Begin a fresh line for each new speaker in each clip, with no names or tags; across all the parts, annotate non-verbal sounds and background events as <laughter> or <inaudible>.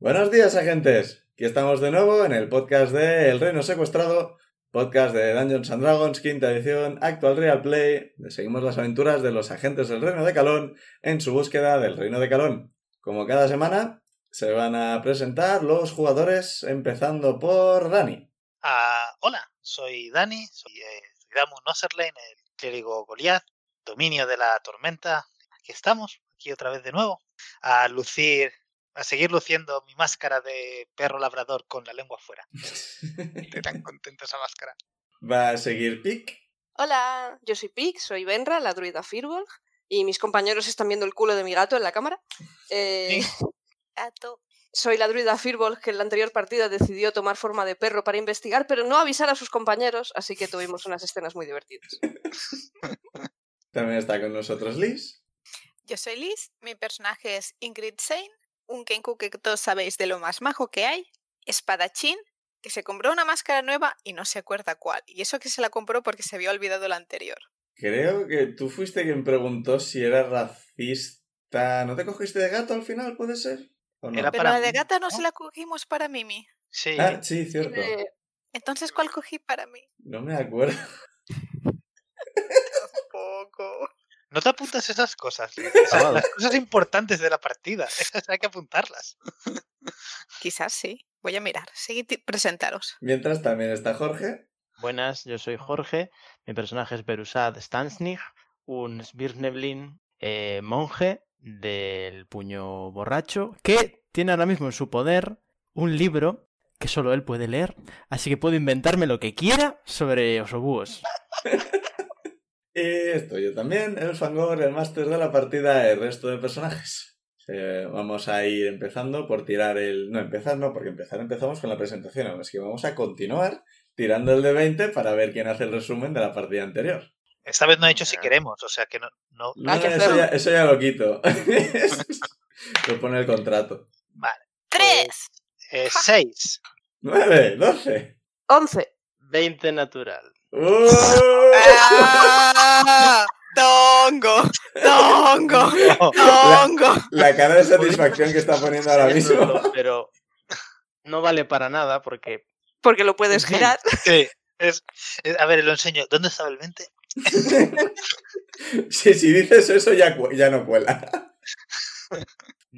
Buenos días, agentes. Aquí estamos de nuevo en el podcast de El Reino Secuestrado, podcast de Dungeons and Dragons, quinta edición, actual Real Play. donde Seguimos las aventuras de los agentes del Reino de Calón en su búsqueda del Reino de Calón. Como cada semana, se van a presentar los jugadores, empezando por Dani.
Ah, hola, soy Dani, soy, eh, soy Damus Nosserlein, el clérigo Goliath, dominio de la tormenta. Aquí estamos, aquí otra vez de nuevo, a lucir, a seguir luciendo mi máscara de perro labrador con la lengua afuera. Estoy tan contento esa máscara.
Va a seguir Pic.
Hola, yo soy Pig, soy Benra, la druida Firbolg, y mis compañeros están viendo el culo de mi gato en la cámara. Eh, <laughs>
Gato.
soy la druida Firbolg que en la anterior partida decidió tomar forma de perro para investigar, pero no avisar a sus compañeros, así que tuvimos unas escenas muy divertidas.
También está con nosotros Liz.
Yo soy Liz, mi personaje es Ingrid Sein, un Kenku que todos sabéis de lo más majo que hay, espadachín, que se compró una máscara nueva y no se acuerda cuál. Y eso que se la compró porque se había olvidado la anterior.
Creo que tú fuiste quien preguntó si era racista. ¿No te cogiste de gato al final, puede ser? ¿O Ah, no?
Era-
Pero
Para
la de
mí,
gata no,
¿no?
se la cogimos para Mimi.
Sí,
Ah, sí, cierto.
Eh,
Entonces, ¿cuál cogí para mí?
No me acuerdo. <laughs>
Poco.
no te apuntas esas cosas. esas-
vale.
las cosas importantes de la partida, <laughs> esas hay que apuntarlas.
Quizás sí. Voy a mirar. Seguid ti- presentaros.
Mientras también está Jorge.
Buenas, yo soy Jorge. Mi personaje es Berusad Stansnig, un Svirneblin eh, monje del puño borracho que tiene ahora mismo en su poder un libro que solo él puede leer, así que puedo inventarme lo que quiera sobre osobúos.
Y estoy yo también, el Fangor, el máster de la partida, el resto de personajes. Eh, vamos a ir empezando por tirar el... No, empezar no, porque empezar empezamos con la presentación. Es que vamos a continuar tirando el de 20 para ver quién hace el resumen de la partida anterior.
Esta vez no he hecho si queremos, o sea que no. no...
No,
Hay que
eso,
hacerlo.
ya, eso ya lo quito. <laughs> lo pone el contrato.
¡Tres!
Eh, seis.
9, 12.
11.
20 <laughs> natural.
¡Uh!
<laughs>
¡Ah! ¡Tongo!
<laughs>
¡Tongo!
No,
¡Tongo!
La cara de satisfacción que está poniendo ahora mismo.
Pero no vale para nada porque
Porque lo puedes
Ujú.
girar.
sí, es- es- a ver, lo enseño. ¿Dónde estaba el 20?
Sí, <laughs> si dices eso ya, cu- ya no cuela.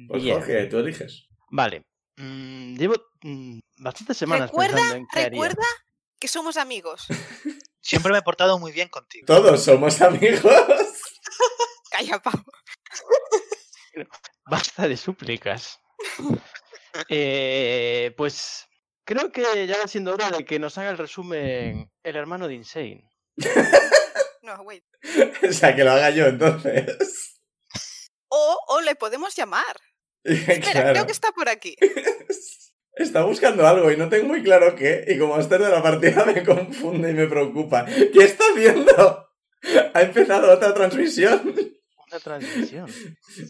Pues
Bien.
Jorge, tú eliges.
Vale. Mm, llevo mm, bastantes semanas
Recuerda,
pensando en qué haría.
recuerda que somos amigos.
Siempre me he portado muy bien contigo.
Todos somos amigos. <laughs>
Calla, Pau.
<laughs> Basta de súplicas. Eh, pues creo que ya va siendo hora de que nos haga el resumen el hermano de Insane.
No, wait.
O sea, que lo haga yo entonces. <laughs>
O, o le podemos llamar. Espera,
Claro.
creo que está por aquí.
Está buscando algo y no tengo muy claro qué. Y como máster de la partida <laughs> me confunde y me preocupa. ¿Qué está haciendo? <laughs> Ha empezado otra transmisión.
Una transmisión.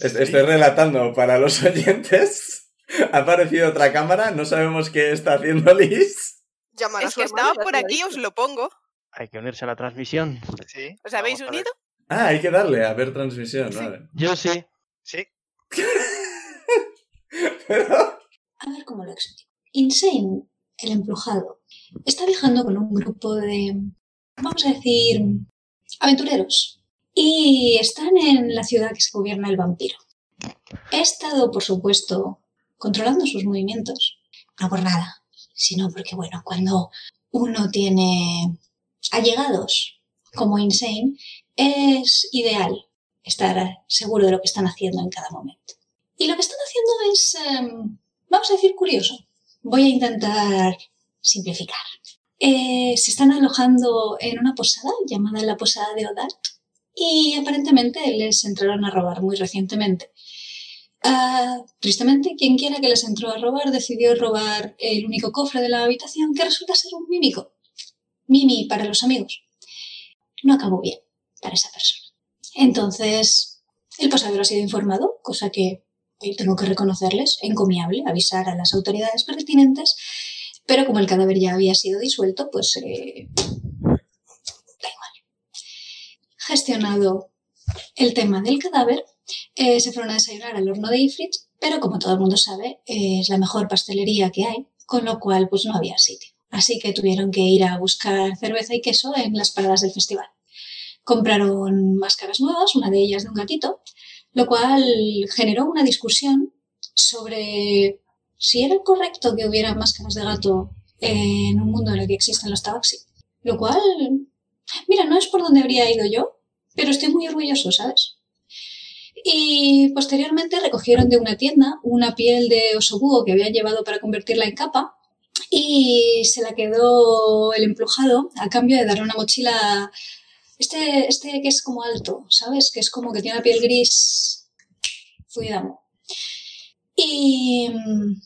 Es- Estoy relatando para los oyentes. Ha aparecido otra cámara. No sabemos qué está haciendo Liz.
Llamar a
Es
su
que
hermana
estaba
y
por
darle
aquí,
la
os lo pongo.
Hay que unirse a la transmisión.
Sí,
¿Os habéis
vamos a ver.
unido?
Ah, hay que darle a ver transmisión. Vale. <laughs>
Yo sí.
Sí,
Pero-
A ver cómo lo explico. Insane, el embrujado, está viajando con un grupo de, vamos a decir, aventureros. Y están en la ciudad que se gobierna el vampiro. He estado, por supuesto, controlando sus movimientos. No por nada, sino porque, bueno, cuando uno tiene allegados como Insane, es ideal estar seguro de lo que están haciendo en cada momento. Y lo que están haciendo es... em, vamos a decir curioso. Voy a intentar simplificar. Eh, se están alojando en una posada llamada la Posada de Odat y aparentemente les entraron a robar muy recientemente. Ah, tristemente, quien quiera que les entró a robar decidió robar el único cofre de la habitación que resulta ser un mímico. Mimi para los amigos. No acabó bien para esa persona. Entonces, el posadero ha sido informado, cosa que eh, tengo que reconocerles, encomiable, avisar a las autoridades pertinentes, pero como el cadáver ya había sido disuelto, pues eh, da igual. Gestionado el tema del cadáver, eh, se fueron a desayunar al horno de Ifrit, pero como todo el mundo sabe, eh, es la mejor pastelería que hay, con lo cual pues no había sitio. Así que tuvieron que ir a buscar cerveza y queso en las paradas del festival. Compraron máscaras nuevas, una de ellas de un gatito, lo cual generó una discusión sobre si era correcto que hubiera máscaras de gato en un mundo en el que existen los tabaxi. Lo cual, mira, no es por donde habría ido yo, pero estoy muy orgulloso, ¿sabes? Y posteriormente recogieron de una tienda una piel de oso búho que habían llevado para convertirla en capa y se la quedó el emplujado a cambio de darle una mochila. Este, este que es como alto, ¿sabes? Que es como que tiene la piel gris. Zuidamo. Y mm,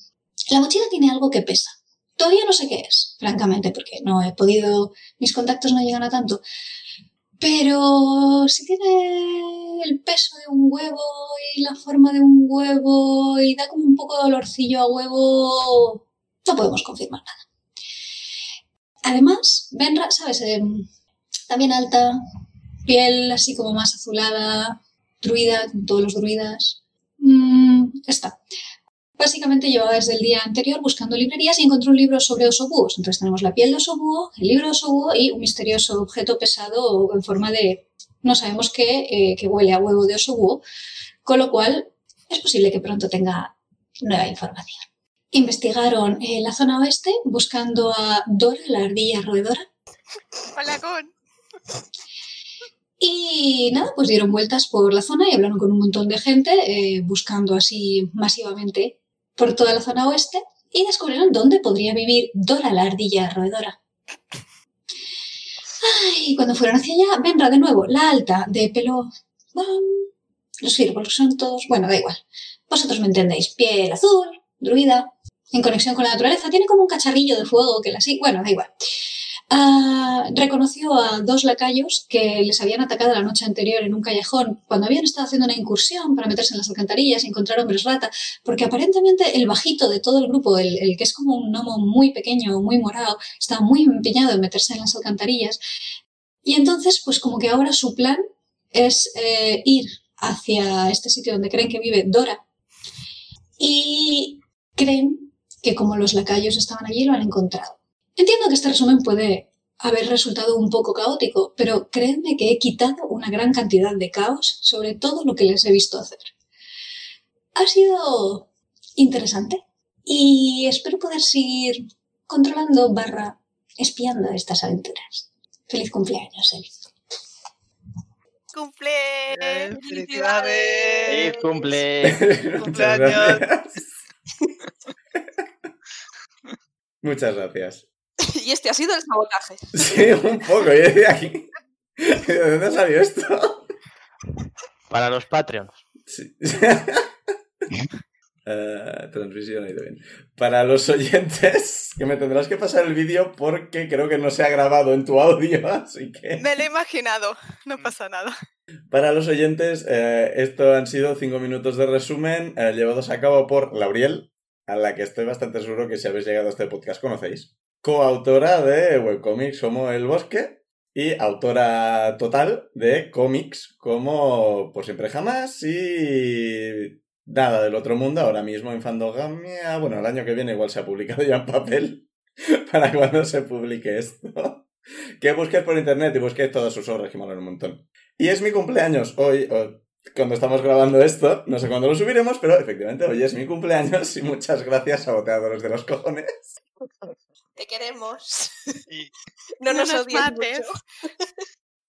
la mochila tiene algo que pesa. Todavía no sé qué es, francamente, porque no he podido. Mis contactos no llegan a tanto. Pero si tiene el peso de un huevo y la forma de un huevo y da como un poco de olorcillo a huevo, no podemos confirmar nada. Además, Benra, ¿sabes? Em, también alta, piel así como más azulada, druida, con todos los druidas. Mm, está. Básicamente llevaba desde el día anterior buscando librerías y encontró un libro sobre osobúos. Entonces tenemos la piel de osobúo, el libro de osobúo y un misterioso objeto pesado en forma de no sabemos qué, eh, que huele a huevo de osobúo, con lo cual es posible que pronto tenga nueva información. Investigaron eh, la zona oeste buscando a Dora, la ardilla roedora,
Hola, Gon.
Y nada, pues dieron vueltas por la zona y hablaron con un montón de gente, eh, buscando así masivamente por toda la zona oeste, y descubrieron dónde podría vivir Dora la ardilla roedora. Ay, y cuando fueron hacia allá, Benra de nuevo, la alta, de pelo. mm, Los círculos son todos. Bueno, da igual. Vosotros me entendéis. Piel azul, druida, en conexión con la naturaleza. Tiene como un cacharrillo de fuego que la sí. Bueno, da igual. Ah, reconoció a dos lacayos que les habían atacado la noche anterior en un callejón cuando habían estado haciendo una incursión para meterse en las alcantarillas y encontrar hombres rata, porque aparentemente el bajito de todo el grupo, el, el que es como un gnomo muy pequeño, muy morado, está muy empeñado en meterse en las alcantarillas. Y entonces, pues como que ahora su plan es eh, ir hacia este sitio donde creen que vive Dora y creen que como los lacayos estaban allí lo han encontrado. Entiendo que este resumen puede haber resultado un poco caótico, pero créanme que he quitado una gran cantidad de caos sobre todo lo que les he visto hacer. Ha sido interesante y espero poder seguir controlando barra espiando estas aventuras. Feliz cumpleaños, Elf.
¡Cumple!
Eh,
¡Feliz
¡Felicidades!
<laughs>
cumple!
<laughs> Muchas gracias. Muchas gracias.
Y este ha sido el sabotaje.
Sí, un poco. Yo decía aquí. ¿De dónde salió esto?
Para los Patreons.
Sí. <laughs> Eh, transmisión ha ido bien. Para los oyentes, que me tendrás que pasar el vídeo porque creo que no se ha grabado en tu audio, así que.
Me lo he imaginado,
Mm.
no pasa nada.
Para los oyentes, eh, esto han sido cinco minutos de resumen eh, llevados a cabo por Lauriel, a la que estoy bastante seguro que si habéis llegado a este podcast conocéis. Coautora de webcomics como El Bosque y autora total de cómics como Por Siempre Jamás y Nada del Otro Mundo, ahora mismo en Fandogamia. Bueno, el año que viene igual se ha publicado ya en papel <laughs> para cuando se publique esto. <laughs> Que busquéis por internet y busquéis todas sus obras que molan un montón. Y es mi cumpleaños hoy, o cuando estamos grabando esto, no sé cuándo lo subiremos, pero efectivamente hoy es mi cumpleaños y muchas gracias saboteadores de los cojones.
Te
<laughs>
queremos.
Y
No, nos, odies
mates.
mucho.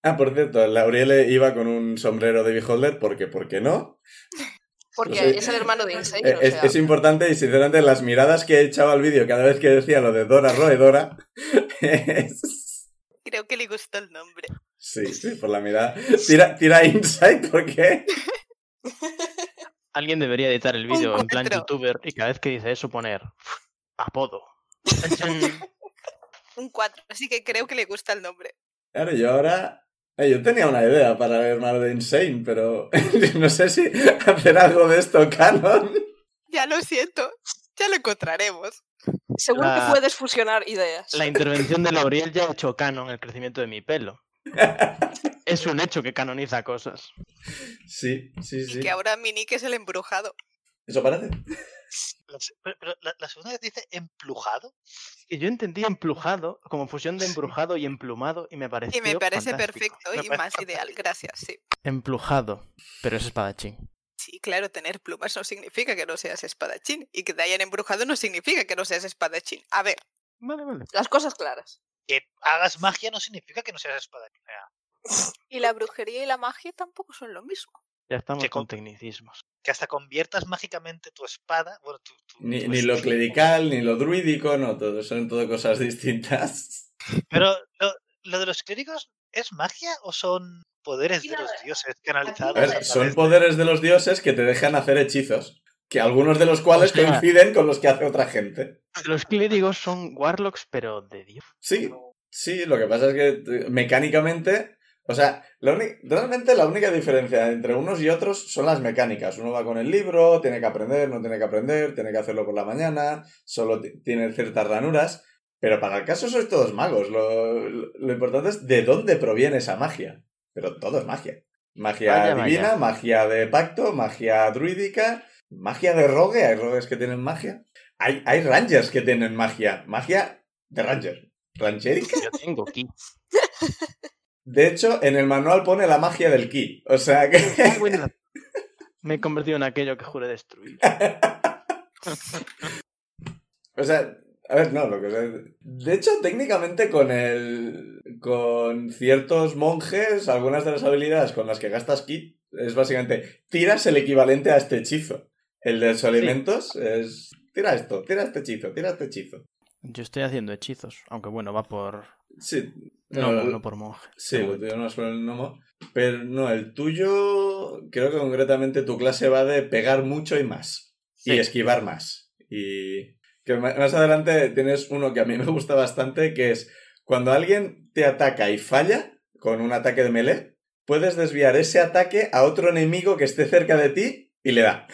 Ah, por cierto, Lauriele iba con un sombrero de Beholder porque, ¿por qué no?
Porque
Pues, eh,
es el hermano de Insane.
Eh,
o
es,
sea,
es importante y sinceramente las miradas que echaba al vídeo cada vez que decía lo de Dora Roedora. <laughs> es-
Creo que le gustó el nombre.
Sí, sí, por la mirada. Tira, tira insight porque
Alguien debería editar el vídeo en plan
cuatro.
youtuber y cada vez que dice eso poner <laughs> apodo.
Un 4, así que creo que le gusta el nombre.
Claro, yo ahora. Eh, yo tenía una idea para el hermano de Insane, pero <laughs> no sé si hacer algo de esto canon.
Ya lo siento, ya lo encontraremos.
Seguro
La-
que puedes fusionar ideas.
Ah. La intervención de Lauriel ya ha hecho canon el crecimiento de mi pelo. Es un hecho que canoniza cosas.
Sí, sí, sí.
Y que ahora Minique es el embrujado.
¿Eso parece?
La, se- pero- pero la- la segunda vez dice emplujado.
Y yo entendí emplujado como fusión de embrujado y emplumado y me pareció
Y me parece
fantástico.
perfecto
Me
y
parece
más ideal, gracias, sí.
Emplujado, pero es espadachín.
Sí, claro, tener plumas no significa que no seas espadachín. Y que te hayan embrujado no significa que no seas espadachín. A ver,
Vale, vale.
Las cosas claras.
Que hagas magia no significa que no seas espadachín. O sea,
y la brujería y la magia tampoco son lo mismo.
Ya estamos
Checo.
con tecnicismos.
que hasta conviertas mágicamente tu espada. Bueno, tu, tu-
Ni,
Pues
tu
ni lo
escudo.
clerical, ni lo druídico, no, todo, son todo cosas distintas.
Pero lo, lo de los clérigos, ¿es magia o son poderes de los dioses
A
canalizados?
ver,
a
son
través de-
poderes de los dioses que te dejan hacer hechizos, que algunos de los cuales
O sea-
coinciden con los que hace otra gente.
Los clérigos son warlocks, pero de Dios.
Sí, sí, lo que pasa es que eh, mecánicamente, o sea, la uni- realmente la única diferencia entre unos y otros son las mecánicas. Uno va con el libro, tiene que aprender, no tiene que aprender, tiene que hacerlo por la mañana, solo ti- tiene ciertas ranuras, pero para el caso sois todos magos. Lo, lo- lo importante es de dónde proviene esa magia, pero todo es magia. Magia
Vaya, vaya.
divina, magia de pacto, magia druídica, magia de rogue, hay rogues que tienen magia. Hay, hay rangers que tienen magia, magia de ranger. Rancherica.
Yo tengo ki.
De hecho, en el manual pone la magia del ki. O sea que. <laughs>
Ah, bueno, la- Me he convertido en aquello que juré destruir.
O sea. A ver, no, lo que sea. De hecho, técnicamente con el. con ciertos monjes, algunas de las habilidades con las que gastas ki es básicamente tiras el equivalente a este hechizo. El de los elementos es. Tira esto, tira este hechizo, tira este hechizo.
Yo estoy haciendo hechizos, aunque bueno, va por.
Sí.
No,
no,
no por monje.
Sí,
De
lo
momento.
tuyo no es por el gnomo. Pero no, el tuyo, creo que concretamente tu clase va de pegar mucho y más. Y
Sí.
esquivar más. Y que ma- más adelante tienes uno que a mí me gusta bastante, que es cuando alguien te ataca y falla con un ataque de melee, puedes desviar ese ataque a otro enemigo que esté cerca de ti y le da.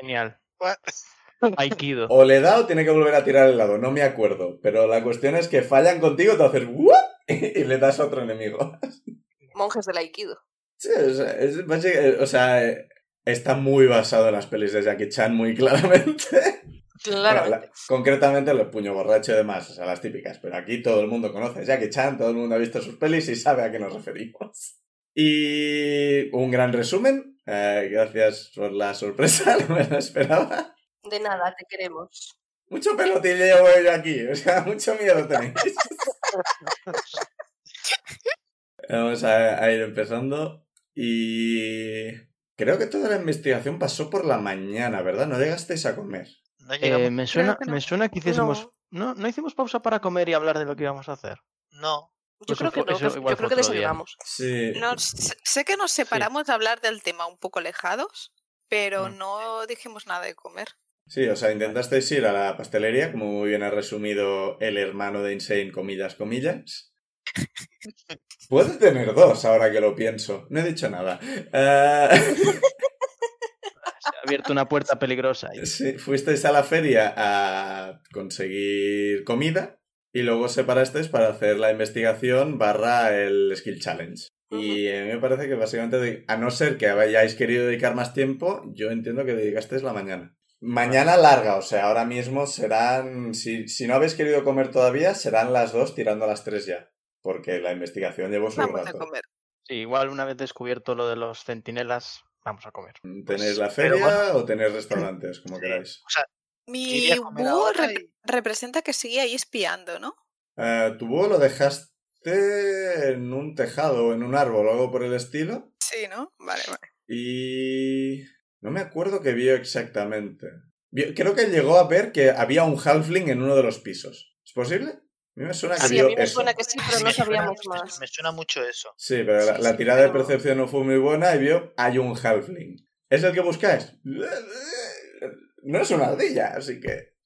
Genial.
<laughs>
<laughs>
What?
Aikido.
O le da o tiene que volver a tirar el lado, no me acuerdo. Pero la cuestión es que fallan contigo, te haces "What?" <laughs> y le das a otro enemigo.
Monjes del Aikido.
Sí, o sea, es basic- eh, o sea, eh, está muy basado en las pelis de Jackie Chan, muy <laughs> claramente. Bueno,
Claramente.
la- concretamente los puño borracho y demás, o sea, las típicas. Pero aquí todo el mundo conoce a Jackie Chan, todo el mundo ha visto sus pelis y sabe a qué nos referimos. Y un gran resumen. Eh, gracias por la sorpresa, <laughs> no me lo esperaba.
De nada, te queremos.
Mucho pelotilleo veo yo aquí, o sea, mucho miedo tenéis. Vamos a, a ir empezando. Y creo que toda la investigación pasó por la mañana, ¿verdad? No llegasteis a comer.
No llegamos.
Eh, me, suena,
que no.
me suena que hiciésemos. No. no hicimos pausa para comer y hablar de lo que íbamos a hacer.
No.
Yo
Pues
creo
eso
que
fue-
no,
eso
que- yo
igual
creo
fue
que
otro día.
desayunamos.
Sí.
No, sé sé que nos separamos de hablar del tema un poco alejados, pero
Mm.
no dijimos nada de comer.
Sí, o sea, intentasteis ir a la pastelería, como muy bien ha resumido el hermano de Insane, comillas, comillas. Puede tener dos, ahora que lo pienso. No he dicho nada. Eh,
Se ha abierto una puerta peligrosa. ahí.
Sí, fuisteis a la feria a conseguir comida y luego os separasteis para hacer la investigación barra el skill challenge. Y a mí me parece que básicamente, de- a no ser que hayáis querido dedicar más tiempo, yo entiendo que dedicasteis la mañana. Mañana larga, o sea, ahora mismo serán, si, si no habéis querido comer todavía, serán las dos tirando a las tres ya. Porque la investigación llevó su
Vamos a
rato.
comer.
Sí, igual una vez descubierto lo de los centinelas, vamos a comer.
Pues,
¿Tenéis la
Pero
feria o tenéis restaurantes, como
Sí,
queráis?
O sea, yo
Mi
iría a comer
búho
ahora
rep-
y-
representa que sigue ahí espiando, ¿no?
Eh, tu búho lo dejaste en un tejado o en un árbol o algo por el estilo.
Sí, ¿no? Vale, vale.
Y. No me acuerdo qué vio exactamente. Vio- Creo que llegó a ver que había un halfling en uno de los pisos. ¿Es posible? A mí me suena que
Sí, a
vio
mí me
eso.
suena que sí, pero
Sí,
no
me suena-
sabíamos
me-
más.
Me suena mucho eso.
Sí, pero la,
Sí,
la
sí,
tirada de
pero-
percepción no fue muy buena y vio hay un halfling. ¿Es el que buscáis? No es una ardilla, así que...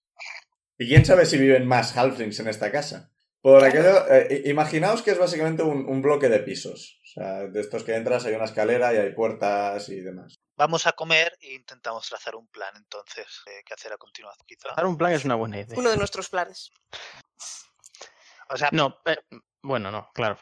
¿Y quién sabe si viven más halflings en esta casa? Por aquello, eh, i- imaginaos que es básicamente un, un bloque de pisos. O sea, de estos que entras hay una escalera y hay puertas y demás.
Vamos a comer e intentamos trazar un plan entonces eh, que hacer a continuación, quizá.
Dar un plan es una buena idea.
Uno de nuestros planes.
O sea,
No, eh, bueno, no, claro.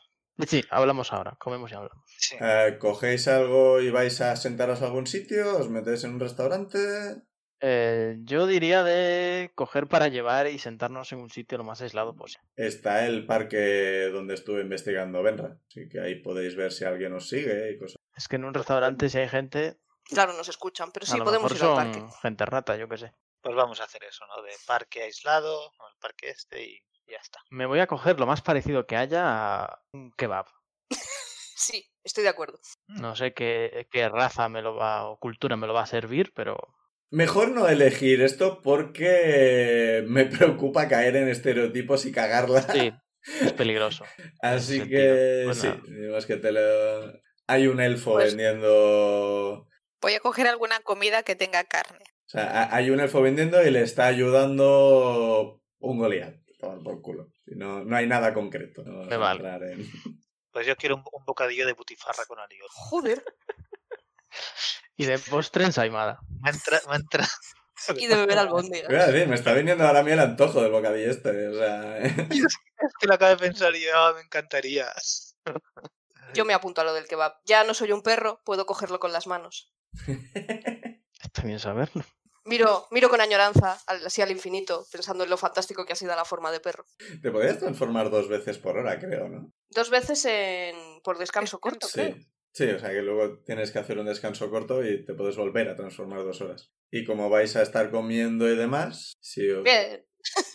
Sí, hablamos ahora, comemos y hablamos.
sí.
Eh, ¿Cogéis algo y vais a sentaros a algún sitio? ¿Os metéis en un restaurante?
Eh, yo diría de coger para llevar y sentarnos en un sitio lo más aislado posible.
Está el parque donde estuve investigando Benra. Así que ahí podéis ver si alguien os sigue y cosas.
Es que en un restaurante si hay gente,
Claro, nos escuchan, pero
a
sí
lo
podemos
mejor
ir al parque.
son gente rata, yo qué sé.
Pues vamos a hacer eso, ¿no? De parque aislado, o el parque este y ya está.
Me voy a coger lo más parecido que haya a un kebab.
Sí, estoy de acuerdo.
No sé qué, qué raza me lo va o cultura me lo va a servir, pero
Mejor no elegir esto porque me preocupa caer en estereotipos y cagarla.
sí, es peligroso.
<laughs> Así
ese
que
sentido. Pues
sí,
nada.
digamos que te lo... Hay un elfo
Pues-
vendiendo...
Voy a coger alguna comida que tenga carne.
O sea, ha- hay un elfo vendiendo y le está ayudando un goliat. Tomar por culo. No, no hay nada concreto. No vamos
Me
a
vale.
entrar en-
Pues yo quiero un, un bocadillo de butifarra con alioli.
Joder.
Y de postre ensaimada.
Me entra, me <laughs> entra...
Y de beber albóndigas.
Voy a decir, me está viniendo ahora a mí el antojo del bocadillo este. O sea, <laughs>
Es que lo acabo de pensar y yo, ah, me encantaría.
Yo me apunto a lo del kebab. Ya no soy un perro, puedo cogerlo con las manos.
Está bien saberlo.
Miro, miro con añoranza al- así al infinito, pensando en lo fantástico que ha sido la forma de perro.
te podías transformar dos veces por hora, creo, ¿no?
Dos veces en por descanso corto, creo.
Sí. Sí, o sea que luego tienes que hacer un descanso corto y te puedes volver a transformar dos horas. Y como vais a estar comiendo y demás, sí, os-
Bien,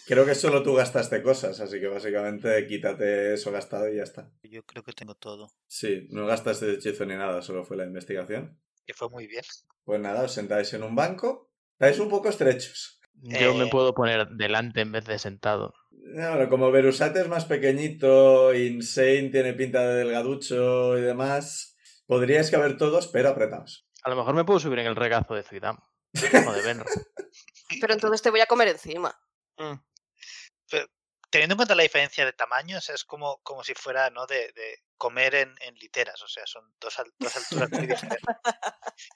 creo que solo tú gastaste cosas, así que básicamente quítate eso gastado y ya está.
Yo creo que tengo todo.
Sí, no gastaste hechizo ni nada, solo fue la investigación.
Que fue muy bien.
Pues nada, os sentáis en un banco. Estáis un poco estrechos.
Yo me
Eh.
puedo poner delante en vez de sentado.
Ahora, como Berusate es más pequeñito, Insane tiene pinta de delgaducho y demás, podríais caber todos, pero apretados.
A lo mejor me puedo subir en el regazo de Zuidam. O de <laughs> Benro. Mm.
pero entonces te voy a comer encima.
Teniendo en cuenta la diferencia de tamaños, es como, como si fuera, ¿no? De, de comer en, en literas. O sea, son dos, al- dos alturas muy
<laughs>
diferentes.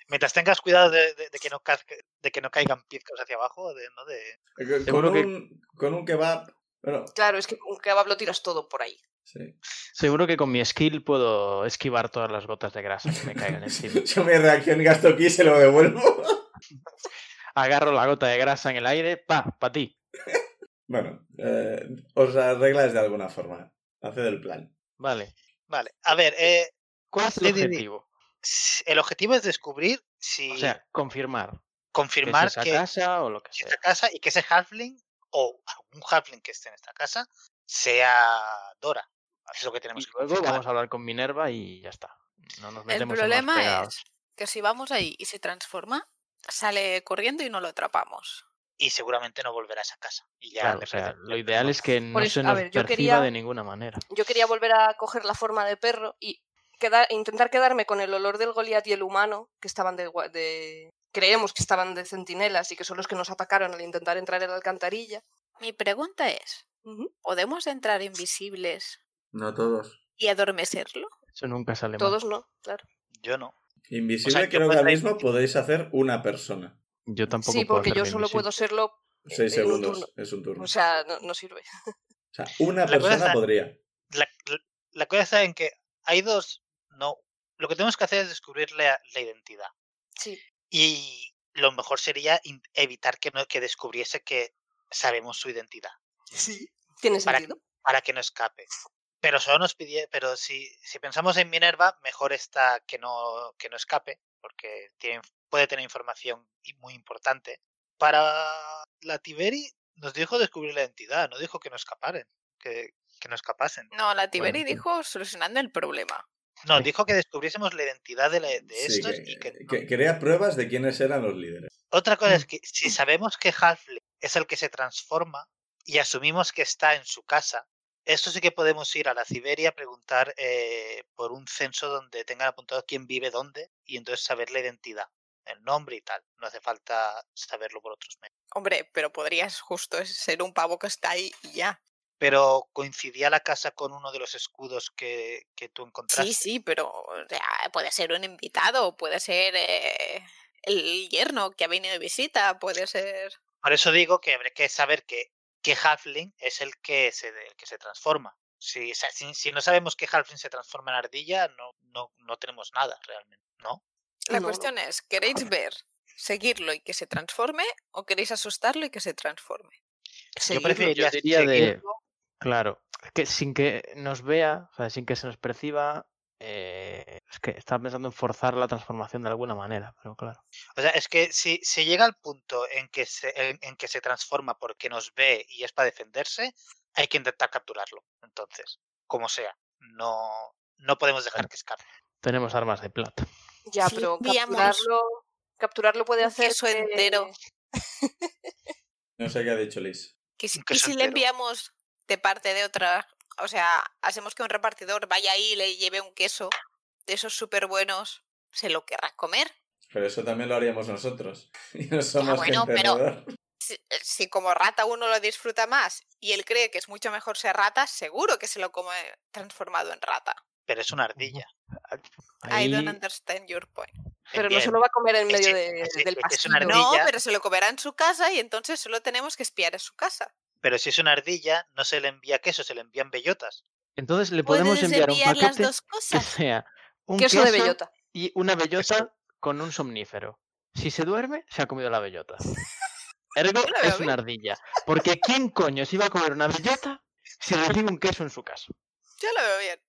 Mientras tengas cuidado de, de- de que, no cazque- de que no caigan pizcas hacia abajo, de, ¿no? De,
Con
Seguro Eh, que-
un, con un kebab. Bueno,
Claro, es que un kebab lo tiras todo por ahí.
sí.
Seguro que con mi skill puedo esquivar todas las gotas de grasa que
<laughs>
me caigan <laughs> encima.
Yo mi reacción gasto aquí y se lo devuelvo. <laughs>
Agarro la gota de grasa en el aire, pa, pa ti.
Bueno, eh, os arregláis de alguna forma. Haced el plan.
Vale.
Vale, a ver, eh,
¿Cuál es
Sí,
el
sí, sí.
objetivo?
s- el objetivo es descubrir si
O sea, confirmar. que
confirmar
es esa
que,
casa o lo que
que
sea.
esta casa y que ese halfling o algún halfling que esté en esta casa sea Dora. Eso es lo que tenemos
Y
que
luego
confirmar.
vamos a hablar con Minerva y ya está. No nos
El
metemos en más
problema
fregados.
es que si vamos ahí y se transforma, sale corriendo y no lo atrapamos.
Y seguramente no volverá a esa casa. Y ya
Claro,
le
o sea,
pertenece.
lo ideal es que no
Por eso-
se
a
nos
ver, yo
perciba
quería-
de ninguna manera.
Yo quería volver a coger la forma de perro y queda- intentar quedarme con el olor del Goliat y el humano, que estaban de, gua- de- Creemos que estaban de centinelas y que son los que nos atacaron al intentar entrar en la alcantarilla.
Mi pregunta es,
Ujú.
¿podemos entrar invisibles
No todos.
y adormecerlo?
Eso nunca sale mal.
Todos no, claro.
Yo no.
Invisible
O sea, yo
creo que ahora
podré-
mismo podéis hacer una persona.
Yo tampoco
sí,
puedo
porque yo
hacerme
solo
invisible.
puedo serlo,
Seis
En un
segundos.
turno.
Es un turno.
o sea, no, no sirve.
O sea, una
La cosa
persona
está-
podría.
La, la- la cosa está en que hay dos. No. Lo que tenemos que hacer es descubrir la, la identidad.
Sí,
Y lo mejor sería in- evitar que, no, que descubriese que sabemos su identidad.
sí. Tiene
Para-
sentido.
para que no escape. Pero solo nos pide, pero si, si pensamos en Minerva, mejor está que no, que no escape, porque tiene, puede tener información y- muy importante. Para la Tiberi nos dijo descubrir la identidad, no dijo que no escaparen, que, que no escapasen.
No, la Tiberi
Bueno.
dijo solucionando el problema.
No,
Sí.
dijo que descubriésemos la identidad de, la- de
Sí,
estos
que-
y que no.
que- mm. quería pruebas de quiénes eran los líderes.
Otra cosa es que si sabemos que Halfling es el que se transforma y asumimos que está en su casa, esto sí que podemos ir a la Siberia a preguntar eh, por un censo donde tengan apuntado quién vive dónde y entonces saber la identidad. el nombre y tal. No hace falta saberlo por otros medios.
Hombre, pero podrías justo ser un pavo que está ahí y ya.
Pero coincidía la casa con uno de los escudos que, que tú encontraste.
Sí, sí, pero o sea, puede ser un invitado, puede ser eh, el yerno que ha venido de visita, puede ser...
Por eso digo que habré que saber que, que Halfling es el que se, el que se transforma. Si, o sea, si, si no sabemos que Halfling se transforma en ardilla, no, no, no tenemos nada realmente, ¿no?
La
No,
cuestión es, ¿queréis ver, seguirlo y que se transforme o queréis asustarlo y que se transforme?
Yo
Seguirlo,
preferiría
yo diría de-
seguirlo.
Claro, es que sin que nos vea, o sea, sin que se nos perciba, eh, es que estaba pensando en forzar la transformación de alguna manera, pero claro.
O sea, es que si se llega al punto en que se, en, en que se transforma porque nos ve y es para defenderse, hay que intentar capturarlo. Entonces, como sea, no, no podemos dejar que escape.
Tenemos armas de plata.
Ya,
Sí,
pero
enviamos
capturarlo, capturarlo puede
un
hacer
queso
que-
entero.
No sé qué ha dicho Liz.
Que si-
Un
y
queso
si le
entero.
enviamos de parte de otra, o sea, hacemos que un repartidor vaya ahí y le lleve un queso de esos súper buenos, ¿se lo querrá comer?
Pero eso también lo haríamos nosotros. <laughs> Y no somos
bueno,
gente
pero-
roedor.
Si, eh, si como rata uno lo disfruta más y él cree que es mucho mejor ser rata, seguro que se lo come transformado en rata.
Pero es una ardilla.
I
Ahí
don't understand your point.
Pero no
Entiendo.
se lo va a comer en
Es
medio
que-
de-
es que-
del
es que es
pasillo.
una
No,
Ardilla.
pero se lo comerá en su casa y entonces solo tenemos que espiar a su casa.
Pero si es una ardilla, no se le envía queso, se le envían bellotas.
Entonces le podemos
Puedes
enviar un
enviar las
paquete
dos
<laughs> que
cosas.
sea un
Queso
queso,
de bellota.
<laughs>
y una bellota con un somnífero. Si se duerme, se ha comido la bellota. Ergo
Yo lo veo
es una ardilla. Porque ¿quién coño se iba a comer una bellota si recibe un queso en su casa?
Yo lo veo bien.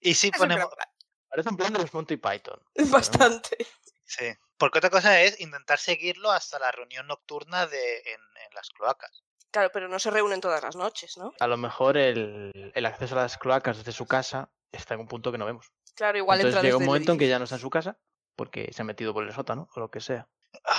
Y si
Es un gran
ponemos.
plan.
Parece un plan de los Monty Python.
Bastante.
Sí. Porque otra cosa es intentar seguirlo hasta la reunión nocturna de, en, en las cloacas.
Claro, pero no se reúnen todas las noches, ¿no?
A lo mejor el, el acceso a las cloacas desde su casa está en un punto que no vemos.
Claro, igual
Entonces
entra
llega un
desde el
momento en que
edificio.
ya no está en su casa porque se ha metido por el sótano o lo que sea.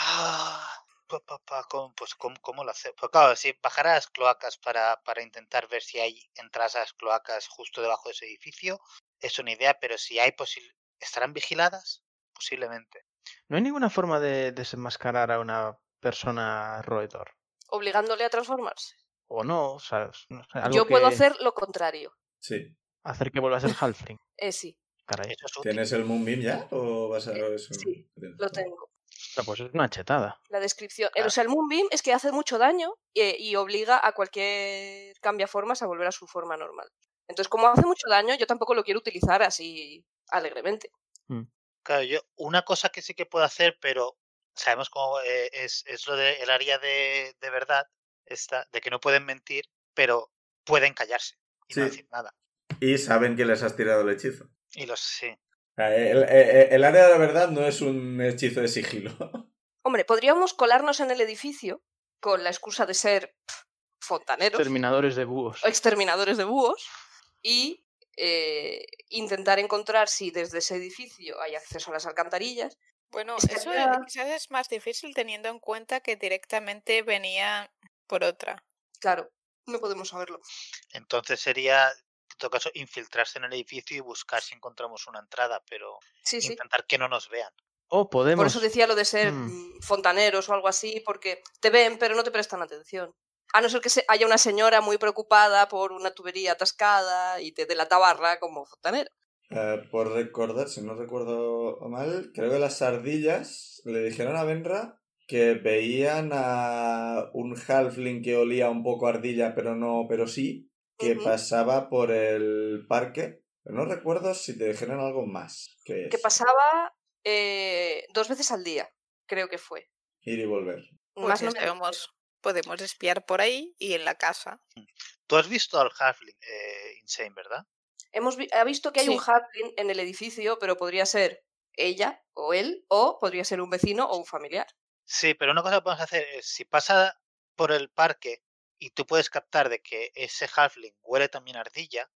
Ah, pa, pa, pa, ¿cómo, pues ¿cómo, cómo lo hace? Pues claro, si bajar a las cloacas para, para intentar ver si hay entras a las cloacas justo debajo de ese edificio, es una idea, pero si hay posible. ¿Estarán vigiladas? Posiblemente.
No hay ninguna forma de desenmascarar a una persona roedor.
Obligándole a transformarse.
O no, o sea, es- no sé, algo
Yo puedo
que-
hacer lo contrario.
Sí.
hacer que vuelva a ser Halfling.
Eh, sí, <laughs>
Caray.
Eso es útil.
¿Tienes el Moonbeam ya? ¿O vas a.?
Eh,
es un-
sí, lo tengo.
No, pues es una chetada.
La descripción. eh,
Claro.
O sea, el Moonbeam es que hace mucho daño eh, y, obliga a cualquier cambiaformas a volver a su forma normal. Entonces, como hace mucho daño, yo tampoco lo quiero utilizar así alegremente.
Claro, yo una cosa que sí que puedo hacer, pero sabemos cómo eh, es, es lo del área de, de verdad, esta, de que no pueden mentir, pero pueden callarse y no
Sí.
decir nada.
Y saben que les has tirado el hechizo.
Y los sí.
Ah, El, el- el área de la verdad no es un hechizo de sigilo.
Hombre, podríamos colarnos en el edificio con la excusa de ser pf, fontaneros
Terminadores de búhos.
o exterminadores de búhos y eh, intentar encontrar si desde ese edificio hay acceso a las alcantarillas.
<laughs>
Bueno,
Es que
eso
había-
quizás es más difícil teniendo en cuenta que directamente venía por otra.
Claro, no podemos saberlo.
Entonces sería, en todo caso, infiltrarse en el edificio y buscar si encontramos una entrada, pero
Sí, sí.
intentar que no nos vean.
O
Por
podemos.
eso decía lo de ser
Mm.
mm, fontaneros o algo así, porque te ven pero no te prestan atención. A no ser que se- haya una señora muy preocupada por una tubería atascada y te dé la tabarra como fontanero.
<laughs> Eh, por recordar, si no recuerdo mal, creo que las ardillas le dijeron a Benra que veían a un halfling que olía un poco a ardilla, pero no, pero sí, que
Ujú.
pasaba por el parque. Pero no recuerdo si te dijeron algo más. Que es
Que pasaba eh, dos veces al día, creo que fue.
ir y volver.
Pues
no me-
ya sabemos, podemos espiar por ahí y en la casa.
Tú has visto al Halfling eh, Insane, ¿verdad?
Hemos vi- ha visto que hay un
Sí.
halfling en el edificio, pero podría ser ella o él, o podría ser un vecino o un familiar.
Sí, pero una cosa que podemos hacer es, si pasa por el parque y tú puedes captar de que ese Halfling huele también a ardilla,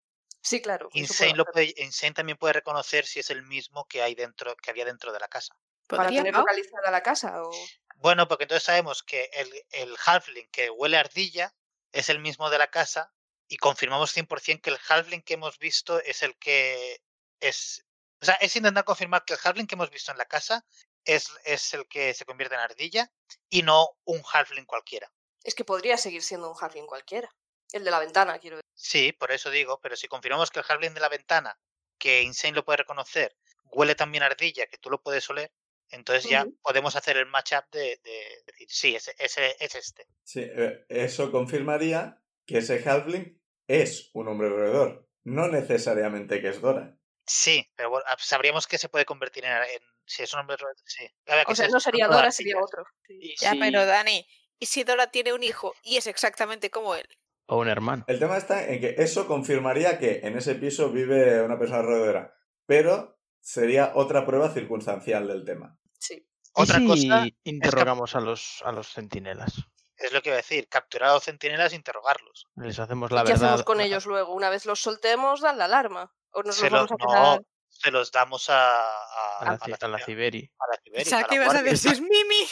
Sí, claro. eso puedo
Insane, lo
hacer.
puede- Insane también puede reconocer si es el mismo que hay dentro, que había dentro de la casa.
Para
¿Podría,
tener
Pau?
localizada la casa. O...
Bueno, porque entonces sabemos que el, el halfling que huele a ardilla es el mismo de la casa y confirmamos 100% que el halfling que hemos visto es el que es... O sea, es intentar confirmar que el halfling que hemos visto en la casa es, es el que se convierte en ardilla y no un halfling cualquiera.
Es que podría seguir siendo un halfling cualquiera. El de la ventana, quiero decir.
Sí, por eso digo, pero si confirmamos que el halfling de la ventana, que Insane lo puede reconocer, huele también a ardilla, que tú lo puedes oler, entonces ya
Ujú.
podemos hacer el matchup de, de decir, sí, ese, ese es este.
Sí, eh, eso confirmaría que ese halfling es un hombre roedor, no necesariamente que es Dora.
Sí, pero bueno, ah, sabríamos que se puede convertir en... en- si es un hombre... Sí. A ver, que
O sea,
sea-
no sería
todas
Dora,
las
sería
sillas.
otro. Sí.
Y
Ya,
si-
pero Dani, ¿y si Dora tiene un hijo y es exactamente como él?
O un hermano.
El tema está en que eso confirmaría que en ese piso vive una persona roedora, pero sería otra prueba circunstancial del tema.
Sí.
¿Y
Otra
si
cosa es
interrogamos a los, a los centinelas.
Es lo que iba a decir, capturar a los centinelas e interrogarlos.
Les hacemos
¿Y
la
¿Qué
verdad.
hacemos con ellos luego? Una vez los soltemos, dan la alarma. O nos
Se
los
los,
vamos a quedar.
no, se los damos a, a,
A la,
a la-
ci- a la
Ah,
Ciberi. <laughs>
a la Tiberi,
Pensaba
a la
que ibas a
guardia.
decir Mimi.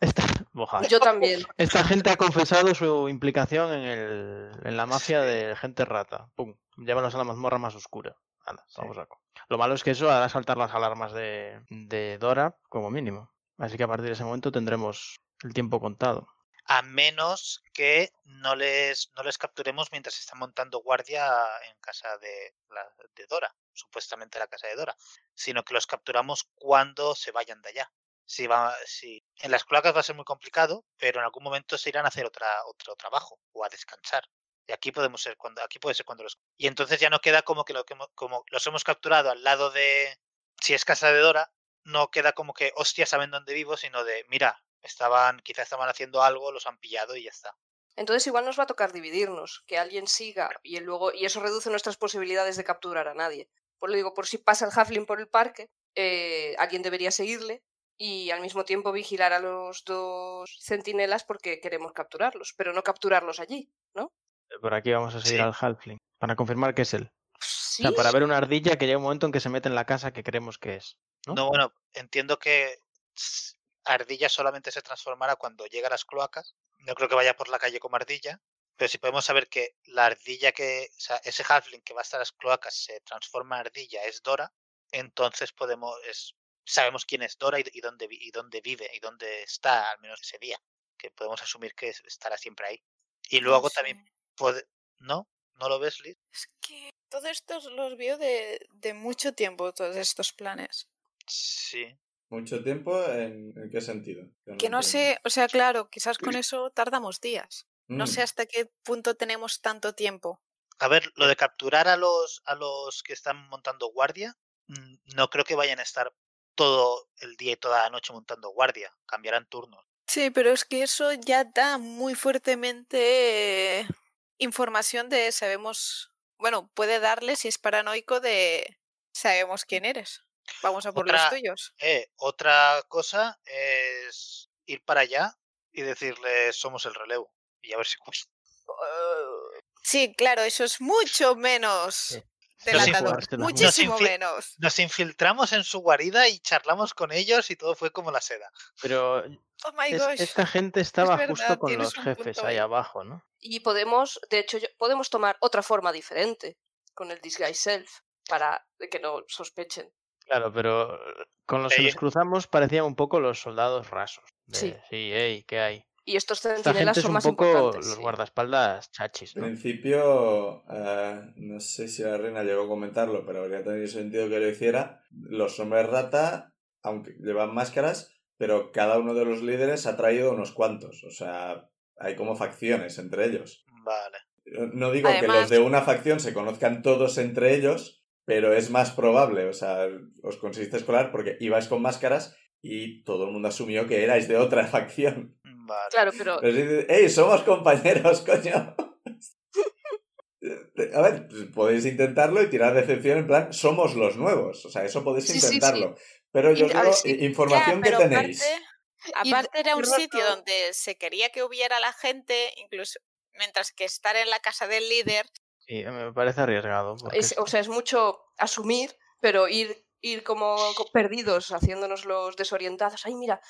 Esta, Ojalá. <laughs>
Yo también.
<laughs>
Esta gente ha confesado su implicación en, el- en la mafia de gente rata. Pum. Llévalos a la mazmorra más oscura. Anda, vamos a co- Lo malo es que eso hará saltar las alarmas de, de Dora, como mínimo. Así que a partir de ese momento tendremos el tiempo contado.
A menos que no les, no les capturemos mientras están montando guardia en casa de, la- de Dora, supuestamente la casa de Dora, sino que los capturamos cuando se vayan de allá. Si va, si, en las cloacas va a ser muy complicado, pero en algún momento se irán a hacer otra, otro trabajo o a descansar. Y aquí podemos ser cuando, aquí puede ser cuando los y entonces ya no queda como que, lo que hemos- como los hemos capturado al lado de si es casa de Dora, no queda como que hostia saben dónde vivo, sino de mira, estaban, quizás estaban haciendo algo, los han pillado y ya está.
Entonces igual nos va a tocar dividirnos, que alguien siga y él luego y eso reduce nuestras posibilidades de capturar a nadie. Por lo digo, por si pasa el Huffling por el parque, eh, alguien debería seguirle y al mismo tiempo vigilar a los dos centinelas porque queremos capturarlos, pero no capturarlos allí, ¿no?
Por aquí vamos a seguir
Sí.
al Halfling. Para confirmar que es él.
Sí.
O sea, para ver una ardilla que llega un momento en que se mete en la casa que creemos que es. ¿no?
¿No? bueno, entiendo que s- Ardilla solamente se transformará cuando llega a las cloacas. No creo que vaya por la calle como Ardilla, pero si podemos saber que la Ardilla que, o sea, ese Halfling que va hasta las cloacas se transforma en Ardilla es Dora, entonces podemos, es- sabemos quién es Dora y, y dónde, vi- y dónde vive y dónde está, al menos ese día, que podemos asumir que es- estará siempre ahí. Y luego
No sé.
también, pode- ¿no? ¿No lo ves, Liz?
Es que todo esto los vio de, de mucho tiempo, todos estos planes.
Sí.
¿Mucho tiempo? ¿En, en qué sentido? Yo
Que no
entiendo.
sé, o sea, claro, quizás con eso tardamos días. No
Mm.
sé hasta qué punto tenemos tanto tiempo.
A ver, lo de capturar a los a los que están montando guardia, mm, no creo que vayan a estar todo el día y toda la noche montando guardia. Cambiarán turnos.
Sí, pero es que eso ya da muy fuertemente eh, información de sabemos, bueno, puede darle si es paranoico de sabemos quién eres. Vamos a por los
Otra-
tuyos.
Eh, otra cosa es ir para allá y decirles somos el relevo y a ver si cuesta.
Sí, claro, eso es mucho menos
Sí.
No sé
delatador.
jugársela mucho.
Muchísimo
No sé si-
menos.
<laughs> Nos infiltramos en su guarida y charlamos con ellos y todo fue como la seda.
Pero
Oh my
es-
gosh.
esta gente estaba
verdad,
justo con
tienes
los
un punto
jefes ahí
ahí.
abajo, ¿no?
Y podemos, de hecho, yo- podemos tomar otra forma diferente con el disguise self para que no sospechen.
Claro, pero eh, con los que
Ella-
nos cruzamos parecían un poco los soldados rasos. De,
Sí.
sí. ey, ¿qué hay?
Y estos
Esta
centinelas
gente es
son
un
más
poco
importantes.
los
sí.
guardaespaldas chachis,
En
¿no?
principio, eh, no sé si la reina llegó a comentarlo, pero habría tenido sentido que lo hiciera. Los hombres rata, aunque llevan máscaras, pero cada uno de los líderes ha traído unos cuantos. O sea, hay como facciones entre ellos.
Vale.
Eh, No digo que los
Además-
de una facción se conozcan todos entre ellos, pero es más probable. O sea, os conseguiste escolar porque ibais con máscaras y todo el mundo asumió que erais de otra <laughs> facción.
Vale.
Claro, pero
eh,
Pero si dices, ¡Ey, somos compañeros, <laughs> coño! A ver, pues, podéis intentarlo y tirar decepción en plan, somos los nuevos. O sea, eso podéis
Sí, sí, sí.
intentarlo. Pero yo
Y, a
digo,
ver, sí.
eh,
Ya,
información
pero
que tenéis.
aparte,
Y
aparte era un
roto-
sitio donde se quería que hubiera la gente, incluso mientras que estar en la casa del líder,
Sí, me parece arriesgado. porque
es- o sea, es mucho asumir, pero ir, ir como co- perdidos, haciéndonos los desorientados. Ay, mira,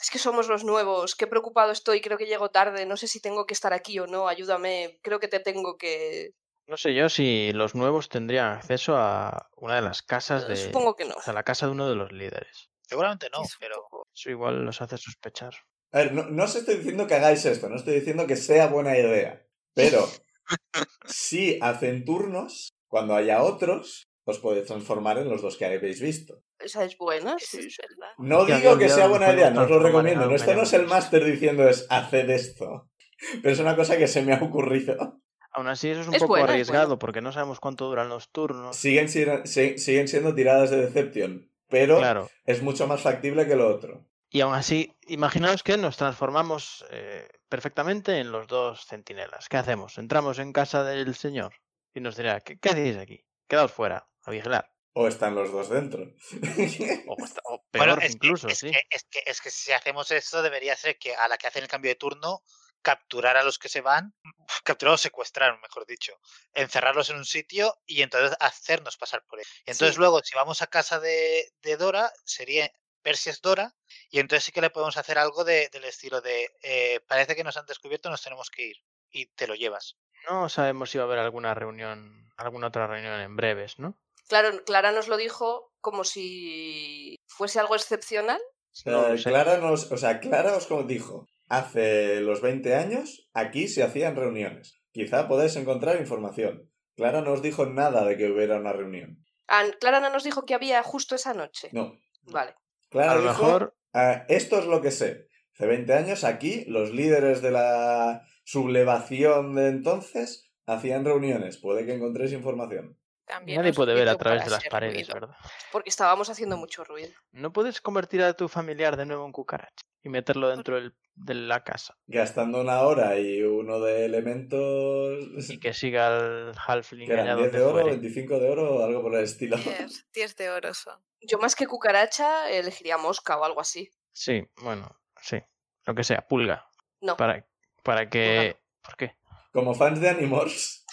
es que somos los nuevos, qué preocupado estoy, creo que llego tarde, no sé si tengo que estar aquí o no, ayúdame, creo que te tengo que...
No sé yo si los nuevos tendrían acceso a una de las casas de...
Supongo que no.
O sea, la casa de uno de los líderes.
Seguramente no,
Es un
pero
poco-
Eso igual los hace sospechar.
A ver, no, no os estoy diciendo que hagáis esto, no estoy diciendo que sea buena idea, pero
<laughs>
si hacen turnos, cuando haya otros, os podéis transformar en los dos que habéis visto.
Esa es buena,
Eso
Ah, sí,
es
<laughs>
verdad.
No
Ya
digo
había
que sea
olvidado que
buena idea,
podemos
no os lo
transformar en
recomiendo.
algo
No, esto no es el
mayores.
máster diciendo es haced esto, <laughs> pero es una cosa que se me ha ocurrido.
Aún así, eso es un
Es
poco
buena, es
arriesgado
buena.
porque no sabemos cuánto duran los turnos.
Siguen, siendo- si- siguen siendo tiradas de Deception, pero
Claro.
es mucho más factible que lo otro.
Y aún así, imaginaos que nos transformamos eh, perfectamente en los dos centinelas. ¿Qué hacemos? Entramos en casa del señor y nos dirá, ¿qué, qué hacéis aquí? Quedaos fuera, a vigilar.
O están los dos dentro. <laughs>
O, está- o
Bueno,
peor
es que-
incluso,
es
sí.
Que, es, que, es que si hacemos eso, debería ser que a la que hacen el cambio de turno, capturar a los que se van, <laughs> capturar o secuestrar, mejor dicho, encerrarlos en un sitio y entonces hacernos pasar por él. Y entonces
Sí.
luego, si vamos a casa de, de Dora, sería ver si es Dora, y entonces sí que le podemos hacer algo de- del estilo de, eh, parece que nos han descubierto, nos tenemos que ir, y te lo llevas.
No sabemos si va a haber alguna reunión, alguna otra reunión en breves, ¿no?
Claro, Clara nos lo dijo como si fuese algo excepcional.
No lo
Eh,
sé.
Clara nos, o sea, Clara os como dijo, hace los 20 años aquí se hacían reuniones. Quizá podáis encontrar información. Clara no os dijo nada de que hubiera una reunión.
Ah, Clara no nos dijo que había justo esa noche.
No.
Vale.
Clara
A lo
dijo,
mejor,
"Ah, esto es lo que sé. Hace 20 años aquí los líderes de la sublevación de entonces hacían reuniones. Puede que encontréis información.
También
nadie
os
puede ver a
digo
través
para
de las
hacer
paredes,
ruido.
¿verdad? Mm.
Porque estábamos haciendo mucho ruido.
No puedes convertir a tu familiar de nuevo en cucaracha y meterlo dentro del- de la casa
Gastando una hora y uno de
<laughs>
elementos...
y que siga al halfling
Que
allá
eran 10
donde
de oro,
fuere.
25 de oro o algo por el estilo.
10, 10 de oro son.
Yo más que cucaracha elegiría mosca o algo así. <laughs>
Sí, bueno, sí. Lo que sea, pulga.
No.
Para, para que. ¿Por qué?
Como fans de Animorphs...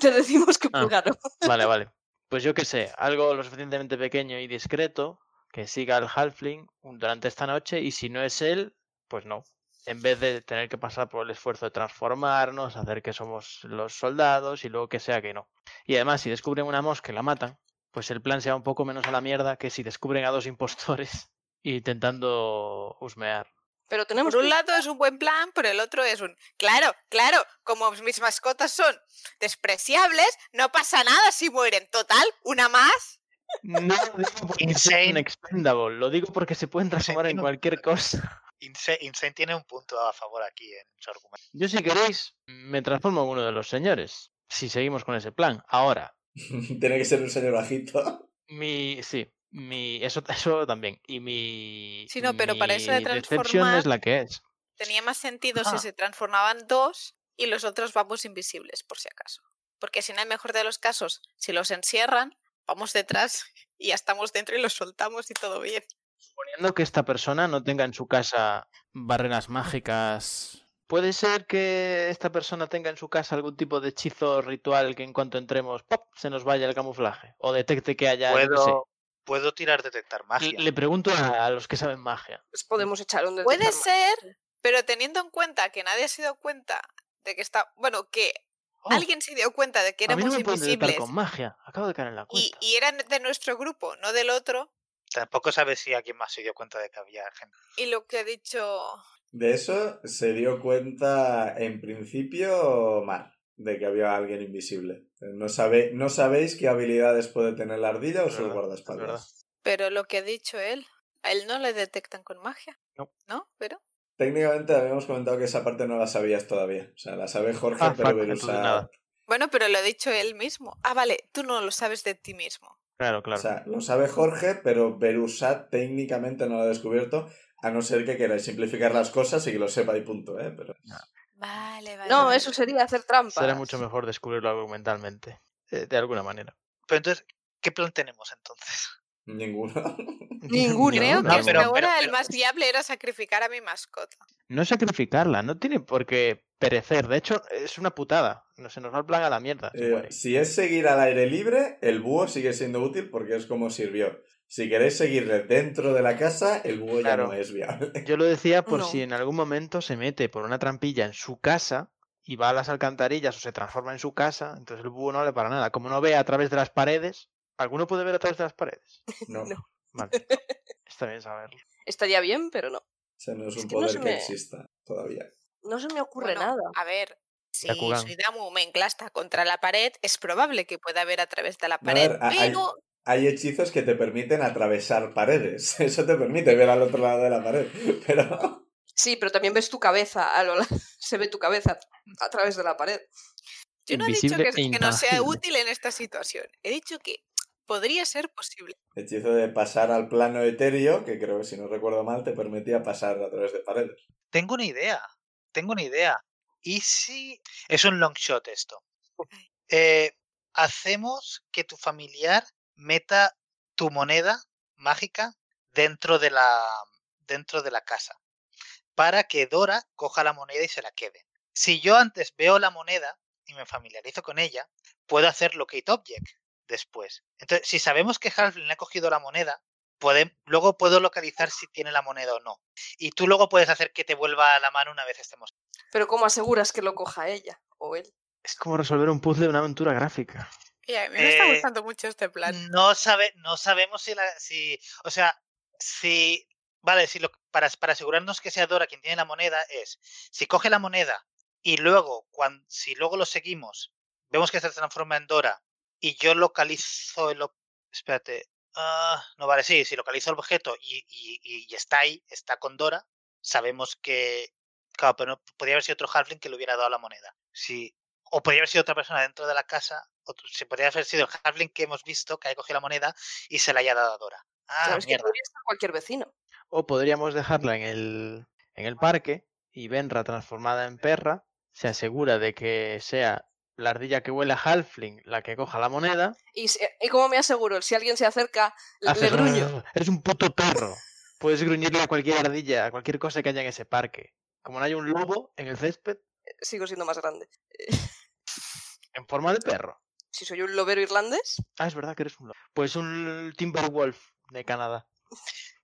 Te decimos que
Ah.
pulga no.
Vale, vale. Pues yo qué sé, algo lo suficientemente pequeño y discreto que siga al halfling durante esta noche y si no es él, pues no. En vez de tener que pasar por el esfuerzo de transformarnos, hacer que somos los soldados y luego que sea que no. Y además, si descubren una mosca y la matan, pues el plan sea un poco menos a la mierda que si descubren a dos impostores <laughs> intentando husmear.
Pero tenemos
Por un
que-
lado es un buen plan, pero el otro es un... Claro, claro, como mis mascotas son despreciables, no pasa nada si mueren. Total, una más.
No lo digo porque sea un
Insane.
expendable, lo digo porque se pueden transformar en
tiene un
cualquier
punto.
cosa.
Insane, Insane tiene un punto a favor aquí en su argumento.
Yo si queréis, me transformo en uno de los señores, si seguimos con ese plan. Ahora,
<laughs> Tiene que ser un señor bajito.
mi... sí, mi... Eso, <laughs> eso también. Y mi...
Sí, no, pero para eso de
mi decepción es
transformar-
la que es.
Tenía más sentido
Ah.
si se transformaban dos y los otros vamos invisibles, por si acaso. Porque si en el mejor de los casos, si los encierran, vamos
<laughs>
detrás y ya estamos dentro y los soltamos y todo bien.
Suponiendo que esta persona no tenga en su casa barreras mágicas. Puede ser que esta persona tenga en su casa algún tipo de hechizo o ritual que en cuanto entremos, ¡pop! se nos vaya el camuflaje. O detecte que haya. yo qué sé,
Puedo, puedo tirar detectar magia.
Le pregunto a, a los que saben magia.
pues podemos echar un detector
Puede
ma-
ser, pero teniendo en cuenta que nadie se dio cuenta de que está... Bueno, que
Oh,
alguien se dio cuenta de que
a mí
éramos
no me pueden detectar
invisibles
con magia. Acabo de caer en la
y,
cuenta.
y eran de nuestro grupo, no del otro.
Tampoco sabes si alguien más se dio cuenta de que había gente.
Y lo que ha dicho...
De eso se dio cuenta en principio Mar, de que había alguien invisible. No, sabe, no sabéis qué habilidades puede tener la ardilla o
Es
solo
verdad, es verdad.
guardaespaldas.
Pero lo que ha dicho él, a él no le detectan con magia.
No.
¿No? Pero...
Técnicamente habíamos comentado que esa parte no la sabías todavía. O sea, la sabe Jorge,
Ah,
pero
fuck, entonces
Verusa...
nada.
Bueno, pero lo ha dicho él mismo. Ah, vale, tú no lo sabes de ti mismo.
Claro,
O
claro.
sea, lo sabe Jorge, pero Verusa técnicamente no lo ha descubierto, a no ser que queráis simplificar las cosas y que lo sepa y punto, ¿eh? Pero...
Vale, vale.
No,
vale.
eso sería hacer trampas.
Será mucho mejor descubrirlo argumentalmente. eh, De alguna manera.
Pero entonces, ¿qué plan tenemos entonces?
Ninguno.
Ninguno.
Creo
¿eh? No,
que
no,
hasta
pero-
ahora
pero-
el más viable era sacrificar a mi mascota.
No sacrificarla, no tiene por qué perecer. De hecho, es una putada. No se nos va el plan a la mierda. se
Eh,
muere.
si es seguir al aire libre, el búho sigue siendo útil porque es como sirvió. Si queréis seguirle dentro de la casa, el búho
Claro.
ya no
<laughs>
es viable.
Yo lo decía por
No.
si en algún momento se mete por una trampilla en su casa y va a las alcantarillas o se transforma en su casa, entonces el búho no le para nada.
<laughs>
Como no ve a través de las paredes, ¿alguno puede ver a través de las paredes? <laughs>
No.
No.
Vale. Está bien saberlo.
Estaría bien, pero no.
O sea, no es
Es
un
que no
poder
se
que
me-
exista todavía.
No se me ocurre
Bueno,
nada.
A ver, si
Yakugan.
Suidamu me enclasta contra la pared, es probable que pueda ver a través de la
No, a
pared,
ver, a- hay-
pero
Hay hechizos que te permiten atravesar paredes. <laughs> Eso te permite ver al otro lado de la pared. <laughs> Pero
Sí, pero también ves tu cabeza. A lo la- <laughs> se ve tu cabeza a través de la pared.
yo no he dicho
Invisible
que,
e
que no sea
intangible.
útil en esta situación. He dicho que podría ser posible.
hechizo de pasar al plano etéreo, que creo que si no recuerdo mal te permitía pasar a través de paredes.
Tengo una idea. Tengo una idea. ¿Y si es un long shot esto?
Ay.
Eh, hacemos que tu familiar meta tu moneda mágica dentro de la dentro de la casa para que Dora coja la moneda y se la quede. Si yo antes veo la moneda y me familiarizo con ella, puedo hacer locate object después. Entonces, si sabemos que Halfling ha cogido la moneda, puede- luego puedo localizar si tiene la moneda o no. Y tú luego puedes hacer que te vuelva a la mano una vez estemos.
Pero ¿cómo aseguras que lo coja ella o él?
Es como resolver un puzzle de una aventura gráfica.
Mira, a mí me está
Eh,
gustando mucho este plan.
No, sabe, no sabemos si, la, si. O sea, si. Vale, si lo, para, para asegurarnos que sea Dora quien tiene la moneda es. Si coge la moneda y luego, cuan- si luego lo seguimos, vemos que se transforma en Dora y yo localizo el. ob- Espérate. ah, no, vale, sí, si localizo el objeto y, y- y- y está ahí, está con Dora, sabemos que. Claro, pero no, podría haber sido otro Halfling que le hubiera dado la moneda. Si o podría haber sido otra persona dentro de la casa, o tu- se podría haber sido el Halfling que hemos visto que haya cogido la moneda y se la haya dado a Dora. Ah,
Claro, es que
mierda.
podría estar cualquier vecino.
O podríamos dejarla en el, en el parque y Benra transformada en perra se asegura de que sea la ardilla que huele a Halfling la que coja la moneda.
Y, si- y como me aseguro, si alguien se acerca, le-
hace
le
"Rrr,
gruño.
Eres un puto perro. Puedes gruñirle a cualquier ardilla, a cualquier cosa que haya en ese parque. Como no hay un lobo en el césped,
Sigo siendo más grande.
en forma de perro.
Si soy un lobero irlandés,
Ah, es verdad que eres un lobo. Pues un Timberwolf de Canadá.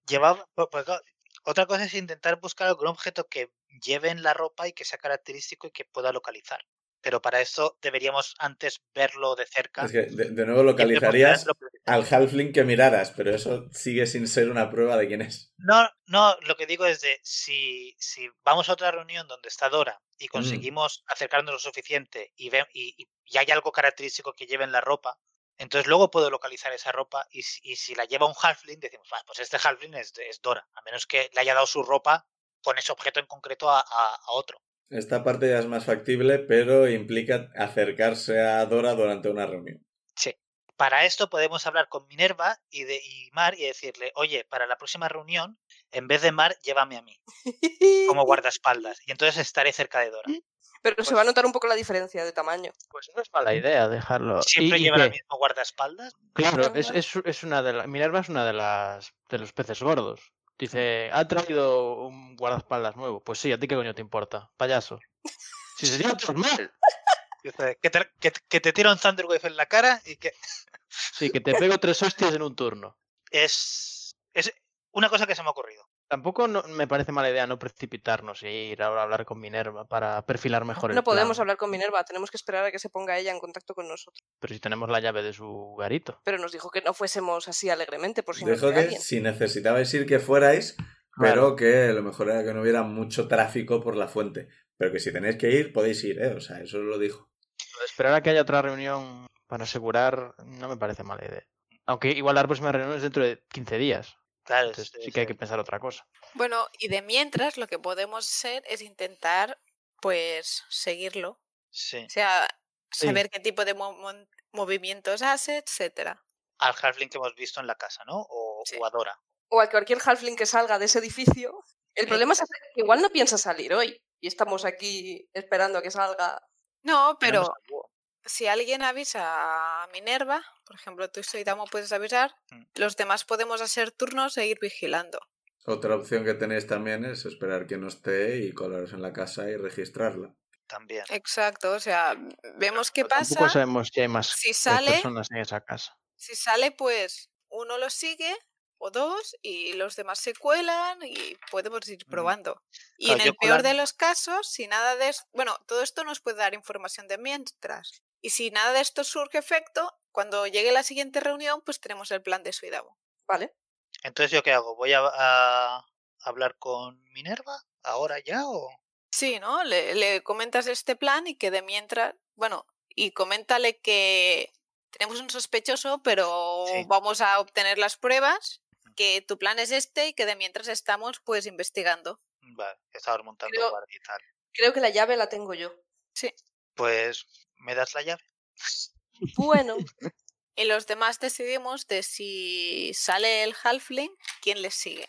Llevaba, po- po- claro, otra cosa es intentar buscar algún objeto que lleve en la ropa y que sea característico y que pueda localizar. Pero para eso deberíamos antes verlo de cerca.
Es que de, de nuevo
Siempre
localizarías
considerando lo que-
al Halfling que miraras, pero eso sigue sin ser una prueba de quién es.
No, no, lo que digo es de si, si vamos a otra reunión donde está Dora y conseguimos acercarnos lo suficiente y, ve- y, y- y hay algo característico que lleve en la ropa, entonces luego puedo localizar esa ropa y, si- y si la lleva un halfling decimos, "Ah, pues este halfling es, es Dora, a menos que le haya dado su ropa con ese objeto en concreto a, a- a otro.
Esta parte ya es más factible, pero implica acercarse a Dora durante una reunión.
Para esto podemos hablar con Minerva y, de, y Mar y decirle, oye, para la próxima reunión, en vez de Mar, llévame a mí
<laughs>
como guardaespaldas y entonces estaré cerca de Dora.
pero se va a notar un poco la diferencia de tamaño.
Pues no es mala idea dejarlo. Y-
Siempre
y
llevar al
que,
mismo guardaespaldas.
Claro, es, es, u- es una de las. Minerva es una de las de los peces gordos. Dice, ha traído un guardaespaldas nuevo. Pues sí, a ti qué coño te importa, payaso. Si sería normal.
Dice, Que te, que, que te tira un Thunderwave en la cara y que
Sí, que te pego tres hostias en un turno.
es, es una cosa que se me ha ocurrido.
Tampoco no- me parece mala idea no precipitarnos e ir ahora a hablar con Minerva para perfilar mejor el
No podemos
plan.
hablar con Minerva, tenemos que esperar a que se ponga ella en contacto con nosotros.
Pero si tenemos la llave de su garito.
Pero nos dijo que no fuésemos así alegremente por si nos
Dijo
ve
que
alguien.
si necesitabais ir que fuerais, pero que lo mejor era que no hubiera mucho tráfico por la fuente. Pero que si tenéis que ir, podéis ir, ¿eh? O sea, eso lo dijo.
Lo de Esperar a que haya otra reunión para asegurar no me parece mala idea. Aunque igual la próxima reunión es dentro de 15 días.
Claro, es-
Entonces sí que hay que pensar otra cosa.
Bueno, y de mientras lo que podemos hacer es intentar, pues, seguirlo.
sí.
O sea,
Sí.
saber qué tipo de mo- mon- movimientos hace, etcétera.
Al Halfling que hemos visto en la casa, ¿no? O,
Sí.
o a Dora.
O a cualquier halfling que salga de ese edificio. El problema es que igual no piensa salir hoy y estamos aquí esperando a que salga.
Tenemos
No, pero
al búho.
si alguien avisa a Minerva, por ejemplo, tú y Damo puedes avisar,
Mm.
los demás podemos hacer turnos e ir vigilando.
Otra opción que tenéis también es esperar que no esté y colaros en la casa y registrarla.
También.
Eh Exacto, o sea, vemos qué
Pero Tampoco
pasa.
sabemos si hay más
Si
eh,
sale,
personas en esa casa.
si sale, pues uno lo sigue o dos y los demás se cuelan y podemos ir
Ujú.
probando. Y
Claro,
en
yo
el peor de
colarme-
los casos, si nada de esto, bueno, todo esto nos puede dar información de mientras. Y si nada de esto surge efecto, cuando llegue la siguiente reunión, pues tenemos el plan de Suidamo.
¿Vale?
Entonces, ¿yo qué hago? ¿Voy a, a hablar con Minerva ahora ya o...?
Sí, ¿no? Le, le comentas este plan y que de mientras, bueno, y coméntale que tenemos un sospechoso, pero
Sí.
vamos a obtener las pruebas, que tu plan es este y que de mientras estamos pues investigando.
Vale, estaba montando
Creo-
guardia y tal.
Creo que la llave la tengo yo.
Pues, ¿me das la llave?
Bueno,
Y los demás decidimos de si sale el halfling, quién les sigue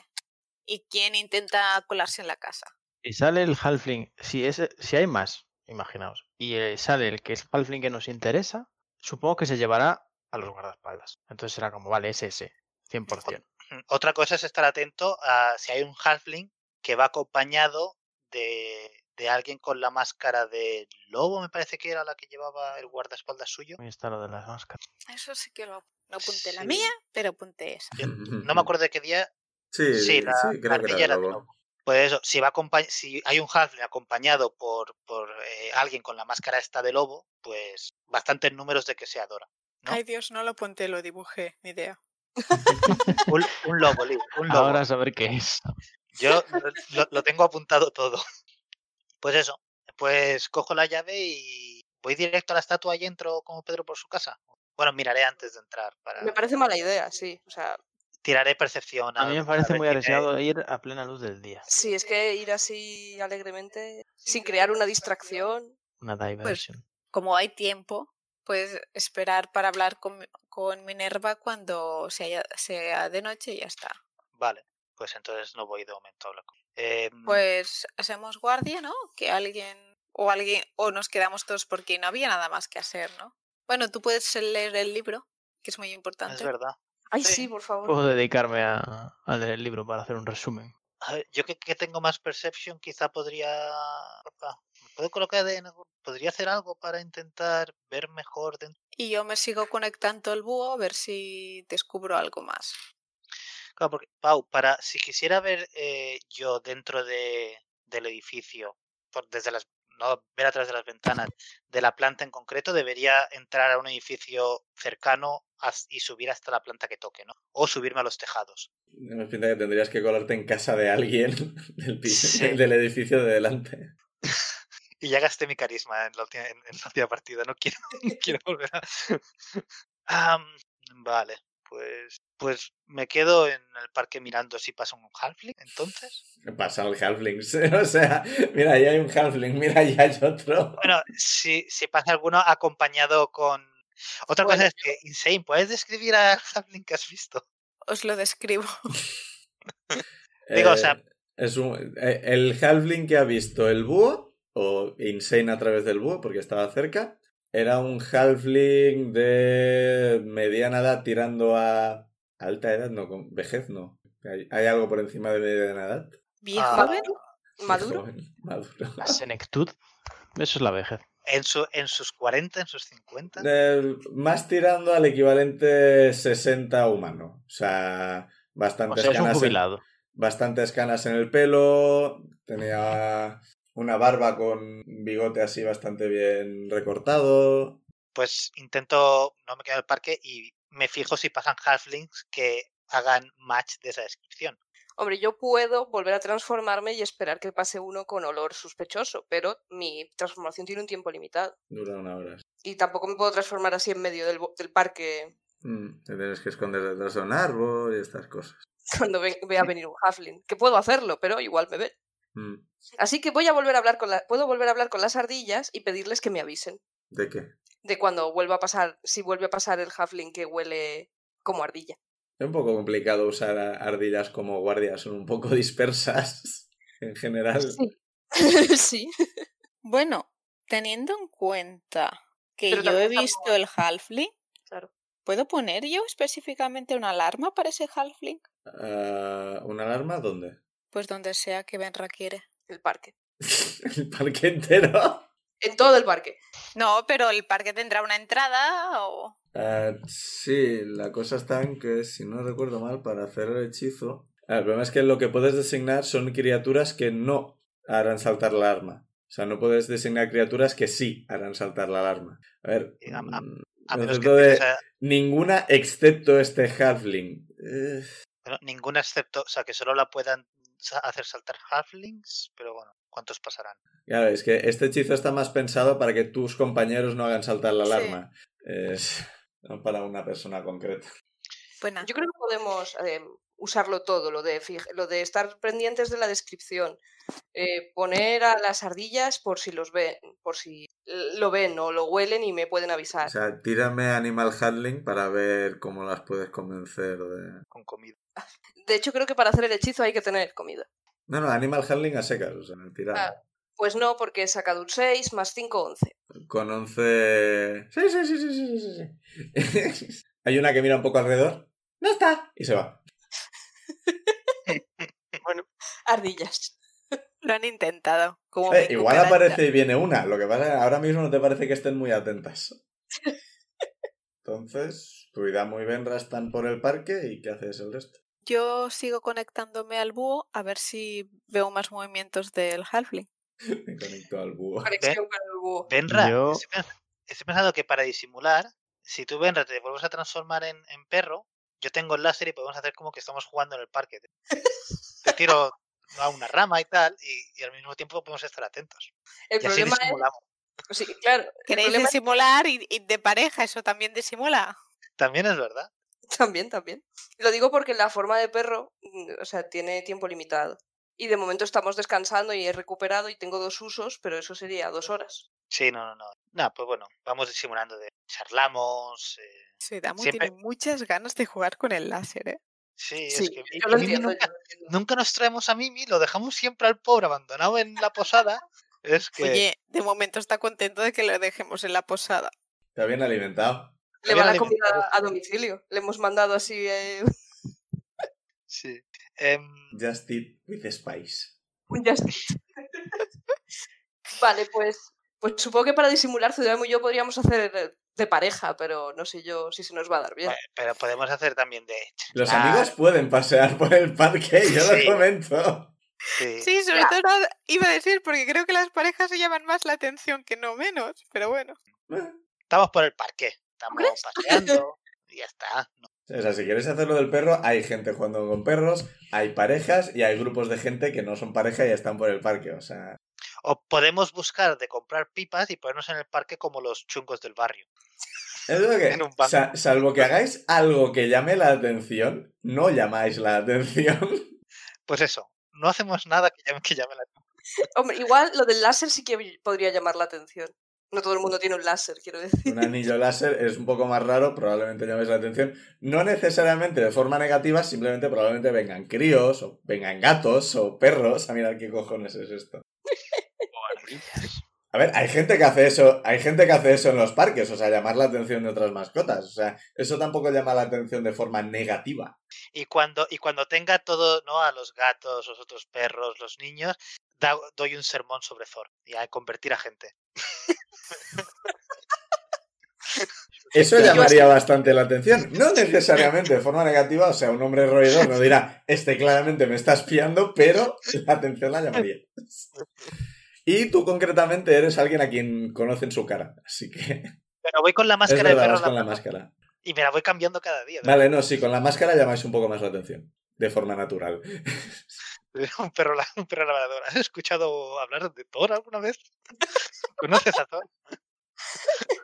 y quién intenta colarse en la casa.
Y sale el Halfling. Si, es, si hay más, imaginaos. Y eh, sale el que es Halfling que nos interesa, supongo que se llevará a los guardaespaldas. Entonces será como, vale, es ese. 100%.
Mm, Otra cosa es estar atento a si hay un halfling que va acompañado de, de alguien con la máscara de lobo, me parece que era la que llevaba el guardaespaldas suyo.
Ahí está lo de las máscaras.
Eso sí que lo no apunté la
Sí.
mía, pero apunté esa.
<laughs>
No me acuerdo de qué día.
Sí,
Sí, la
sí, creo que
ardilla
era
era
el
de
lobo.
lobo. Pues eso, si, va acompa- si hay un halfling acompañado por, por eh, alguien con la máscara esta de lobo, pues bastantes números de que se adora. ¿No?
Ay Dios, no lo apunté, lo dibujé, ni idea.
Un, un lobo, Liz, un lobo.
Ahora a saber qué <laughs> es.
Yo lo, lo tengo apuntado todo. Pues eso, pues cojo la llave y voy directo a la estatua y entro como Pedro por su casa. Bueno, miraré antes de entrar para
me parece mala idea, sí. O sea,
tiraré percepción.
A mí me
algo,
parece
ver
muy
si me-
arriesgado ir a plena luz del día.
sí, es que ir así alegremente, sin crear una distracción.
Una
Pues,
diversion.
Como hay tiempo, puedes esperar para hablar con, con Minerva cuando se haya- sea de noche y ya está.
Vale, pues entonces no voy de momento a hablar con- Eh,
Pues hacemos guardia, ¿no? Que alguien o alguien o nos quedamos todos porque no había nada más que hacer, ¿no? Bueno, tú puedes leer el libro, que es muy importante.
es verdad.
Ay,
Sí.
sí, por favor.
Puedo dedicarme a, a leer el libro para hacer un resumen.
A ver, yo que, que tengo más perception, quizá podría. Opa, ¿me ¿Puedo colocar en algo? ¿Podría hacer algo para intentar ver mejor dentro?
Y yo me sigo conectando al búho a ver si descubro algo más.
Claro, porque, Pau, para, si quisiera ver eh, yo dentro de, del edificio, por- desde las, no ver atrás de las ventanas, de la planta en concreto, debería entrar a un edificio cercano as- y subir hasta la planta que toque, ¿no? O subirme a los tejados.
Me pinta que tendrías que colarte en casa de alguien <laughs> del, pi-
Sí.
del edificio de delante.
Y ya gasté mi carisma en la última, en- en la última partida, no quiero, <laughs> no quiero volver a... <laughs> Am, vale, pues, pues me quedo en el parque mirando si pasa un halfling, entonces.
Pasa al halfling. <laughs> O sea, mira, ahí hay un halfling, mira, ahí hay otro.
Bueno, si, si pasa alguno acompañado con... Otra
Bueno.
cosa es que, Insane, ¿puedes describir al Halfling que has visto?
Os lo describo. <laughs>
Digo, o sea-
Eh, es un- eh, el halfling que ha visto el búho, o Insane a través del búho, porque estaba cerca, era un halfling de mediana edad tirando a alta edad, no, con vejez no. Hay, hay algo por encima de mediana edad.
Viejo
Ah,
¿Maduro?
<laughs>
¿Maduro?
Joven, maduro.
La senectud. Eso es la vejez.
En, su, en sus 40, en sus 50.
Eh, más tirando al equivalente 60 humano. O sea,
O
bastantes
sea, es un
canas en-
jubilado.
bastantes canas en el pelo, tenía una barba con bigote así bastante bien recortado.
Pues intento, no me quedo en el parque y me fijo si pasan Halflings que hagan match de esa descripción.
Hombre, yo puedo volver a transformarme y esperar que pase uno con olor sospechoso, pero mi transformación tiene un tiempo limitado.
Dura una hora.
Y tampoco me puedo transformar así en medio del, bo- del parque <laughs>
Mm, te tienes que esconder detrás de un árbol y estas cosas.
cuando ve- vea venir un halfling. Que puedo hacerlo, pero igual me ven.
Mm,
Así que voy a volver a hablar con la- puedo volver a hablar con las ardillas y pedirles que me avisen
¿De qué?
de cuando vuelva a pasar, si vuelve a pasar el halfling que huele como ardilla.
Es un poco complicado usar a- ardillas como guardias, son un poco <laughs> dispersas en general.
<laughs> sí.
Bueno, teniendo en cuenta que
Pero
yo he
también está
visto el halfling,
Claro.
¿puedo poner yo específicamente una alarma para ese halfling?
Ah, ¿Una alarma? ¿Dónde? <laughs>
Pues donde sea que Ben requiere.
El parque.
¿El parque entero?
En todo el parque.
No, pero el parque tendrá una entrada o...
Ah, sí, la cosa está en que, si no recuerdo mal, para hacer el hechizo. Ah, El problema es que lo que puedes designar son criaturas que no harán saltar la alarma. O sea, no puedes designar criaturas que sí harán saltar la alarma. A ver.
Eh, a-
mm,
A menos que
concepto de
tengas a-
ninguna excepto este halfling. Eh,
Pero ninguna excepto, o sea, que solo la puedan sa- hacer saltar halflings, pero bueno, ¿cuántos pasarán?
Claro, es que este hechizo está más pensado para que tus compañeros no hagan saltar la
Sí.
alarma. Es no para una persona concreta.
Buena. <laughs>
Yo creo que podemos eh, usarlo todo, lo de, fij- lo de estar pendientes de la descripción, eh, poner a las ardillas por si los ven, por si lo ven o lo huelen y me pueden avisar.
O sea, tírame Animal Handling para ver cómo las puedes convencer de...
Con comida.
De hecho, creo que para hacer el hechizo hay que tener comida.
No, no, Animal Handling a secas, o sea, en el tirado.
Ah. Pues no, porque he sacado un 6 más 5, 11.
Con 11... Sí, sí, sí, sí, sí, sí, sí, sí. <laughs> Hay una que mira un poco alrededor. No está. Y se va.
Ardillas.
Lo han intentado. Como
Eh,
mi
igual
cucaracha.
aparece y viene una. Lo que pasa es que ahora mismo no te parece que estén muy atentas. Entonces, tu ida muy Benra están por el parque y ¿qué haces el resto?
Yo sigo conectándome al búho a ver si veo más movimientos del halfling.
Me conecto al
Pues
búho.
Conexión con el búho.
Benra,
Yo-
estoy, pens- estoy pensando que para disimular, si tú, Benra, te vuelves a transformar en, en perro, yo tengo el láser y podemos hacer como que estamos jugando en el parque. Te,
<laughs>
te tiro a una rama y tal, y, y al mismo tiempo podemos estar atentos.
El
y así
problema es.
disimulamos.
Sí, claro. <laughs> El
¿Queréis
problema
disimular y, y de pareja? ¿Eso también disimula?
También es verdad.
es- También, también. Lo digo porque la forma de perro, mm, o sea, tiene tiempo limitado. Y de momento estamos descansando y he recuperado y tengo dos usos, pero eso sería dos horas.
Sí, no, no, no. Nah, pues bueno, vamos disimulando. De, charlamos. eh,
Sí, Damu
Siempre-
tiene muchas ganas de jugar con el láser, ¿eh?
sí,
Sí,
es que
yo lo
Mimi
entiendo. yo
nunca,
lo entiendo.
nunca nos traemos a Mimi, lo dejamos siempre al pobre abandonado en la posada. Es que
Oye, de momento está contento de que lo dejemos en la posada.
Está bien alimentado.
Le
Habían
va la
alimentado
comida a domicilio. Le hemos mandado así. eh, <laughs>
Sí. Em,
Just eat with spice.
un just tip. vale, pues, pues supongo que para disimular Zudamu y yo podríamos hacer eh, de pareja, pero no sé yo si se nos va a dar bien.
bueno, pero podemos hacer también de
Los
charlar,
amigos pueden pasear por el parque, yo
Sí.
lo comento.
sí.
Sí, sobre
Ya.
todo iba a decir, porque creo que las parejas se llaman más la atención que no menos, pero bueno.
Estamos por el parque. Estamos
crees?
<laughs>
paseando. Y ya está. No,
O sea, si quieres hacerlo del perro, hay gente jugando con perros, hay parejas y hay grupos de gente que no son pareja y están por el parque. O sea,
O podemos buscar de comprar pipas y ponernos en el parque como los chungos del barrio.
es lo que,
En un banco.
sa- salvo que hagáis algo que llame la atención, no llamáis la atención.
Pues eso, no hacemos nada que llame, <laughs> que llame la atención.
<laughs> Hombre, igual lo del láser sí que podría llamar la atención. No todo el mundo tiene un láser, quiero decir. <laughs>
Un anillo láser es un poco más raro, probablemente llaméis la atención. No necesariamente de forma negativa, simplemente probablemente vengan críos, o vengan gatos, o perros. A mirar qué cojones es esto. A ver, hay gente que hace eso, hay gente que hace eso en los parques, o sea, llamar la atención de otras mascotas. O sea, eso tampoco llama la atención de forma negativa.
Y cuando, y cuando tenga todo, ¿no? A los gatos, los otros perros, los niños, da- doy un sermón sobre Thor y a convertir a gente.
Eso
Yo
llamaría bastante la atención. No necesariamente de forma negativa, o sea, un hombre roedor no dirá, este claramente me está espiando, pero la atención la llamaría. Y tú concretamente eres alguien a quien conocen su cara, así que
Pero voy con la
es
máscara de
verdad,
perro
vas
en la
con la
mano
máscara.
y me la voy cambiando cada día. de
Vale, no, sí, con la máscara llamáis un poco más la atención, de forma natural.
<laughs> Un perro, la- un perro labrador. ¿Has escuchado hablar de Thor alguna vez? <laughs> ¿Conoces a Thor?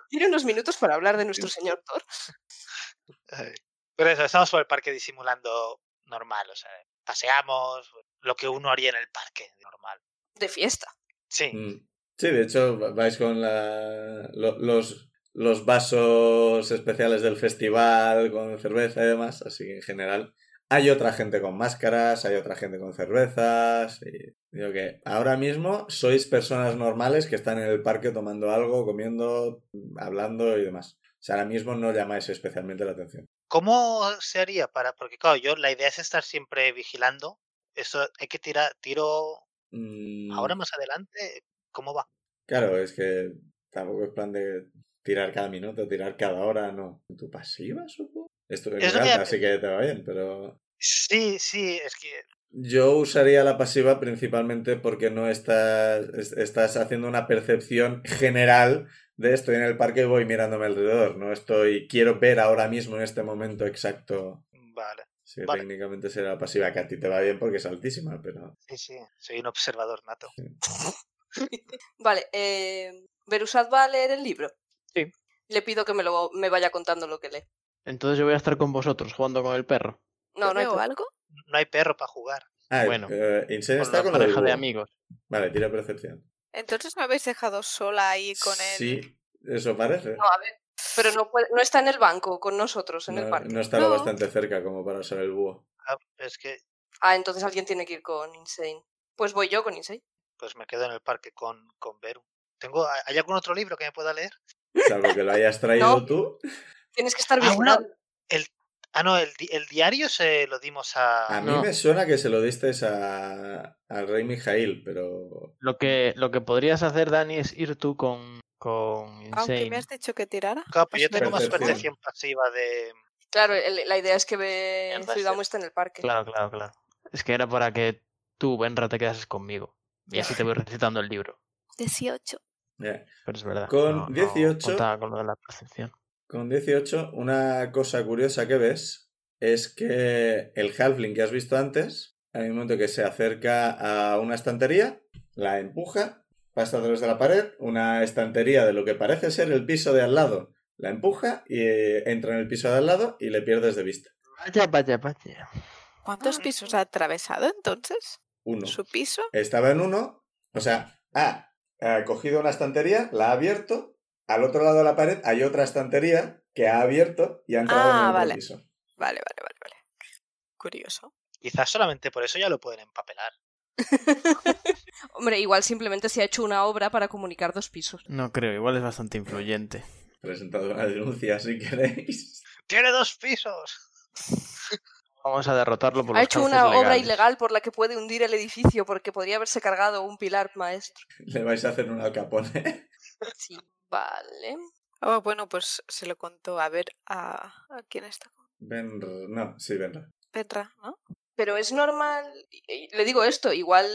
Tiene unos minutos para hablar de nuestro señor Thor.
Ay. Pero eso, estamos por el parque disimulando normal, o sea, paseamos, lo que uno haría en el parque, normal.
De fiesta.
Sí,
Mm. Sí, de hecho, va- vais con la- lo- los, los vasos especiales del festival, con cerveza y demás, así que en general hay otra gente con máscaras, hay otra gente con cervezas. y digo que ahora mismo sois personas normales que están en el parque tomando algo, comiendo, hablando y demás. O sea, ahora mismo no llamáis especialmente la atención.
¿Cómo se haría para.? Porque, claro, yo la idea es estar siempre vigilando. Eso hay que tirar. Tiro
Mm,
ahora más adelante. ¿Cómo va?
Claro, es que tampoco es plan de tirar cada minuto, tirar cada hora, no. ¿Tu pasiva, supongo? Esto es
Es lo
muy
que-
alta, así que te va bien, pero...
Sí, sí, es que.
Yo usaría la pasiva principalmente porque no estás, es- estás haciendo una percepción general de estoy en el parque y voy mirándome alrededor, no estoy, quiero ver ahora mismo en este momento exacto.
Vale.
Sí,
Vale.
técnicamente será pasiva, que a ti te va bien porque es altísima, pero
Sí, sí, soy un observador nato.
Vale, eh, Berusad va a leer el libro.
Sí.
Le pido que me, lo, me vaya contando lo que lee.
Entonces yo voy a estar con vosotros jugando con el perro.
No, no hay
¿Veo
problema.
algo?
No hay perro para jugar.
Ah,
Bueno.
eh, Insane
Con
está
una
con la
pareja de
dibujante.
amigos.
Vale, tira percepción.
Entonces me habéis dejado sola ahí con él.
Sí, eso parece.
No, a ver. Pero no, puede- no está en el banco con nosotros, en el
No,
parque.
no está lo
No.
bastante cerca como para ser el búho.
Ah, es que
Ah, entonces alguien tiene que ir con Insane. Pues voy yo con Insane.
pues me quedo en el parque con, con Beru. Tengo, ¿Hay algún otro libro que me pueda leer?
Salvo que lo hayas traído
No.
tú.
Tienes que estar
Ah, bueno.
vigilando.
Ah, no, el, di- el diario se lo dimos a...
A mí
No.
me suena que se lo diste a, al rey Mijail, pero...
Lo que, lo que podrías hacer, Dani, es ir tú con, con
Aunque
Insane.
me has dicho que tirara.
Claro, pero yo
Pues
tengo más
Percepción.
percepción pasiva de...
Claro, el- la idea es que ve
Mierda,
Zuidamu
sí.
está en el parque.
Claro, claro, claro. Es que era para que tú, Benra, te quedases conmigo. Y así te
<laughs>
voy recitando el libro.
18.
eh,
Pero es verdad.
Con
no- no
18.
contaba con lo de la percepción.
Con 18, una cosa curiosa que ves es que el halfling que has visto antes, al mismo momento que se acerca a una estantería, la empuja, pasa a través de la pared, una estantería de lo que parece ser el piso de al lado, la empuja y eh, entra en el piso de al lado y le pierdes de vista.
Vaya, vaya, vaya.
¿Cuántos
Ah.
pisos ha atravesado entonces?
Uno.
¿Su piso?
Estaba en uno, o sea, ha, ha cogido una estantería, la ha abierto, al otro lado de la pared hay otra estantería que ha abierto y ha entrado en
Ah,
el otro
vale.
piso.
Vale, vale, vale, vale. Curioso.
Quizás solamente por eso ya lo pueden empapelar.
Hombre, igual simplemente se ha hecho una obra para comunicar dos pisos.
No creo, igual es bastante influyente.
Presentado una denuncia si queréis.
¡Tiene dos pisos! <laughs>
Vamos a derrotarlo por
ha
los
hecho
cauces
una obra
legales.
ilegal por la que puede hundir el edificio porque podría haberse cargado un pilar maestro.
Le vais a hacer un alcapone. <laughs>
Sí, vale.
Ah, bueno, pues se lo contó. A ver, a, a quién está.
Ven, no, sí, ven.
Petra, ¿no?
Pero es normal. y- y Le digo esto, igual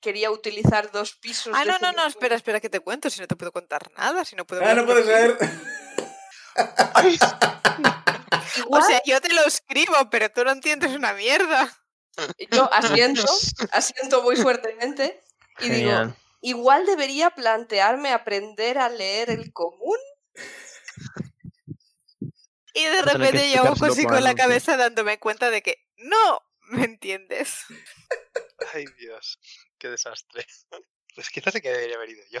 quería utilizar dos pisos.
Ah,
de
no, no, no,
cemento.
espera, espera, que te cuento. Si no te puedo contar nada, si no puedo.
Ah, no puede ser. <laughs>
O sea, yo te lo escribo, pero tú no entiendes una mierda.
Ah, Yo
<laughs>
<laughs>
asiento, asiento muy fuertemente y digo,
Genial.
igual debería plantearme aprender a leer el común.
Y de
Vas a tener que
repente yo hago
explicárselo
cosí
por
con la
anuncio.
cabeza dándome cuenta de que no me entiendes.
¡Ay, Dios! ¡Qué desastre! <laughs> Pues quizás se que debería haber ido yo.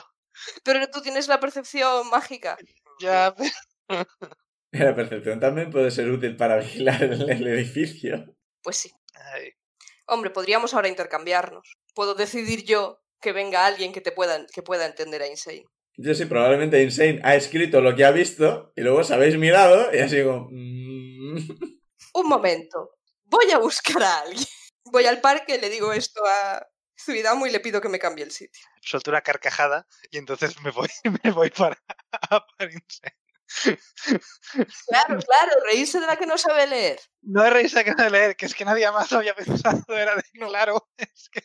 Pero tú tienes la percepción mágica.
<laughs>
Ya, pero...
La percepción también puede ser útil para vigilar el, el edificio.
Pues sí.
Ay,
Hombre, podríamos ahora intercambiarnos. Puedo decidir yo que venga alguien que te pueda, que pueda entender a Insane.
Yo sí, probablemente Insane ha escrito lo que ha visto y luego os habéis mirado y así digo... "Mm".
Un momento. Voy a buscar a alguien. <laughs> Voy al parque, le digo esto a Zuidamu y le pido que me cambie el sitio.
suelto una carcajada y entonces me voy, <laughs> me voy para... para Insane.
<laughs> Claro, claro, reírse de la que no sabe leer.
No he reído que no de leer, que es que nadie más lo había pensado, era de claro. Es que...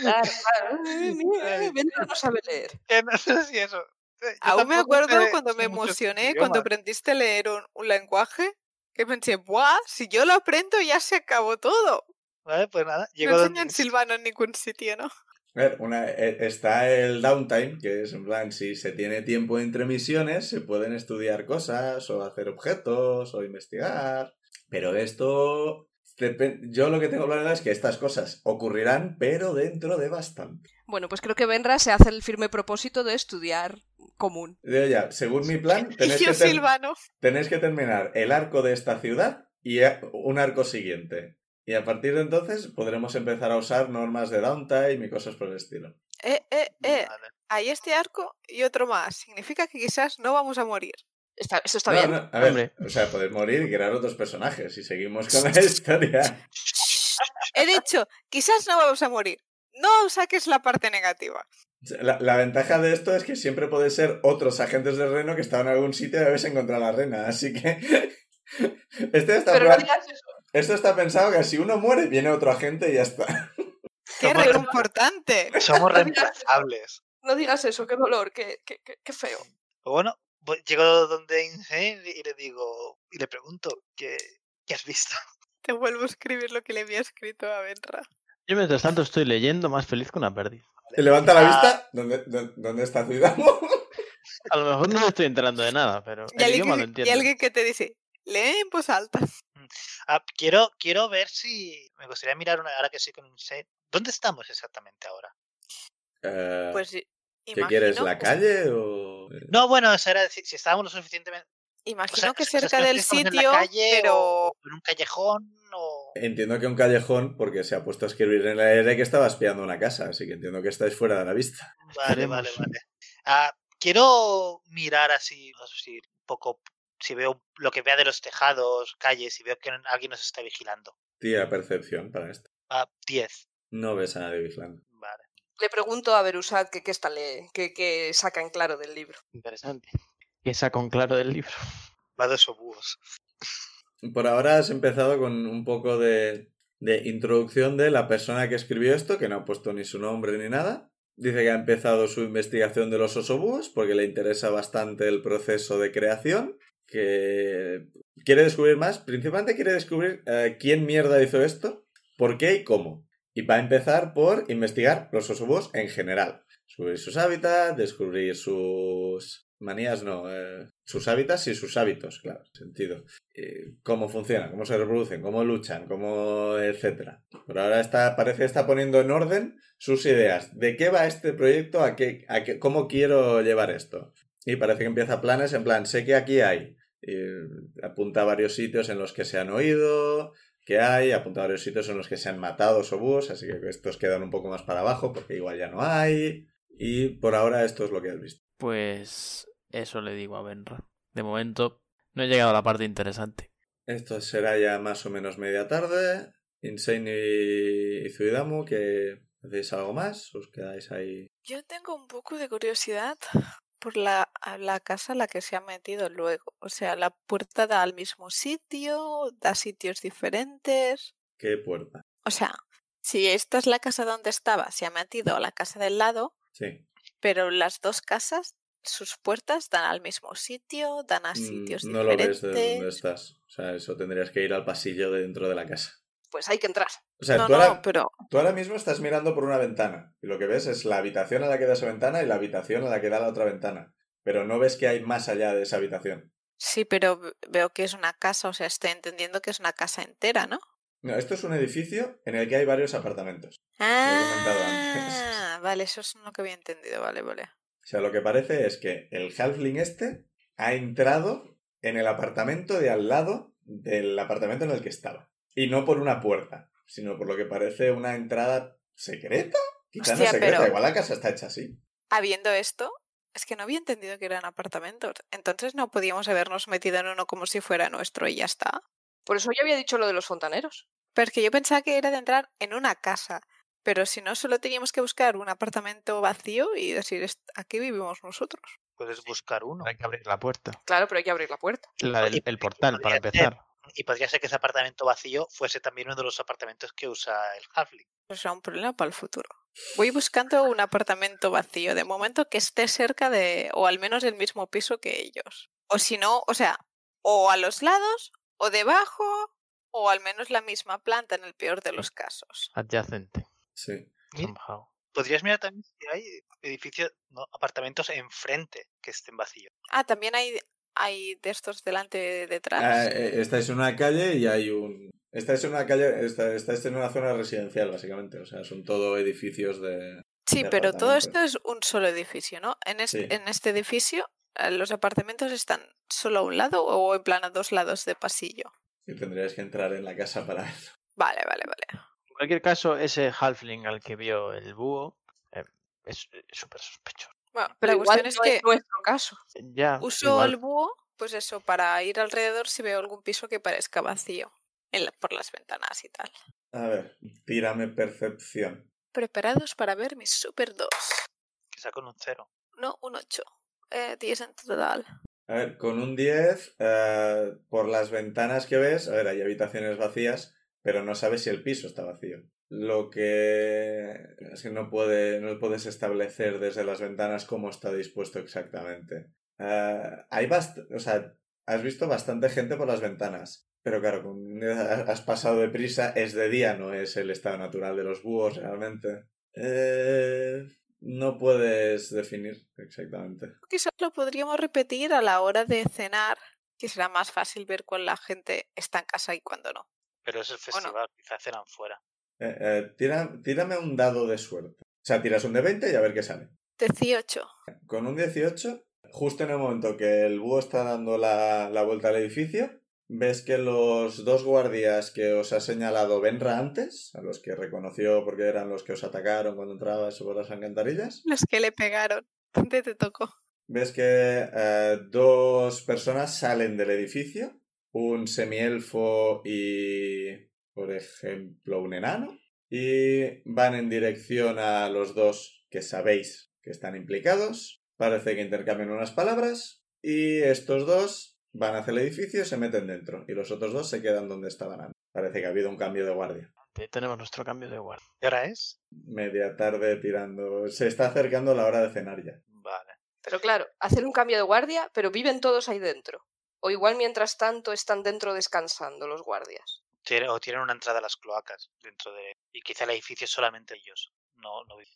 Claro, claro. Eh, mira,
Ay.
eh, Belén no sabe leer.
que no sé si eso. eh, Yo
Aún me
tampoco
acuerdo
sé-
cuando me
sé muchos
emocioné, cuando
idiomas.
aprendiste a leer un, un lenguaje, que pensé, ¡buah! Si yo lo aprendo ya se acabó todo.
Vale, pues nada, llego
No
donde...
enseñan silvano en ningún sitio, ¿no? <laughs>
A ver, una, eh, está el downtime, que es en plan, si se tiene tiempo entre misiones, se pueden estudiar cosas, o hacer objetos, o investigar. Pero esto. depen- Yo lo que tengo planeado es que estas cosas ocurrirán, pero dentro de bastante.
Bueno, pues creo que Benra se hace el firme propósito de estudiar común.
Digo ya, según mi plan, tenéis
<laughs> Y yo
que, ter-
silvano.
tenéis que terminar el arco de esta ciudad y a- un arco siguiente. Y a partir de entonces podremos empezar a usar normas de downtime y cosas por el estilo.
Eh, eh,
Mm.
eh.
Vale.
Hay este arco y otro más. Significa que quizás no vamos a morir.
Está, eso está
No,
bien.
no, a ver,
Hombre.
o sea, podéis morir y crear otros personajes y seguimos con la <laughs> historia.
He dicho, quizás no vamos a morir. No saques la parte negativa.
O sea, La, la ventaja de esto es que siempre podéis ser otros agentes del reino que estaban en algún sitio y habéis encontrado a la reina, así que... <laughs> Este está
Pero
pla-
no digas eso.
Esto está pensado que si uno muere, viene otro agente y ya está. <laughs>
¡Qué
Somos-
reconfortante! <laughs>
Somos
No digas eso.
reemplazables.
No digas eso, qué dolor, qué, qué, qué- qué feo.
Pero bueno, voy- llego donde Insane y le digo, y le pregunto, ¿qué, ¿Qué has visto? <laughs>
Te vuelvo a escribir lo que le había escrito a Benra.
Yo mientras tanto estoy leyendo más feliz que una perdiz.
Y levanta la
Ah.
vista. ¿Dónde, dónde, dónde está <laughs> Zuidamo?
A lo mejor no estoy enterando de nada, pero
Y
el idioma lo
alguien, que- y
entiendo.
alguien que te dice, lee en voz alta.
Ah, quiero, quiero ver si. Me gustaría mirar una. Ahora que sí con un set. ¿Dónde estamos exactamente ahora?
Eh,
Pues
¿Qué quieres? ¿La
imagino-
calle o.?
No, bueno, eso era decir, si estábamos lo suficientemente. o sea,
Imagino que
o sea,
cerca
si no
del
estamos en la
sitio,
calle
pero
o en un callejón o.
Entiendo que un callejón, porque se ha puesto a escribir en el aire que estaba espiando una casa, así que entiendo que estáis fuera de la vista.
Vale, vale,
Esperemos.
vale. Ah, quiero mirar así, no sé si un poco, si veo lo que vea de los tejados, calles, si veo que alguien nos está vigilando.
Tira percepción para esto.
Ah, 10.
No ves a nadie vigilando.
Vale.
Le pregunto a Berusat que qué está lee, que, que saca en claro del libro.
Interesante. Que saco un claro del libro.
Va de esos búhos.
Por ahora has empezado con un poco de, de introducción de la persona que escribió esto, que no ha puesto ni su nombre ni nada. Dice que ha empezado su investigación de los osobús porque le interesa bastante el proceso de creación, que quiere descubrir más, principalmente quiere descubrir eh, quién mierda hizo esto, por qué y cómo. Y va a empezar por investigar los osobús en general. Descubrir sus hábitats, descubrir sus manías, no, eh, sus hábitats y sus hábitos, claro, sentido eh, cómo funcionan, cómo se reproducen, cómo luchan, cómo etcétera. Pero ahora está, parece que está poniendo en orden sus ideas. ¿De qué va este proyecto? ¿A qué, a qué- ¿Cómo quiero llevar esto? Y parece que empieza planes en plan, sé que aquí hay. Eh, apunta a varios sitios en los que se han oído, que hay, apunta a varios sitios en los que se han matado sobús, así que estos quedan un poco más para abajo porque igual ya no hay. Y por ahora esto es lo que has visto.
Pues eso le digo a Benra. De momento no he llegado a la parte interesante.
Esto será ya más o menos media tarde. Insane y y Zuidamu, que hacéis algo más, os quedáis ahí.
yo tengo un poco de curiosidad por la, a la casa a la que se ha metido luego. O sea, la puerta da al mismo sitio, da sitios diferentes.
¿Qué puerta?
O sea, si esta es la casa donde estaba, se ha metido a la casa del lado,
Sí.
pero las dos casas, sus puertas dan al mismo sitio, dan a sitios
Mm, no lo ves
diferentes.
de donde estás. O sea, eso tendrías que ir al pasillo de dentro de la casa.
Pues hay que entrar.
O sea,
no,
tú,
no,
ahora,
pero
tú ahora mismo estás mirando por una ventana. Y lo que ves es la habitación a la que da esa ventana y la habitación a la que da la otra ventana. Pero no ves que hay más allá de esa habitación.
sí, pero ve- veo que es una casa, o sea, estoy entendiendo que es una casa entera, ¿no?
No, esto es un edificio en el que hay varios apartamentos. comentado antes.
Ah, vale, eso es lo que había entendido, vale, vale.
O sea, lo que parece es que el Halfling este ha entrado en el apartamento de al lado del apartamento en el que estaba. Y no por una puerta, sino por lo que parece una entrada secreta. Quizá no
Hostia,
secreta,
pero-
igual la casa está hecha así.
Habiendo esto, es que no había entendido que eran apartamentos, entonces no podíamos habernos metido en uno como si fuera nuestro y ya está.
Por eso yo había dicho lo de los fontaneros.
Porque yo pensaba que era de entrar en una casa, pero si no, solo teníamos que buscar un apartamento vacío y decir, "Est- aquí vivimos nosotros.
Puedes buscar uno.
Hay que abrir la puerta.
Claro, pero hay que abrir la puerta.
La del-
Oye,
el portal, para
podría
empezar.
Y podría ser que ese apartamento vacío fuese también uno de los apartamentos que usa el Halfling.
Pues será un problema para el futuro. Voy buscando un apartamento vacío, de momento que esté cerca de, o al menos el mismo piso que ellos. O si no, o sea, o a los lados, o debajo, o al menos la misma planta en el peor de los casos.
Adyacente.
Sí.
¿Sí?
somehow.
Podrías mirar también si hay edificios, no, apartamentos enfrente que estén vacíos.
Ah, también hay, hay de estos delante
Ah,
detrás.
eh, estáis en una calle y hay un... Estáis en una calle, está- estáis en una zona residencial, básicamente. O sea, son todo edificios de...
sí,
de
pero todo esto
apartamentos.
es un solo edificio, ¿no? En
Sí.
este, en este edificio, eh, los apartamentos están solo a un lado o en plan a dos lados de pasillo.
Y tendríais que entrar en la casa para verlo.
Vale, vale, vale.
En cualquier caso, ese halfling al que vio el búho eh, es eh, súper sospechoso.
Bueno,
Pero
la
igual
cuestión es
no
que...
es nuestro caso.
Ya,
Uso
igual,
el búho, pues eso, para ir alrededor si veo algún piso que parezca vacío en la- por las ventanas y tal.
A ver, tírame percepción.
Preparados para ver mis Super 2.
Quizá con un cero.
No, un 8. Eh, 10 en total.
A ver, con un 10, eh, por las ventanas que ves, a ver, hay habitaciones vacías, pero no sabes si el piso está vacío. Lo que es que no, puede, no puedes establecer desde las ventanas cómo está dispuesto exactamente. Eh, hay bast- o sea, has visto bastante gente por las ventanas. Pero claro, con- <laughs> has pasado de prisa, es de día, no es el estado natural de los búhos realmente. Eh, no puedes definir exactamente.
Quizás lo podríamos repetir a la hora de cenar, que será más fácil ver cuándo la gente está en casa y cuándo no.
Pero es el
no.
festival, quizás cenan fuera.
Eh, eh, tira- tírame un dado de suerte. O sea, tiras un de 20 y a ver qué sale.
18.
Con un 18, justo en el momento que el búho está dando la, la vuelta al edificio, ves que los dos guardias que os ha señalado Benra antes, a los que reconoció porque eran los que os atacaron cuando entrabas por las alcantarillas,
Los que le pegaron. <laughs> ¿Dónde te tocó?
ves que eh, dos personas salen del edificio, un semielfo y, por ejemplo, un enano, y van en dirección a los dos que sabéis que están implicados. Parece que intercambian unas palabras y estos dos van hacia el edificio y se meten dentro y los otros dos se quedan donde estaban antes. Parece que ha habido un cambio de guardia.
Te- Tenemos nuestro cambio de guardia.
¿Y ahora es?
Media tarde tirando. Se está acercando la hora de cenar ya.
Vale.
Pero claro, hacer un cambio de guardia, pero viven todos ahí dentro. O igual mientras tanto están dentro descansando los guardias.
Tiene- o tienen una entrada a las cloacas dentro de... Y quizá el edificio es solamente ellos. No, no vi-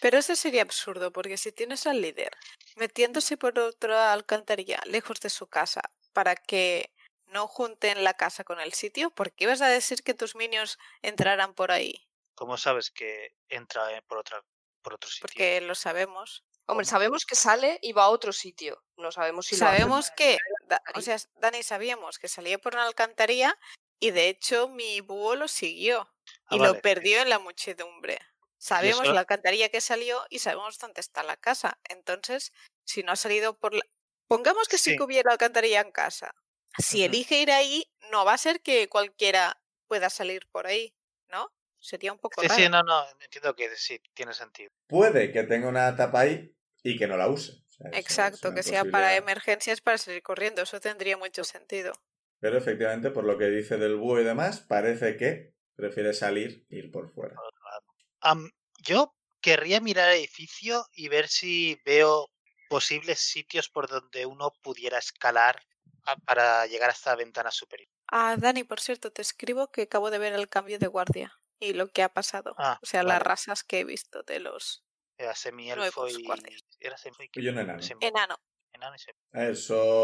Pero eso sería absurdo, porque si tienes al líder metiéndose por otra alcantarilla lejos de su casa para que no junten la casa con el sitio, ¿por qué ibas a decir que tus minions entraran por ahí?
¿Cómo sabes que entra eh, por, otra, por otro sitio?
Porque lo sabemos.
Hombre,
Bueno.
sabemos que sale y va a otro sitio. No sabemos si lo hace
sabemos
para-
que, da- o
alcantarilla.
sea, Dani, sabíamos que salía por una alcantarilla y de hecho mi búho lo siguió
Ah,
y
vale.
lo perdió en la muchedumbre. Sabemos
eso-
la alcantarilla que salió y sabemos dónde está la casa. Entonces, si no ha salido por la... Pongamos que sí,
Sí.
que hubiera alcantarilla en casa. Si
Ujú.
elige ir ahí, no va a ser que cualquiera pueda salir por ahí, ¿no? Sería un poco
Sí,
raro.
sí, no, no, entiendo que sí, tiene sentido.
puede que tenga una tapa ahí y que no la use. O sea, eso es
Exacto,
una
que sea para
posibilidad.
emergencias, para salir corriendo. Eso tendría mucho sentido.
Pero efectivamente, por lo que dice del búho y demás, parece que prefiere salir e ir por fuera.
por otro lado. Am, yo querría mirar el edificio y ver si veo posibles sitios por donde uno pudiera escalar a- para llegar hasta la ventana superior.
Ah, Dani, por cierto, te escribo que acabo de ver el cambio de guardia y lo que ha pasado.
Ah,
o sea, las
vale.
razas que he visto de los
Era semi-elfo
Nuevos
y...
guardias.
Era semi
Y un enano.
semi-
enano.
enano y semi-
A ver,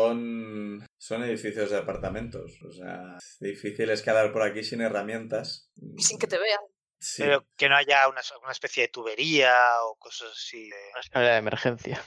son, son edificios de apartamentos. O sea, es difícil escalar por aquí sin herramientas.
Y sin que te vean.
Sí.
Pero que no haya una, una especie de tubería o cosas así. de- <laughs>
Escalera de emergencia.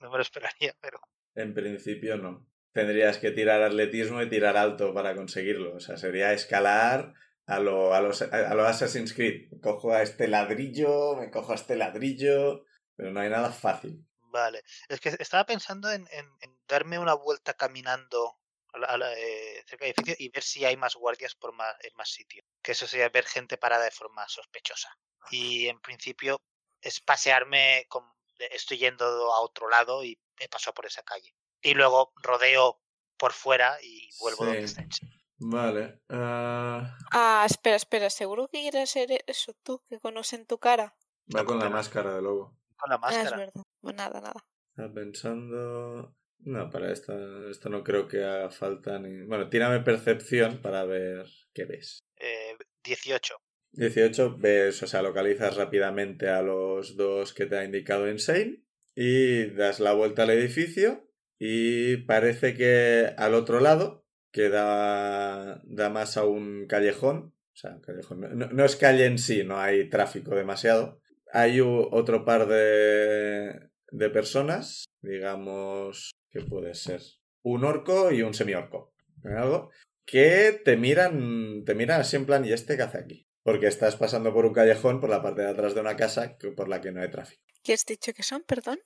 No me lo esperaría, pero...
En principio no. Tendrías que tirar atletismo y tirar alto para conseguirlo. O sea, sería escalar a lo, a los, a lo Assassin's Creed. Cojo a este ladrillo, me cojo a este ladrillo, pero no hay nada fácil.
Vale. Es que estaba pensando en, en- en darme una vuelta caminando a la- a la, eh, cerca del edificio y ver si hay más guardias por más, en más sitio. Que eso sería ver gente parada de forma sospechosa. Y en principio es pasearme con... de- Estoy yendo a otro lado y me paso por esa calle. Y luego rodeo por fuera y vuelvo donde
Sí.
está hecho.
Vale. ah,
Ah, espera, espera, seguro que quieres hacer eso tú, que conocen tu cara.
va
No,
con la
pero-
máscara de lobo.
Con la
Ah, es
máscara.
verdad. Bueno, nada, nada.
Está pensando. No, para esta, esto no creo que haga falta ni. Bueno, tírame percepción para ver qué ves.
Eh, 18.
18 ves, o sea, localizas rápidamente a los dos que te ha indicado Insane y das la vuelta al edificio y parece que al otro lado, que da, da más a un callejón, o sea, un callejón, no- no, no es calle en sí, no hay tráfico demasiado, hay u- otro par de, de personas, digamos, que puede ser un orco y un semiorco, ¿algo? que te miran, te miran así en plan, ¿y este qué hace aquí? Porque estás pasando por un callejón por la parte de atrás de una casa que- por la que no hay tráfico.
¿Qué has dicho que son, perdón?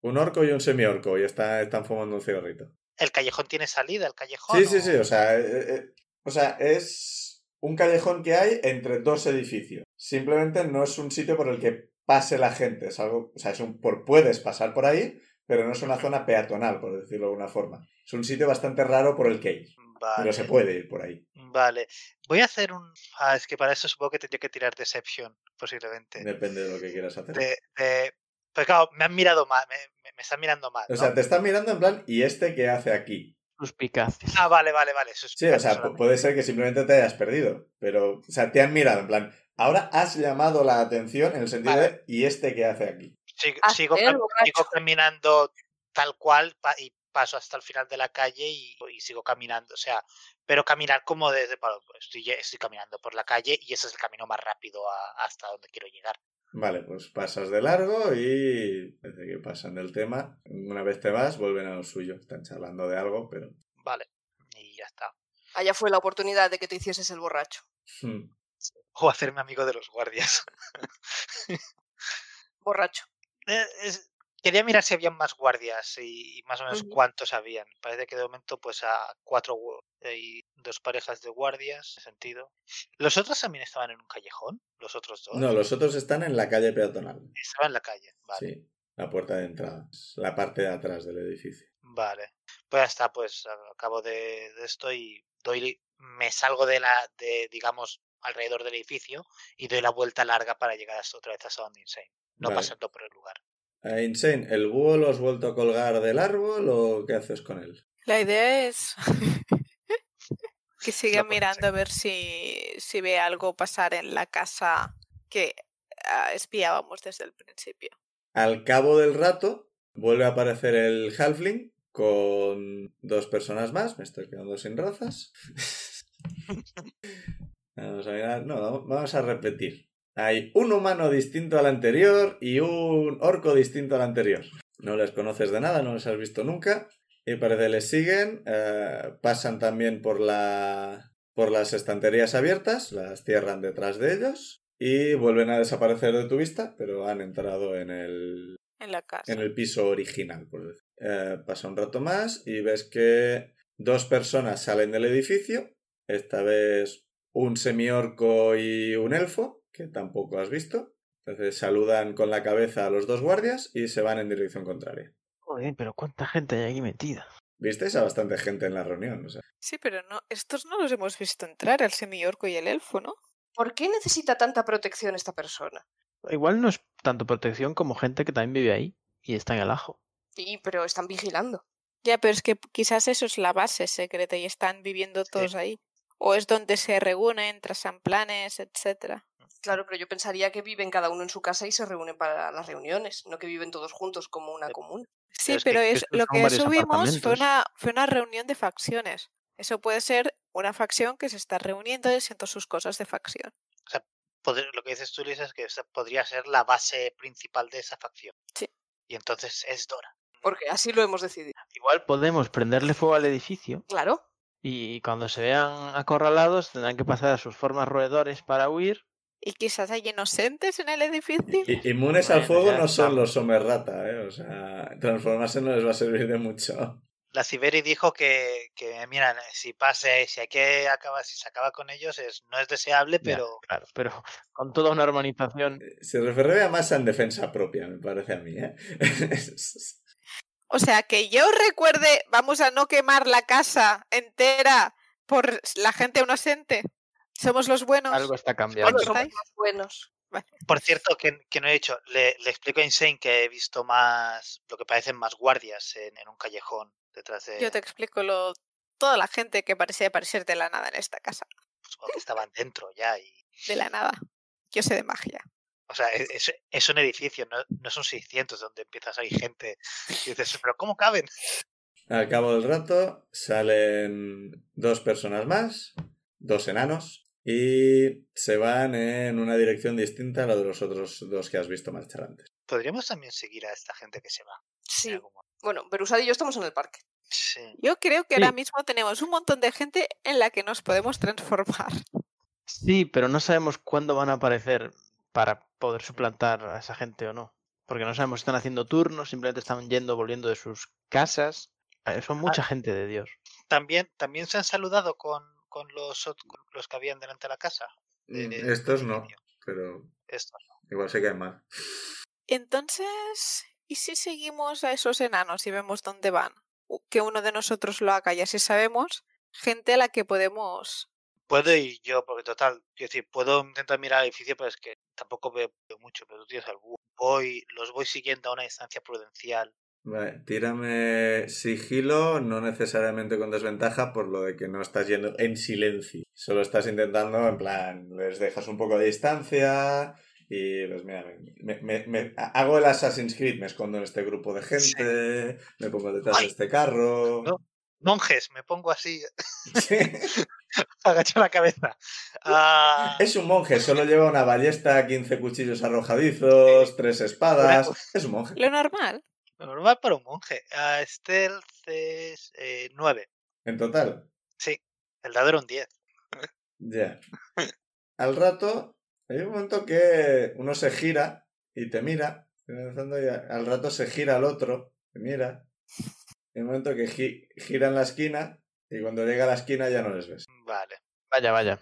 Un orco y un semiorco y está, están fumando un cigarrito.
¿El callejón tiene salida? ¿El callejón?
Sí, sí,
o-
sí, o sea, eh, eh, o sea, es un callejón que hay entre dos edificios. Simplemente no es un sitio por el que pase la gente, es algo, o sea, es un por puedes pasar por ahí, pero no es una zona peatonal, por decirlo de alguna forma. Es un sitio bastante raro por el que ir, pero
Vale.
se puede ir por ahí.
Vale, voy a hacer un... Ah, es que para eso supongo que tendría que tirar Deception, posiblemente.
Depende de lo que quieras hacer.
De, de- pues Pero claro, me han mirado mal, me, me- me están mirando mal.
O
¿no?
sea, te están mirando en plan, ¿y este qué hace aquí?
suspicacias.
Ah, vale, vale, vale. eso es
Sí, o sea, pu-
solamente.
puede ser que simplemente te hayas perdido, pero, o sea, te han mirado, en plan, ahora has llamado la atención en el sentido
Vale.
de, ¿y este qué hace aquí?
Sigo,
Hacer
sigo
el
cam-
borracho.
sigo caminando tal cual pa- y paso hasta el final de la calle y, y sigo caminando. O sea, pero caminar como desde. para- Estoy, estoy caminando por la calle y ese es el camino más rápido a- hasta donde quiero llegar.
Vale, pues pasas de largo y desde que pasan del tema, una vez te vas, vuelven a lo suyo. Están charlando de algo, pero...
Vale. Y ya está.
Allá fue la oportunidad de que te hicieses el borracho.
hmm,
O hacerme amigo de los guardias.
Borracho.
Eh, es- Quería mirar si habían más guardias y, y más o menos
Ujú.
cuántos habían. Parece que de momento pues a cuatro gu- eh, y dos parejas de guardias, en sentido. ¿Los otros también estaban en un callejón? ¿Los otros dos?
No, los otros están en la calle peatonal.
Estaban en la calle, vale.
Sí, la puerta de entrada. Es La parte de atrás del edificio.
Vale. Pues ya está, pues acabo de, de esto y doy, me salgo de la, de, digamos, alrededor del edificio y doy la vuelta larga para llegar hasta- otra vez a Sound Insane, no
Vale.
pasando por el lugar.
Eh, Insane, ¿el búho lo has vuelto a colgar del árbol o qué haces con él?
La idea es <laughs> que siga
puedes
mirando a ver si, si ve algo pasar en la casa que ah, espiábamos desde el principio.
Al cabo del rato, vuelve a aparecer el Halfling con dos personas más. Me estoy quedando sin razas. Vamos a mirar. No, vamos- vamos a repetir. Hay un humano distinto al anterior y un orco distinto al anterior. No les conoces de nada, no les has visto nunca. Y parece que les siguen. eh, pasan también por la. por las estanterías abiertas. Las cierran detrás de ellos. Y vuelven a desaparecer de tu vista, pero han entrado en el
En la casa.
en el piso original, por decir. Eh, pasa un rato más y ves que dos personas salen del edificio. Esta vez un semiorco y un elfo, que tampoco has visto. Entonces saludan con la cabeza a los dos guardias y se van en dirección contraria.
Joder, pero cuánta gente hay aquí metida.
Visteis a bastante gente en la reunión. o sea.
Sí, pero no, estos no los hemos visto entrar, el semiorco y el elfo, ¿no?
¿Por qué necesita tanta protección esta persona?
Igual no es tanto protección como gente que también vive ahí y está en el ajo.
Sí, pero están vigilando.
Ya, pero es que quizás eso es la base secreta y están viviendo todos ahí. O es donde se reúnen, trazan planes, etcétera.
Claro, pero yo pensaría que viven cada uno en su casa y se reúnen para las reuniones, no que viven todos juntos como una comuna.
Sí,
es que-
pero
que
es,
estos
lo
son
que
varios
subimos fue
apartamentos.
una, fue una reunión de facciones. Eso puede ser una facción que se está reuniendo y haciendo sus cosas de facción.
Podr- lo que dices tú, Luis, es que esa podría ser la base principal de esa facción.
Sí.
Y entonces es Dora.
Porque así lo hemos decidido.
Igual podemos prenderle fuego al edificio
Claro,
y cuando se vean acorralados tendrán que pasar a sus formas roedores para huir.
Y quizás hay inocentes en el edificio.
I- Inmunes al
Bueno,
fuego
ya
no son
está.
los somerrata, ¿eh? O sea, transformarse no les va a servir de mucho.
La Ciberi dijo que, que mira, si pase, si hay que acabar, si se acaba con ellos, es, no es deseable,
Ya,
pero
claro, pero con toda una urbanización
Se refería más a en defensa propia, me parece a mí, ¿eh? <laughs>
O sea, que yo recuerde, vamos a no quemar la casa entera por la gente inocente. Somos los buenos.
algo está
Bueno,
cambiando.
somos
¿estáis?
más buenos.
Por cierto, que, que no he dicho, le, le explico a Insane que he visto más, lo que parecen más guardias en, en un callejón detrás de...
Yo te explico lo, toda la gente que parecía aparecer de la nada en esta casa.
pues, supongo que estaban dentro ya. Y,
De la nada. Yo sé de magia.
o sea, e- es, es un edificio, no, no son 600 donde empiezas a ir gente. Y dices, pero ¿cómo caben?
Al cabo del rato salen dos personas más, dos enanos, y se van en una dirección distinta a la de los otros dos que has visto marchar antes.
Podríamos también seguir a esta gente que se va. en
Sí.
algún momento.
Bueno, Berusad y yo estamos en el parque.
Sí.
Yo creo que ahora
Sí.
mismo tenemos un montón de gente en la que nos podemos transformar. <laughs>
Sí, pero no sabemos cuándo van a aparecer para poder suplantar a esa gente o no. Porque no sabemos si están haciendo turnos, simplemente están yendo, volviendo de sus casas. Eh,
Ah.
Son mucha gente de Dios.
También, también se han saludado con, con, los, ot- con los que habían delante de la casa. de- de-
Mm, Estos no, pero
Estos.
igual se caen mal.
Entonces, ¿y si seguimos a esos enanos y vemos dónde van? U- Que uno de nosotros lo haga y así sabemos gente a la que podemos...
Puedo ir yo, porque total, quiero decir, puedo intentar mirar el edificio, pero es que tampoco veo mucho, pero tú tienes al búho. Voy, los voy siguiendo a una distancia prudencial
Vale, tírame sigilo, no necesariamente con desventaja, por lo de que no estás yendo en silencio. Solo estás intentando, en plan, les dejas un poco de distancia y pues mira, me, me- me- hago el Assassin's Creed, me escondo en este grupo de gente, me pongo detrás de
Ay.
este carro.
No. Monjes, me pongo así, <laughs>
Sí.
agacho la cabeza.
<laughs>
Ah,
<laughs> Es un monje, solo lleva una ballesta, 15 cuchillos arrojadizos, tres espadas. Es un monje.
Lo normal.
normal para un monje. Ah, stealth es 9.
En total.
El dado era un 10. <laughs>
Ya. Al rato, hay un momento que uno se gira y te mira. pensando y a- al rato se gira al otro, te mira. Hay un momento que gi- gira en la esquina y cuando llega a la esquina ya no les ves.
Vale.
Vaya, vaya.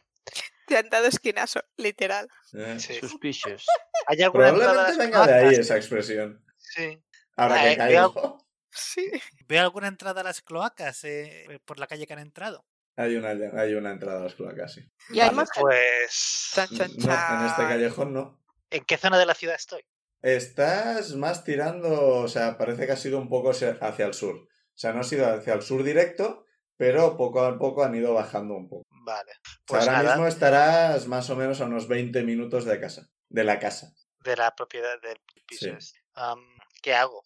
Te han dado esquinazo, literal.
Eh,
Sí.
<laughs>
Suspicious.
¿Hay alguna entrada a
Probablemente
las
venga de ahí
cloacas?
esa expresión.
Sí.
Ahora
Ah,
que
eh,
caigo,
Sí.
¿Veo alguna entrada a las cloacas eh, por la calle que han entrado?
<laughs> hay una, hay una entrada a las cloacas, sí.
Y hay
Vale,
más gente.
pues.
Chan, chan,
No, en este
chan.
callejón no.
¿En qué zona de la ciudad estoy?
Estás más tirando, o sea, parece que has ido un poco hacia hacia el sur. O sea, no has ido hacia el sur directo, pero poco a poco han ido bajando un poco.
Vale.
O sea,
Pues
ahora
nada,
mismo estarás más o menos a unos 20 minutos de casa, de la casa.
de la propiedad del piso.
Sí.
este. Am, ¿Qué hago?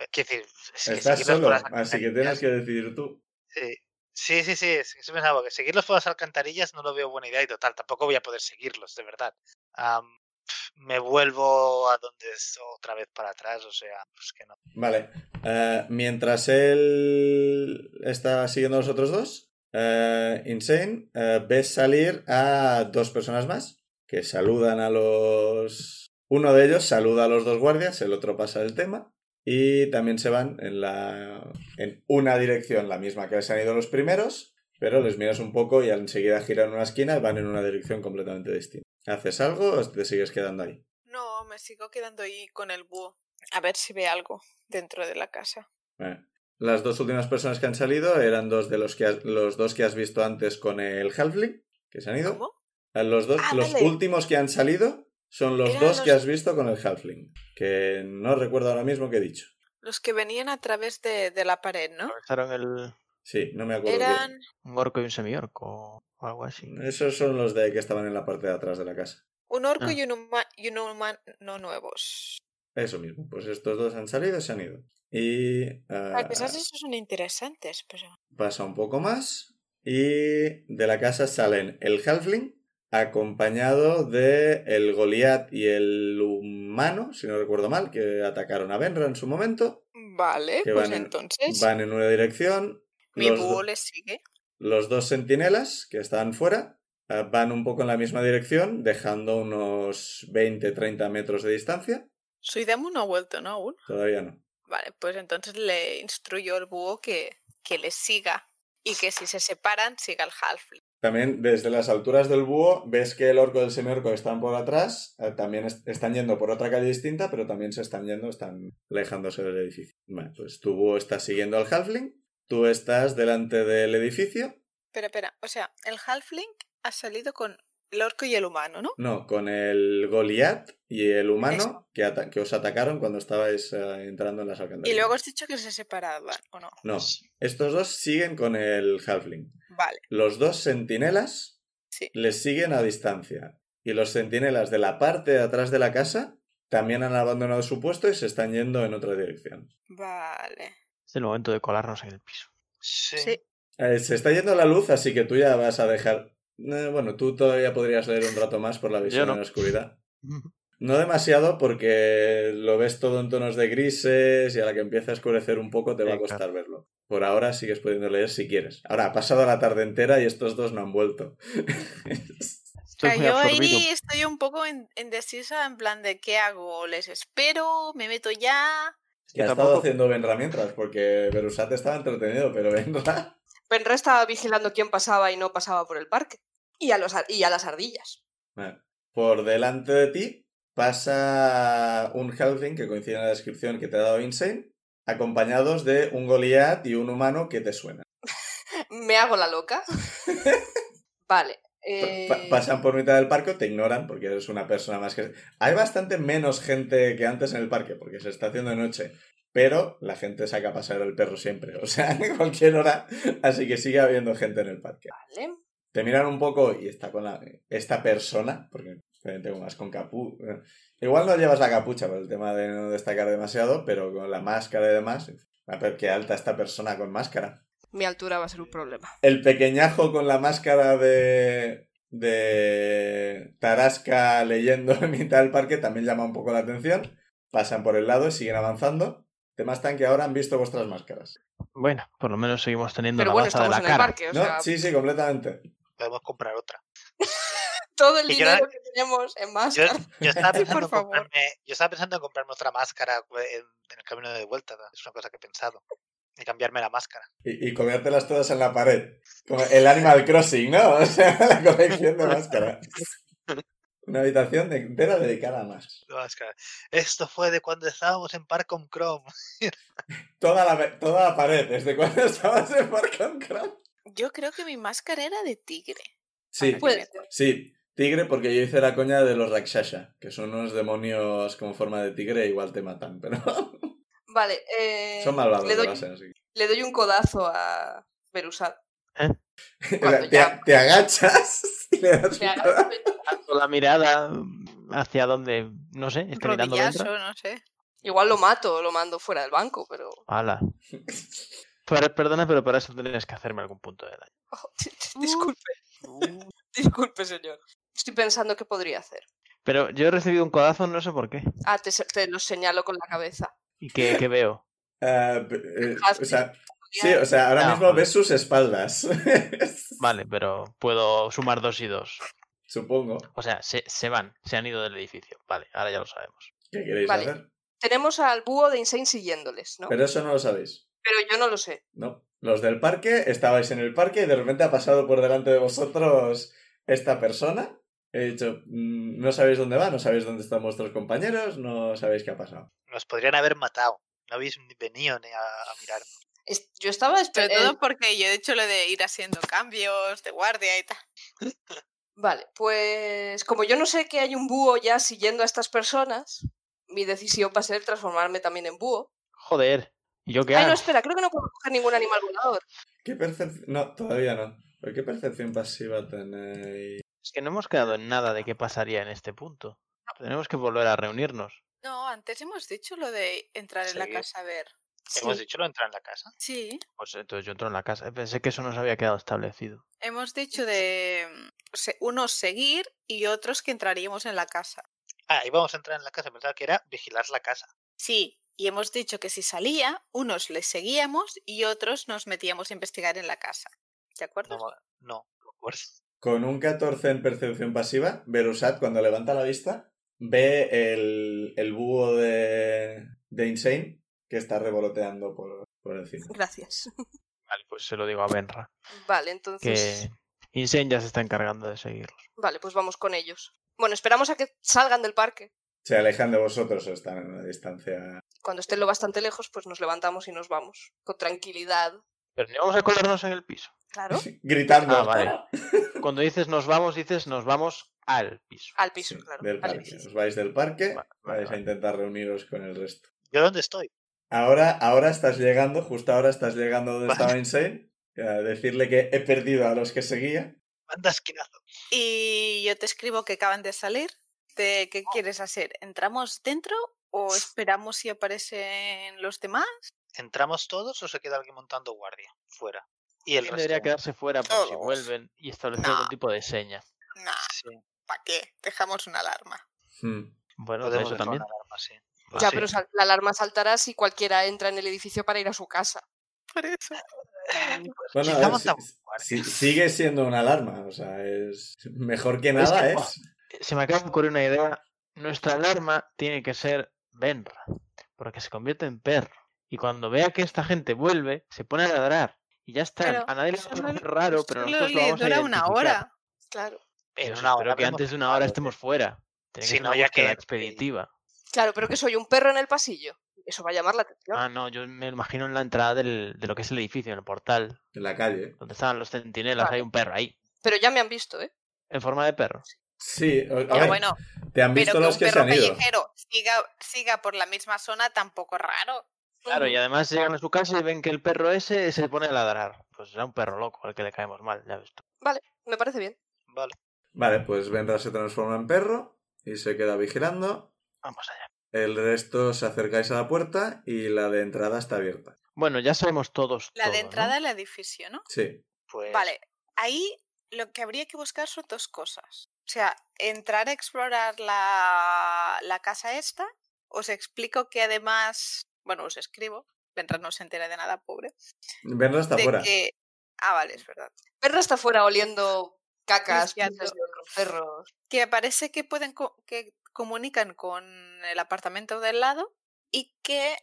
Eh, Quiero decir, es que
Estás
seguirlos
solo,
por las
así que
alcantarillas-
tienes que decidir tú.
Sí, sí, sí, sí, es- eso pensaba, que seguirlos por las alcantarillas no lo veo buena idea y total, tampoco voy a poder seguirlos, de verdad. Am, pf, me vuelvo a donde es otra vez para atrás, o sea, pues que no.
Vale. eh, mientras él está siguiendo a los otros dos, eh, Insane, eh, ves salir a dos personas más que saludan a los... Uno de ellos saluda a los dos guardias, el otro pasa el tema y también se van en, la... en una dirección, la misma que les han ido los primeros, pero les miras un poco y enseguida giran una esquina y van en una dirección completamente distinta. ¿Haces algo o te sigues quedando ahí?
No, me sigo quedando ahí con el búho. A ver si ve algo dentro de la casa.
Vale. Las dos últimas personas que han salido eran dos de los que has- los dos que has visto antes con el Halfling, que se han ido.
¿Cómo?
Eh, Los dos,
Ah,
los
vale.
últimos que han salido son los
Eran
dos que
los-
has visto con el Halfling, que no recuerdo ahora mismo qué he dicho.
Los que venían a través de, de la pared, ¿no?
Atravesaron el
Sí, no me acuerdo
Eran.
un orco y un semiorco o algo así.
Mm.
bien. Esos son los de que estaban en la parte de atrás de la casa.
Un orco
Ah.
y un, huma- y un humano no nuevos.
Eso mismo, pues estos dos han salido y se han ido. Y eh,
A pesar de eso son interesantes, pero.
pasa un poco más y de la casa salen el Halfling acompañado de el Goliath y el humano, si no recuerdo mal, que atacaron a Benra en su momento.
Vale,
Que
pues
van en-
entonces.
Van en una dirección.
Mi
Los,
búho
do-
le sigue.
los dos sentinelas que están fuera eh, van un poco en la misma dirección, dejando unos 20-30 metros de distancia.
Suidamu no ha vuelto, ¿no? Aún.
Todavía no.
Vale, pues entonces le instruyo al búho que, que le siga. Y que si se separan, siga al halfling.
También desde las alturas del búho ves que el orco y el semiorco están por atrás, eh, también est- están yendo por otra calle distinta, pero también se están yendo, están alejándose del edificio. Vale, pues tu búho está siguiendo al halfling, tú estás delante del edificio,
Espera, espera. O sea, el halfling ha salido con el orco y el humano, ¿no?
no, con el Goliath y el humano
Eso.
que, ata- que os atacaron cuando estabais eh, entrando en las
Y
alcantarillas.
luego has dicho que se separaban, ¿o no?
No, estos dos siguen con el halfling.
Vale.
Los dos sentinelas
Sí.
les siguen a distancia. Y los sentinelas de la parte de atrás de la casa también han abandonado su puesto y se están yendo en otra dirección.
Vale.
Es el momento de colarnos en el piso.
Sí.
Sí.
Eh, se está yendo la luz, así que tú ya vas a dejar... Eh, bueno, tú todavía podrías leer un rato más por la visión
Yo no.
en la oscuridad. No demasiado porque lo ves todo en tonos de grises y a la que empieza a escurecer un poco te va a
Sí, claro.
costar verlo. Por ahora sigues pudiendo leer si quieres. Ahora, ha pasado la tarde entera y estos dos no han vuelto.
Estoy muy
yo
absorbido.
ahí estoy un poco in- indecisa en plan de qué hago, les espero, me meto ya.
Que ha estado
tampoco-
haciendo Benra mientras, porque Berusat estaba entretenido, pero Benra... <laughs>
Benra estaba vigilando quién pasaba y no pasaba por el parque. Y a, los, ar- y a las ardillas.
Vale. Por delante de ti pasa un Halfling que coincide en la descripción que te ha dado Insane, acompañados de un Goliath y un humano que te suena.
Me hago la loca. vale.
Pa-
eh,
pa- pasan por mitad del parque, te ignoran porque eres una persona más que... Hay bastante menos gente que antes en el parque porque se está haciendo de noche. Pero la gente saca a pasear al perro siempre, <laughs> o sea, a cualquier hora. Así que sigue habiendo gente en el parque.
Vale.
Te miran un poco y está con la, esta persona, porque tengo más con capu. eh, Igual no llevas la capucha por el tema de no destacar demasiado, pero con la máscara y demás. A ver qué alta esta persona con máscara.
Mi altura va a ser un problema.
El pequeñajo con la máscara de. de. Tarasca leyendo <laughs> en mitad del parque también llama un poco la atención. Pasan por el lado y siguen avanzando. Temas tan que ahora han visto vuestras máscaras.
Bueno, por lo menos seguimos teniendo
Pero
la
bueno,
baza de
estamos
la
en el
cara.
parque, o
¿No?
sea,
sí, sí, completamente.
Podemos comprar otra.
todo el
Y queda-
dinero que tenemos en
Yo,
máscara.
yo estaba
Sí, por
pensando en
favor.
comprarme, yo estaba pensando en comprarme otra máscara pues, en, en el camino de vuelta. ¿no? Es una cosa que he pensado. Y cambiarme la máscara.
Y, y comértelas todas en la pared. Como el Animal Crossing, ¿no? <laughs> O sea, la colección de máscaras. Una habitación de- entera dedicada a más.
La máscara. Esto fue de cuando estábamos en Parcom Chrome. <laughs>
Toda la, toda la pared, desde cuando <laughs> estabas en Marcon
Yo creo que mi máscara era de tigre.
Sí,
Ahora
<laughs>
que
Puede
me acuerdo.
sí, tigre, porque yo hice la coña de los Rakshasha, que son unos demonios con forma de tigre, igual te matan, pero
Vale, eh,
son malvados
le,
de
doy,
base. así que-
le doy un codazo a Berusat. Cuando
<laughs> Te,
ya-
te agachas y le das
Me
un
haga-
codazo.
Con la mirada mm, hacia donde, no sé, está mirando
Rodillazo,
dentro.
no sé.
<laughs> Igual lo mato o lo mando fuera del banco, pero.
Ala. Pero- perdona, pero para eso tendrías que hacerme algún punto de daño.
oh, <laughs> disculpe, Uh. <laughs> disculpe, señor. Estoy pensando qué podría hacer.
Pero yo he recibido un codazo, no sé por qué.
Ah, te, se- te lo señalo con la cabeza.
¿Y qué, qué <laughs> veo?
Ah, p- eh, o sea, sí, o sea, ahora
Ah,
mismo
joder.
ves sus espaldas. <laughs>
Vale, pero puedo sumar dos y dos.
Supongo.
O sea, se, se van, se han ido del edificio. Vale, ahora ya lo sabemos.
¿Qué queréis
Vale.
hacer?
Tenemos al búho de Insane siguiéndoles, ¿no? Pero,
Pero eso no lo sabéis.
yo no lo sé.
No. Los del parque, estabais en el parque y de repente ha pasado por delante de vosotros esta persona. He dicho, "Mm, no sabéis dónde va, no sabéis dónde están vuestros compañeros, no sabéis qué ha pasado.
Nos podrían haber matado. No habéis ni venido ni a, a mirarnos.
Es- yo estaba eh,
Sobre
esperando.
todo porque yo he hecho lo de ir haciendo cambios de guardia y tal.
Vale, pues como yo no sé que hay un búho ya siguiendo a estas personas, mi decisión va a ser transformarme también en búho.
Joder, ¿y yo qué
Ay, no,
hago?
espera, creo que no puedo coger ningún animal volador.
¿Qué percepción? No, todavía no. ¿Pero qué percepción pasiva tenéis?
Es que no hemos quedado en nada de qué pasaría en este punto. Tenemos que volver a reunirnos.
No, antes hemos dicho lo de entrar en la
Seguir.
casa a ver.
Hemos dicho lo entrar en la casa.
Sí,
Pues entonces yo entro en la casa. Eh, Pensé que eso nos había quedado establecido.
hemos dicho de mm, se- unos seguir y otros que entraríamos en la casa.
Ah, íbamos a entrar en la casa. Pensaba que era vigilar la casa.
Sí, y hemos dicho que si salía, unos le seguíamos y otros nos metíamos a investigar en la casa. ¿De acuerdo?
No, me- no, no me acuerdo.
Con un 14 en percepción pasiva, Berusat, cuando levanta la vista, ve el, el búho de, de Insane que está revoloteando por, por encima.
Gracias.
Vale, pues se lo digo a Benra.
Vale,
Que
entonces.
Insane ya se está encargando de seguirlos.
Vale, pues vamos con ellos. Bueno, esperamos a que salgan del parque.
Se alejan de vosotros o están en una distancia.
Cuando estén lo bastante lejos, pues nos levantamos y nos vamos. Con tranquilidad.
Pero no vamos a colarnos en el piso.
Claro.
Gritando.
Ah, vale. Cuando dices nos vamos, dices nos vamos al piso.
Al piso,
Sí,
claro.
Del
al
parque.
edificio.
Os vais del parque,
Va- vale,
vais a
vale.
intentar reuniros con el resto.
¿Yo dónde estoy?
Ahora, ahora estás llegando, justo ahora estás llegando donde
Vale.
estaba Insane. A decirle que he perdido a los que seguía.
Manda esquinazo.
Y yo te escribo que acaban de salir. De, ¿Qué quieres hacer? ¿Entramos dentro o esperamos si aparecen los demás?
¿Entramos todos o se queda alguien montando guardia? Fuera. Y el
Alguien
resto. Ah.
debería quedarse fuera por si
Todos.
vuelven y establecer
No.
algún tipo de seña.
Nah,
Sí,
¿para qué? Dejamos una alarma.
Hmm.
Bueno,
podemos
eso
dejar una
también.
alarma, sí.
Pues
ya,
sí.
pero sal- la alarma saltará si cualquiera entra en el edificio para ir a su casa.
Por eso.
Bueno,
Quizá
a ver,
montamos
si-
guardia.
si- sigue siendo una alarma, o sea, es mejor que
Es
nada
que-
es.
Se me acaba de ocurrir una idea. Nuestra alarma tiene que ser Benra, porque se convierte en perro. Y cuando vea que esta gente vuelve, se pone a ladrar. Y ya está.
Pero
a nadie le va a
solo-
parecer raro, pero
Pues Solo
nosotros lo
le
vamos a
dura una
identificar.
hora.
Claro.
En
Pero
una hora
espero que
habremos
antes de una
acabado,
hora
sí.
estemos fuera. Tiene que
Si
ser
no,
una
ya
búsqueda
que-
expeditiva.
Claro, pero que soy un perro en el pasillo. Eso va a llamar la atención.
Ah, no, yo me imagino en la entrada del- de lo que es el edificio, en el portal,
En la calle.
donde estaban los centinelas,
Ah.
Vale.
hay un perro ahí,
Pero ya me han visto, ¿eh?
en forma de perro.
Sí, o- a
Pero
ver,
bueno,
te han
pero
visto
que
los
un
que se
perro
han ido.
callejero siga, siga por la misma zona tampoco es raro.
Claro, y además llegan a su casa y ven que el perro ese se pone a ladrar. Pues será un perro loco al que le caemos mal, ya ves tú.
Me parece bien.
Vale.
Vale, pues Benra se transforma en perro y se queda vigilando.
Vamos allá.
El resto se acercáis a la puerta y la de entrada está abierta.
Bueno, ya sabemos todos.
La
todo,
de
¿no?
entrada al edificio, ¿no?
Sí.
Pues
Vale, ahí lo que habría que buscar son dos cosas. O sea, entrar a explorar la, la casa esta. Os explico que además, bueno, os escribo. Vendrá no se entera de nada, pobre.
Benra está
de
fuera.
que- Ah, vale, es verdad.
Perra está fuera oliendo cacas,
Limpiando.
piezas de otros perros.
Que parece que pueden co- que comunican con el apartamento del lado y que,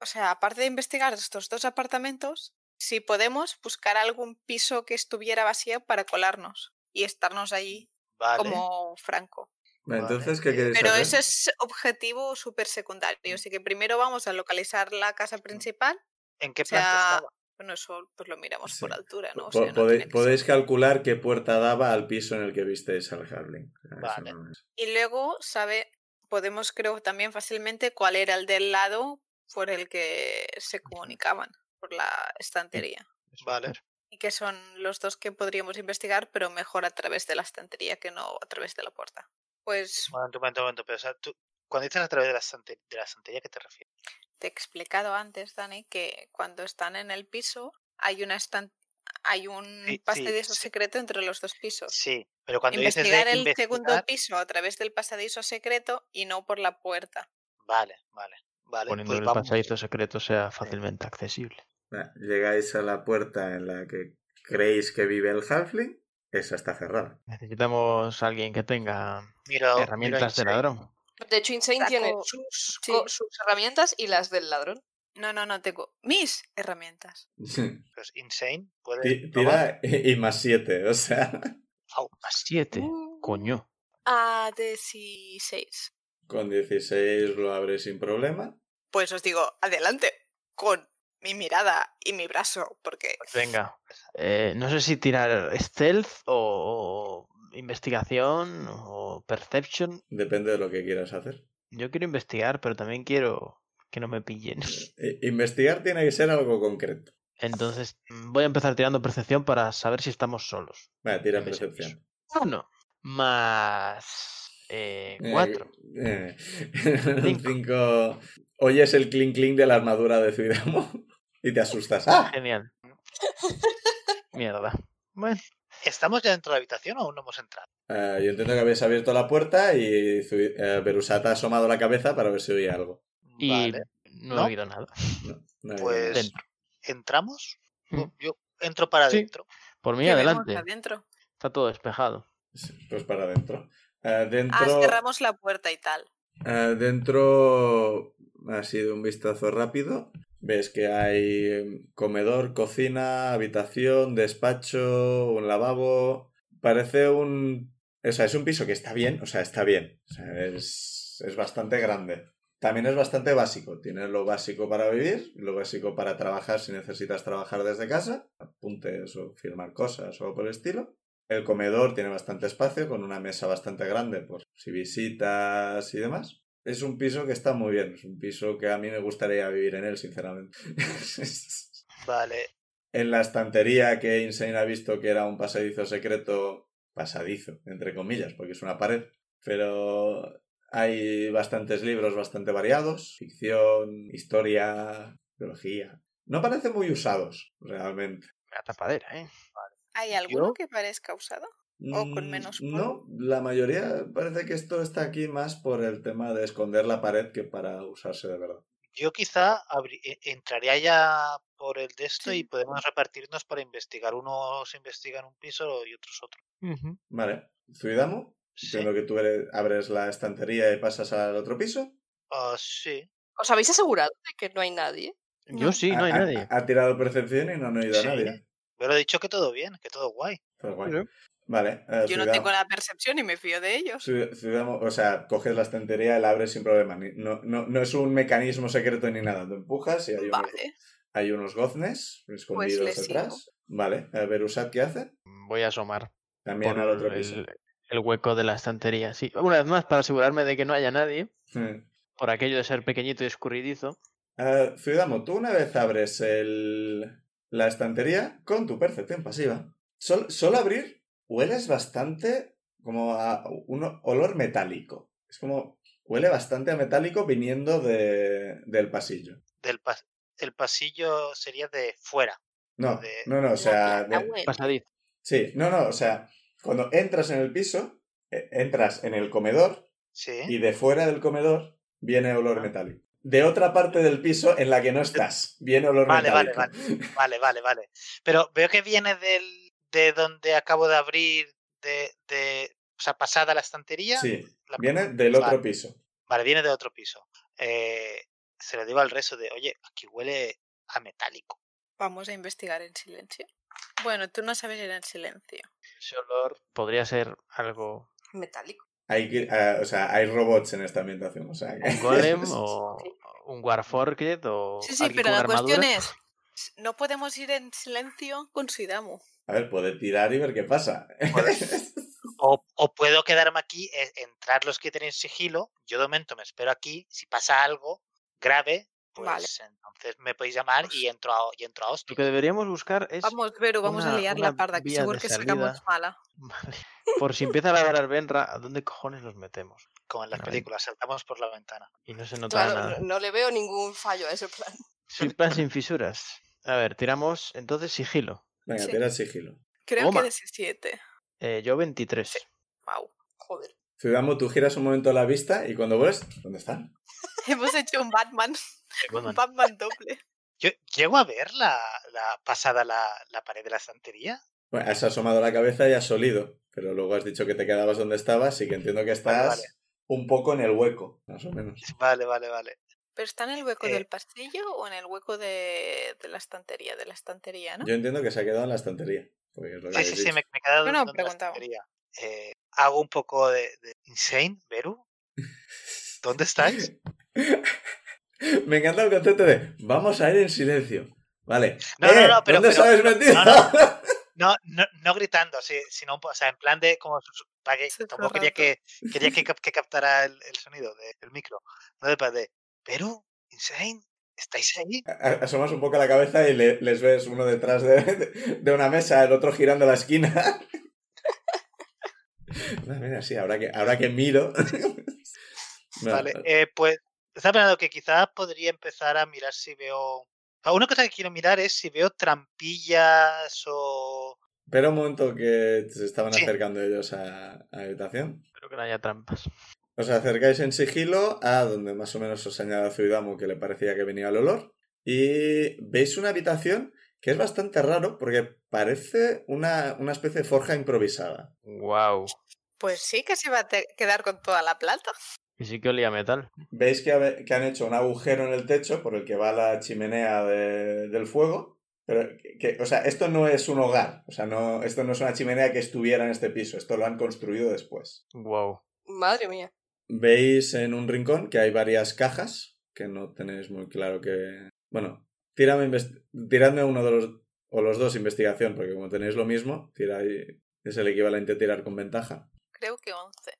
o sea, aparte de investigar estos dos apartamentos, si podemos buscar algún piso que estuviera vacío para colarnos y estarnos allí
vale.
como Franco.
Vale,
Vale.
Entonces, ¿qué Mm. queréis
Pero
hacer?
ese es objetivo súper secundario. Así que primero vamos a localizar la
Mm.
casa principal.
¿En qué
O
planta
sea,
estaba?
Bueno, eso pues lo miramos
Sí.
por altura, ¿no? O
Po-
sea, no
podéis,
tiene que
podéis
ser-
calcular qué puerta daba al piso en el que visteis al Harling. O sea, eso
Vale.
no es-
Y luego, ¿sabe? Podemos, creo, también fácilmente cuál era el del lado por el que se comunicaban, por la estantería.
Vale.
Y que son los dos que podríamos investigar, pero mejor a través de la estantería que no a través de la puerta. Pues
Un momento, un momento, un momento. Pero, o sea, tú, cuando dices a través de la, estante- de la estantería, ¿qué te refieres?
te he explicado antes, Dani, que cuando están en el piso hay una estan- hay un
Sí, sí,
pasadizo
sí.
secreto entre los dos pisos.
Sí, pero cuando dices de
investigar el
investigar...
segundo piso a través del pasadizo secreto y no por la puerta.
Vale, vale, vale.
Poniendo
pues
que el
vamos.
pasadizo secreto sea fácilmente accesible.
Vale, Llegáis a la puerta en la que creéis que vive el Halfling. Esa está cerrada.
Necesitamos a alguien que tenga
Miro- miro
herramientas de
Inside.
ladrón.
De hecho, Insane
Saco-
tiene sus,
sí.
co- sus herramientas y las del ladrón.
No, no, no tengo mis herramientas.
Pues Insane puede
Ti- Tira
robar.
eh. y y más siete, o sea, <laughs>
Au.
A siete.
Mm.
Uh.
Coño.
A 16.
con 16 lo abre sin problema.
Pues os digo, adelante con mi mirada y mi brazo, porque
Pues venga. Eh, no sé si tirar stealth o, o investigación o perception.
Depende de lo que quieras hacer.
Yo quiero investigar, pero también quiero que no me pillen. <laughs>
I- Investigar tiene que ser algo concreto.
Entonces mm, voy a empezar tirando percepción para saber si estamos solos.
Vale, tira
En vez de
percepción.
Uno. Más... Eh,
Eh,
cuatro.
eh, <laughs>
Cinco.
cinco. Oyes el clink clink de la armadura de Zuidamo y te asustas. ¡Ah!
Genial. Mierda. Bueno,
¿Estamos ya dentro de la habitación o aún no hemos entrado?
Eh, yo entiendo que habéis abierto la puerta y Zui- eh, Berusata ha asomado la cabeza para ver si oía algo. Eh,
y
Vale.
no,
¿No?
he oído nada.
No había
Pues-
nada.
Dentro.
¿Entramos?
Mm.
O- Yo entro para
Sí.
adentro.
Por mí,
¿qué vemos
adelante.
adentro?
Está todo despejado.
Pues para adentro. Eh,
Ah,
dentro,
cerramos la puerta y tal.
eh, dentro ha sido un vistazo rápido. Ves que hay eh, comedor, cocina, habitación, despacho, un lavabo. Parece un... O sea, es un piso que está bien, o sea, está bien. O sea, es, es bastante grande. También es bastante básico. Tienes lo básico para vivir, lo básico para trabajar si necesitas trabajar desde casa, apuntes o firmar cosas o algo por el estilo. El comedor tiene bastante espacio, con una mesa bastante grande, por si visitas y demás. Es un piso que está muy bien, es un piso que a mí me gustaría vivir en él, sinceramente. <laughs>
Vale.
en la estantería que Insane ha visto que era un pasadizo secreto, pasadizo, entre comillas, porque es una pared, pero hay bastantes libros bastante variados, ficción, historia, teología. No parecen muy usados, realmente.
La tapadera, ¿eh?
¿Hay alguno
¿Yo?
que parezca usado? O con
Mm,
menos
No, la mayoría parece que esto está aquí más por el tema de esconder la pared que para usarse de verdad.
Yo quizá abri- e- entraría ya por el de esto
Sí.
y podemos repartirnos para investigar. Unos investigan un piso y otros otro.
Vale, Zuidamo,
Sí.
entiendo que tú eres- abres la estantería y pasas al otro piso.
Ah, sí.
¿Os habéis asegurado de que no hay nadie?
Yo sí, no hay
Ha- ha-
nadie.
Ha, tirado percepción y no han oído a
Sí.
nadie.
Pero he dicho que todo bien, que todo guay.
Pero guay.
Pero-
Vale, eh,
Yo no
Zuidamo-
tengo la percepción y me fío de ellos.
Zu- Zuidamo, o sea, coges la estantería y la abres sin problema. ni- No, no, no es un mecanismo secreto ni nada. Lo empujas y hay, unos-
Vale. Pues
hay unos goznes escondidos
sigo.
detrás. Vale, eh, Berusat, ¿qué hace?
Voy a asomar
También
por
al otro piso. <laughs>
el, el hueco de la estantería, sí. Una vez más, para asegurarme de que no haya nadie,
Mm.
por aquello de ser pequeñito y escurridizo.
Eh, Zuidamo, tú una vez abres el- la estantería con tu percepción pasiva, sol- solo abrir hueles bastante como a un olor metálico. Es como huele bastante a metálico viniendo de, del pasillo.
Del pas- el pasillo sería de fuera.
No,
De-
no, no, o sea,
La
de-
web.
Pasadizo.
sí, no, no, o sea, cuando entras en el piso, eh, entras en el comedor
Sí.
y de fuera del comedor viene
Ah.
olor metálico. De otra parte del piso en la que no estás, viene olor
Vale, vale,
metálico.
vale. Vale, vale, vale. Pero veo que viene del, de donde acabo de abrir, de, de, o sea, pasada la estantería.
Sí,
la-
viene del
vale,
otro piso.
Vale, viene de otro piso. Eh, se lo digo al resto de, oye, aquí huele a metálico.
Vamos a investigar en silencio. Bueno, tú no sabes ir en silencio.
Ese olor podría ser algo.
Metálico.
Hay, que- ah, o sea, hay robots en esta ambientación. O sea, que-
<laughs>
Un golem o un warforged o.
Sí, sí,
alguien
pero
con
la
armadura.
cuestión es, no podemos ir en silencio con Suidamu.
A ver, puede tirar y ver qué pasa. <laughs>
O, o puedo quedarme aquí, e- entrar los que tienen sigilo. Yo de momento me espero aquí. Si pasa algo grave, pues
Vale.
entonces me podéis llamar y entro a, y entro a
Lo
hostia.
que deberíamos buscar es.
Vamos, Vero, vamos a
una-
liar
una
la parda, que
vía de
seguro que
salida.
sacamos mala.
<laughs> Vale. Por si empieza a ladrar Benra, ¿a dónde cojones los metemos?
Como en las
Vale.
películas, saltamos por la ventana.
Y no se nota
Claro,
nada.
no, no le veo ningún fallo a ese plan. <laughs>
Sin plan, sin fisuras. A ver, tiramos entonces sigilo.
Venga,
Sí.
tira sigilo.
Creo
Toma.
que 17.
Eh, yo 23.
Wow.
Joder.
Ciudadamo, tú giras un momento la vista y cuando vuelves, ¿dónde están?
<laughs> Hemos hecho un Batman, un
Batman.
Batman doble.
Yo llego a ver la, la- pasada la, la pared de la estantería. <laughs>
Bueno, has asomado la cabeza y has olido, pero luego has dicho que te quedabas donde estabas, así que entiendo que estás
Vale, vale.
un poco en el hueco, más o menos.
Vale, vale, vale.
¿Pero está en el hueco
Eh.
del pasillo o en el hueco de, de la estantería? De la estantería, ¿no?
Yo entiendo que se ha quedado en la estantería. porque es lo que
Sí,
habéis
sí, sí,
dicho.
me, me he quedado
No, no,
donde la
preguntaba.
estantería. Eh, hago un poco de, de insane, Veru. ¿Dónde estáis?
<laughs> Me encanta el concepto de vamos a ir en silencio. Vale.
No, no,
¡Eh!
no, pero-
¿Dónde
pero-
sabes
no,
mentir? <laughs>
no. No, no, no gritando, sí, sino un po- o sea, en plan de como su- su- para que-
Susurrando.
tampoco quería que quería que, cap- que captara el, el sonido de- del micro. No de plan de Perú, Insane, ¿estáis ahí?
A- Asomas un poco la cabeza y le- les ves uno detrás de, de- de una mesa, el otro girando la esquina.
<laughs>
Ah, Mira, sí, ahora que, ahora que
<laughs>
miro. Bueno,
Vale, eh, pues está pensando que quizás podría empezar a mirar si veo. Ah, Una cosa que quiero mirar es si veo trampillas o.
Espera un momento que se estaban
Sí.
acercando ellos a, a la habitación.
Espero que no haya trampas.
Os acercáis en sigilo a donde más o menos os señala Zuidamu que le parecía que venía el olor. Y veis una habitación que es bastante raro porque parece una, una especie de forja improvisada.
Wow.
Pues sí que se va a te- quedar con toda la plata.
Y sí que olía a metal.
Veis que, habe- que han hecho un agujero en el techo por el que va la chimenea de- del fuego. Pero, que, que- o sea, esto no es un hogar. O sea, no, esto no es una chimenea que estuviera en este piso. Esto lo han construido después.
Wow.
Madre mía.
Veis en un rincón que hay varias cajas que no tenéis muy claro que... Bueno, tírame, inves- tiradme uno de los... o los dos investigación, porque como tenéis lo mismo, tiráis- es el equivalente a tirar con ventaja.
Creo que 11.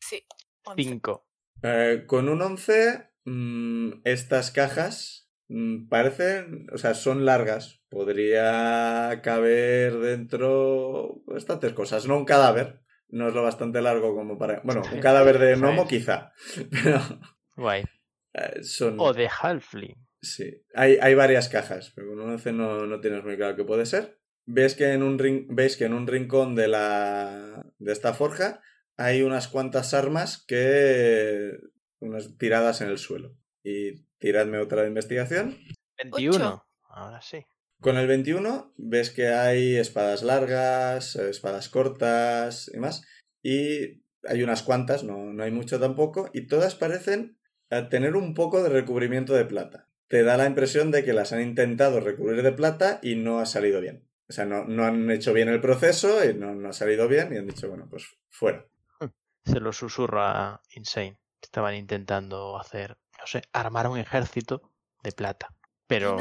Sí, 11.
Cinco.
Eh, con un 11, mm, estas cajas mm, parecen, o sea, son largas. Podría caber dentro bastantes cosas, no un cadáver. No es lo bastante largo como para... Bueno, un cadáver de gnomo quizá. <laughs> Pero
Guay.
eh, son...
O de Halfling.
Sí, hay, hay varias cajas, pero con un 11 no, no tienes muy claro qué puede ser. Ves que en un, rin- veis que en un rincón de, la, de esta forja hay unas cuantas armas que... unas tiradas en el suelo. Y tiradme otra de investigación.
21. Ahora sí.
Con el 21 ves que hay espadas largas, eh, espadas cortas y más. Y hay unas cuantas, no, no hay mucho tampoco. Y todas parecen eh, tener un poco de recubrimiento de plata. Te da la impresión de que las han intentado recubrir de plata y no ha salido bien. O sea, no, no han hecho bien el proceso y no, no ha salido bien y han dicho, bueno, pues fuera.
Se lo susurra a Insane. Estaban intentando hacer, no sé, armar un ejército de plata. Pero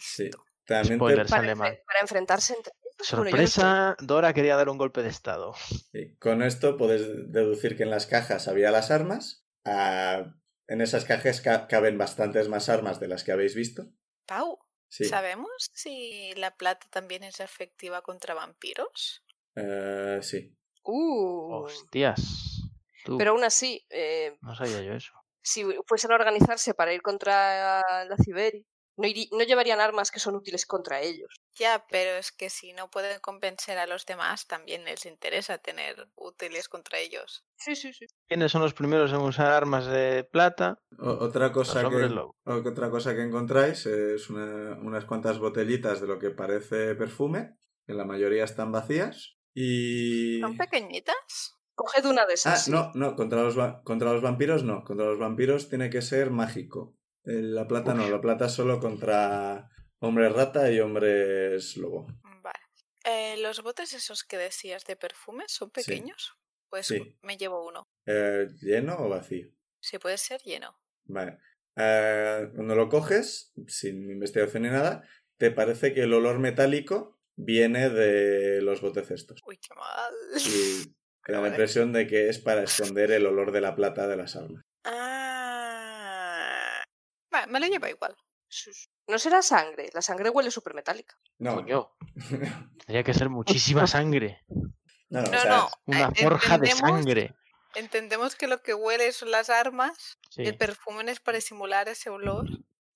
Sí. También te-
Spoilers.
Para,
Sale mal.
enfren- para enfrentarse entre ellos. Bueno, yo no
sorpresa, Dora quería dar un golpe de estado.
Sí, Con esto puedes deducir que en las cajas había las armas. ah, En esas cajas ca- caben bastantes más armas de las que habéis visto.
Pau,
Sí.
¿sabemos si la plata también es efectiva contra vampiros?
Eh, sí.
Uh.
Hostias. Tú,
Pero aún así, eh,
no sabía yo eso.
si fuesen a organizarse para ir contra la Ciberi, no, iri- no llevarían armas que son útiles contra ellos.
Ya, pero es que si no pueden compensar a los demás, también les interesa tener útiles contra ellos.
Sí, sí, sí.
¿Quiénes son los primeros en usar armas de plata?
O- otra, cosa
Los
que,
hombres lobo.
o- otra cosa que encontráis es una- unas cuantas botellitas de lo que parece perfume, que la mayoría están vacías. Y...
¿Son pequeñitas?
Coged una de
Ah,
esas. sí.
no, no, contra los, va- contra los vampiros no. Contra los vampiros tiene que ser mágico. Eh, La plata no, la plata solo contra hombres rata y hombres lobo.
Vale. Eh, ¿Los botes esos que decías de perfumes son
Sí.
pequeños? Pues
Sí.
me llevo uno.
Eh, ¿Lleno o vacío?
Si puede ser lleno.
Vale. Eh, cuando lo coges, sin investigación ni nada, te parece que el olor metálico viene de los botes estos.
Uy, qué mal.
Y te da la
Vale.
impresión de que es para esconder el olor de la plata de las armas.
<laughs> Ah. Vale, me lo llevo igual.
Sus- No será sangre, la sangre huele súper metálica.
No,
Coño. Tendría que ser
<laughs>
muchísima sangre.
<laughs> no, no, o
No,
sea,
no.
Una
eh,
forja de
entendemos-
sangre.
Entendemos que lo que huele son las armas.
Sí.
El perfume es para simular ese olor.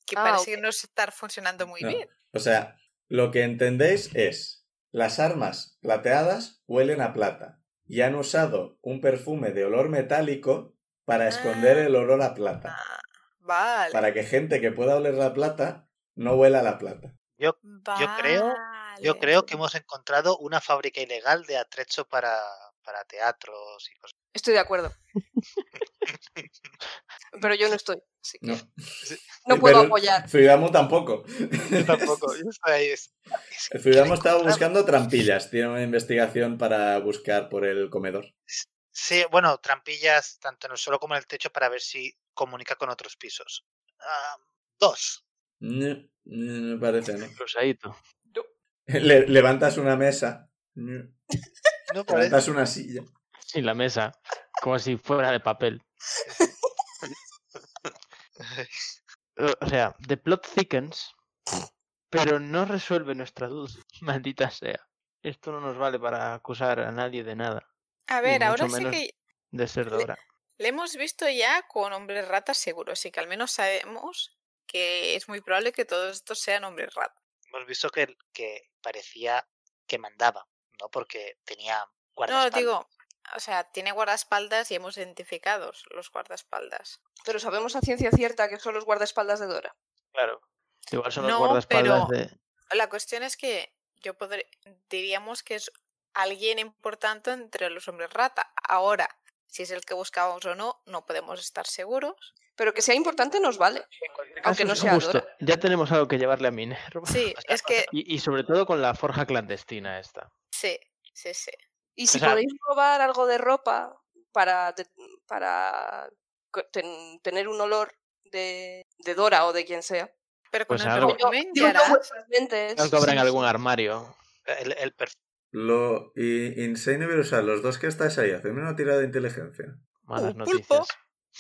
Que
Ah,
parece
ok.
que no estar funcionando muy
no.
bien.
O sea, lo que entendéis es, las armas plateadas huelen a plata y han usado un perfume de olor metálico para esconder el olor a plata.
Ah, vale.
Para que gente que pueda oler la plata no huela la plata.
Yo creo- Yo
Vale.
creo que hemos encontrado una fábrica ilegal de atrecho para, para teatros y cosas.
Estoy de acuerdo. Pero yo no estoy, así que
No.
no
Eh,
Sí,
puedo
pero
apoyar.
Zuidamu tampoco.
Yo
<laughs>
tampoco. yo estoy ahí, es- es que
Zuidamu
quiero
estaba
encontrar-
buscando trampillas. Tiene una investigación para buscar por el comedor.
Sí, bueno, trampillas tanto en el suelo como en el techo para ver si comunica con otros pisos. Ah, dos.
No, no, no parece, ¿no? <laughs>
Cruzadito.
Le- levantas una mesa. No.
No parece.
Levantas una silla.
Sí, la mesa. Como si fuera de papel. eh, O- O sea, The Plot Thickens, pero no resuelve nuestra duda. <laughs> Maldita sea. Esto no nos vale para acusar a nadie de nada.
A
y
ver,
mucho
ahora sí
menos-
que
De ser
Le-
Dora.
le hemos visto ya con hombres ratas seguro, así que al menos sabemos que es muy probable que todos estos sean hombres ratas.
<laughs> Hemos visto que, que parecía que mandaba, ¿no? Porque tenía
No,
guardaespaldas.
digo, o sea, tiene guardaespaldas y hemos identificado los guardaespaldas.
Pero sabemos a ciencia cierta que son los guardaespaldas de Dora.
Claro. Igual son los
No,
guardaespaldas
pero-
de.
La cuestión es que yo podré, diríamos que es alguien importante entre los hombres rata. Ahora, si es el que buscábamos o no, no podemos estar seguros.
Pero que sea importante nos vale. Aunque
Casos
no sea
justo.
Dora.
Ya tenemos algo que llevarle a Minerva.
Sí, es que
Y, y sobre todo con la forja clandestina esta.
sí, sí, sí.
Y si
O sea-
podéis robar algo de ropa para, te- para co- ten- tener un olor de, de Dora o de quien sea.
Pero con
Pues
el
algo-
perfume
Digo
ya
yo
harás.
vuestras mentes.
Algo habrá en
Sí,
algún armario.
El, el perfil.
Lo y Insane y Virusal, los dos que estáis ahí, hacedme una tirada de inteligencia.
Malas
Uh,
noticias.
pulpo.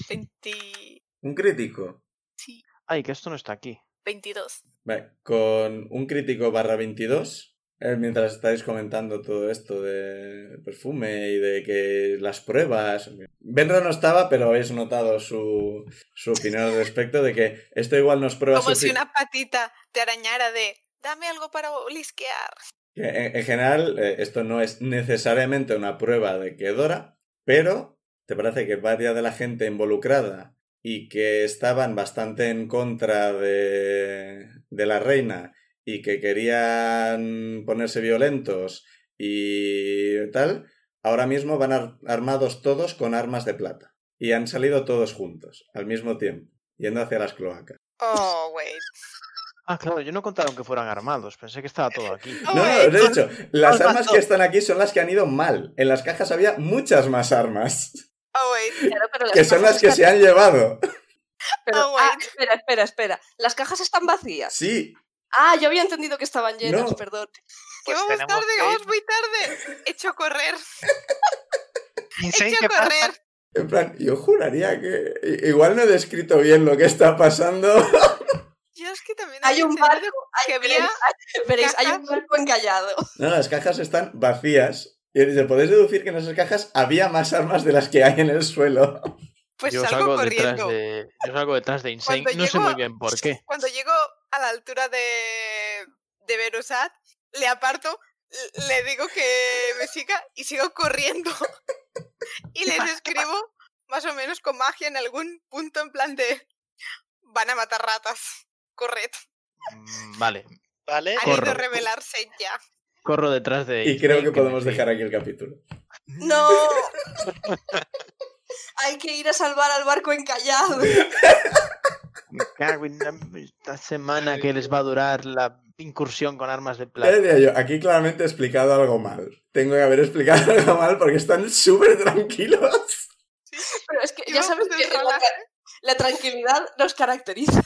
20
Un crítico.
sí,
Ay, que esto no está aquí.
22.
Vale, con un crítico barra 22. eh, mientras estáis comentando todo esto de perfume y de que las pruebas. Benra no estaba, pero habéis notado su, su opinión al respecto de que esto igual nos prueba
Como si
sufici-
una patita te arañara de dame algo para olisquear.
que En, en general, eh, esto no es necesariamente una prueba de que Dora, pero te parece que varias de la gente involucrada y que estaban bastante en contra de, de la reina y que querían ponerse violentos y tal, ahora mismo van ar- armados todos con armas de plata. Y han salido todos juntos, al mismo tiempo, yendo hacia las cloacas.
Oh, wait.
Ah, claro, yo no contaron que fueran armados. Pensé que estaba todo aquí.
No, no,
Hombre,
de
con-
hecho, las
con
armas
razón.
que están aquí son las que han ido mal. En las cajas había muchas más armas,
Oh, wait.
Claro, pero las
que son
cajas
las que
están-
se han llevado.
pero-
Oh, wait.
Ah, espera, espera, espera. Las cajas están vacías.
Sí,
Ah, yo había entendido que estaban llenas,
No.
perdón.
Que
Pues
vamos
tenemos
tarde,
que
vamos
ir. <laughs>
muy tarde. Hecho correr,
Insane,
hecho
¿qué pasa?
correr.
En plan, yo juraría que. i- Igual no he descrito bien lo que está pasando.
Yo es que también
Hay
había
un
entendido
barco,
que
hay,
había
veréis, hay- veréis, hay un
cajas.
barco encallado.
No, las cajas están vacías. Y dice, podéis deducir que en esas cajas había más armas de las que hay en el suelo.
<laughs> pues
yo,
algo
salgo detrás
corriendo.
de, yo salgo detrás de Insane.
Cuando
No sé
llego-
muy bien por
<laughs>
qué.
Cuando llego a la altura de, de Berusat, le aparto, l- le digo que me siga y sigo corriendo. <laughs> Y les escribo más o menos con magia en algún punto en plan de van a matar ratas. Corred.
Mm, Vale,
¿Vale?
Han ido
Corro.
a revelarse ya.
corro detrás de
Y creo
Insane,
que
me
podemos
sigue.
dejar aquí el capítulo.
¡No! hay que ir a salvar al barco encallado.
Me cago en la- esta semana que les va a durar la incursión con armas de
Ya
plata.
diría yo, aquí claramente he explicado algo mal. Tengo que haber explicado <laughs> algo mal porque están súper tranquilos.
Pero es que ya
Íbamos
sabes
de
que la,
relax.
tra- la tranquilidad nos caracteriza.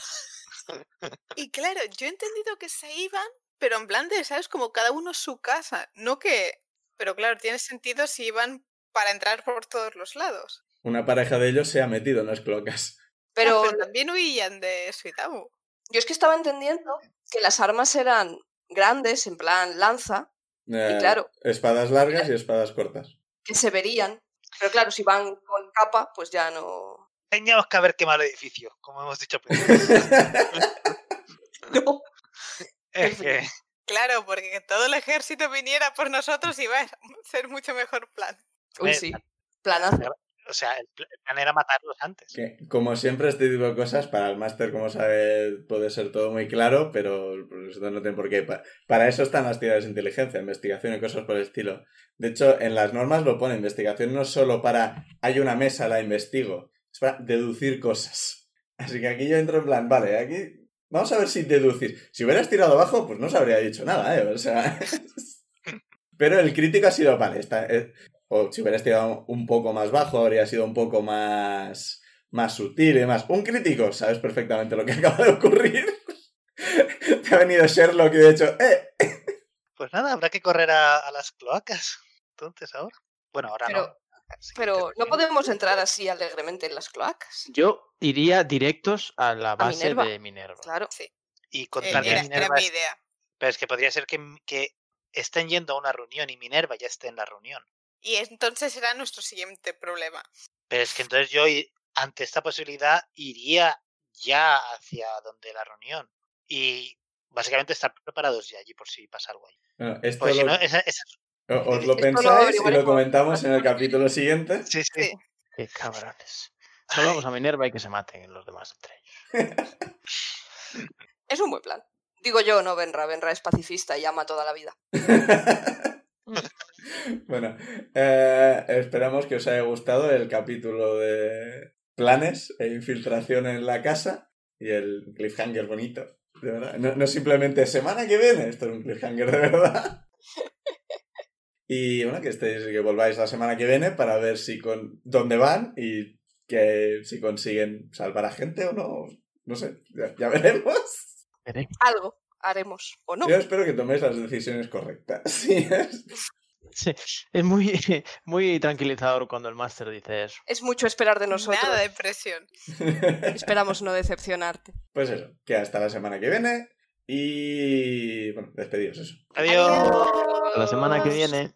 Y claro, yo he entendido que se iban, pero en plan de, ¿sabes? Como cada uno su casa, no que... Pero claro, tiene sentido si iban para entrar por todos los lados.
Una pareja de ellos se ha metido en las cloacas.
Pero,
Pero
también huían de Suitamu.
yo es que estaba entendiendo que las armas eran grandes, en plan lanza,
Eh,
claro.
Espadas largas y espadas cortas.
que se verían. Pero claro, si van con capa, pues ya no.
Teníamos que haber quemado el edificio, como hemos dicho al <laughs> principio.
No.
es que
Claro, porque que todo el ejército viniera por nosotros iba a <laughs> ser mucho mejor plan.
Uy,
Eh,
sí. Planazo.
O sea, el pl- el plan era matarlos antes.
Que, como siempre, este tipo de cosas, para el máster, como sabe, puede ser todo muy claro, pero pues, no no tiene por qué. Pa- Para, eso están las tiras de inteligencia, investigación y cosas por el estilo. De hecho, en las normas lo pone, investigación no es solo para hay una mesa, la investigo, es para deducir cosas. Así que aquí yo entro en plan, vale, aquí vamos a ver si deducir. Si hubieras tirado abajo, pues no os habría dicho nada, ¿eh? O sea... <laughs> pero el crítico ha sido, vale, está... eh, o si hubieras tirado un poco más bajo, habría sido un poco más más sutil y demás. Un crítico, sabes perfectamente lo que <laughs> acaba de ocurrir. Te ha venido Sherlock y de hecho, ¡eh!
Pues nada, habrá que correr a, a las cloacas. Entonces, ahora. Bueno, ahora no.
Pero- Pero no podemos entrar así alegremente en las cloacas.
Yo iría directos a la base
Minerva.
de Minerva.
Claro.
Y
Eh,
contar
Era,
que
era
Minerva
mi
es-
idea.
Pero es que podría ser que, que estén yendo a una reunión y Minerva ya esté en la reunión.
Y entonces era nuestro siguiente problema.
Pero es que entonces yo, i- ante esta posibilidad, iría ya hacia donde la reunión. Y básicamente estar preparados ya allí por si pasa algo ahí.
Bueno, esto
Porque si
lo-
no, esa- esa-
o- os lo
esto lo
pensáis y lo
averiguaremos.
comentamos en el capítulo siguiente.
sí, sí.
Sí.
Qué cabrones. Solo vamos a Minerva y que se maten los demás entre ellos. <laughs>
Es un buen plan. Digo yo, no Benra. Benra es pacifista y ama toda la vida.
<laughs> bueno, eh, esperamos que os haya gustado el capítulo de planes e infiltración en la casa y el cliffhanger bonito. De verdad. No, no simplemente semana que viene, esto es un cliffhanger de verdad. Y bueno, que estéis, que volváis la semana que viene para ver si con dónde van y que si consiguen salvar a gente o no. No sé, ya, ya veremos.
Veré.
Algo haremos. O no.
Yo espero que toméis las decisiones correctas. <laughs> Sí, es-
Sí, Es muy, <laughs> muy tranquilizador cuando el máster dice eso.
Es mucho esperar de nosotros.
Nada de presión.
¿eh?
Esperamos no decepcionarte.
Pues eso, que hasta la semana que viene. Y bueno, despedidos eso.
Adiós.
Hasta La semana que viene.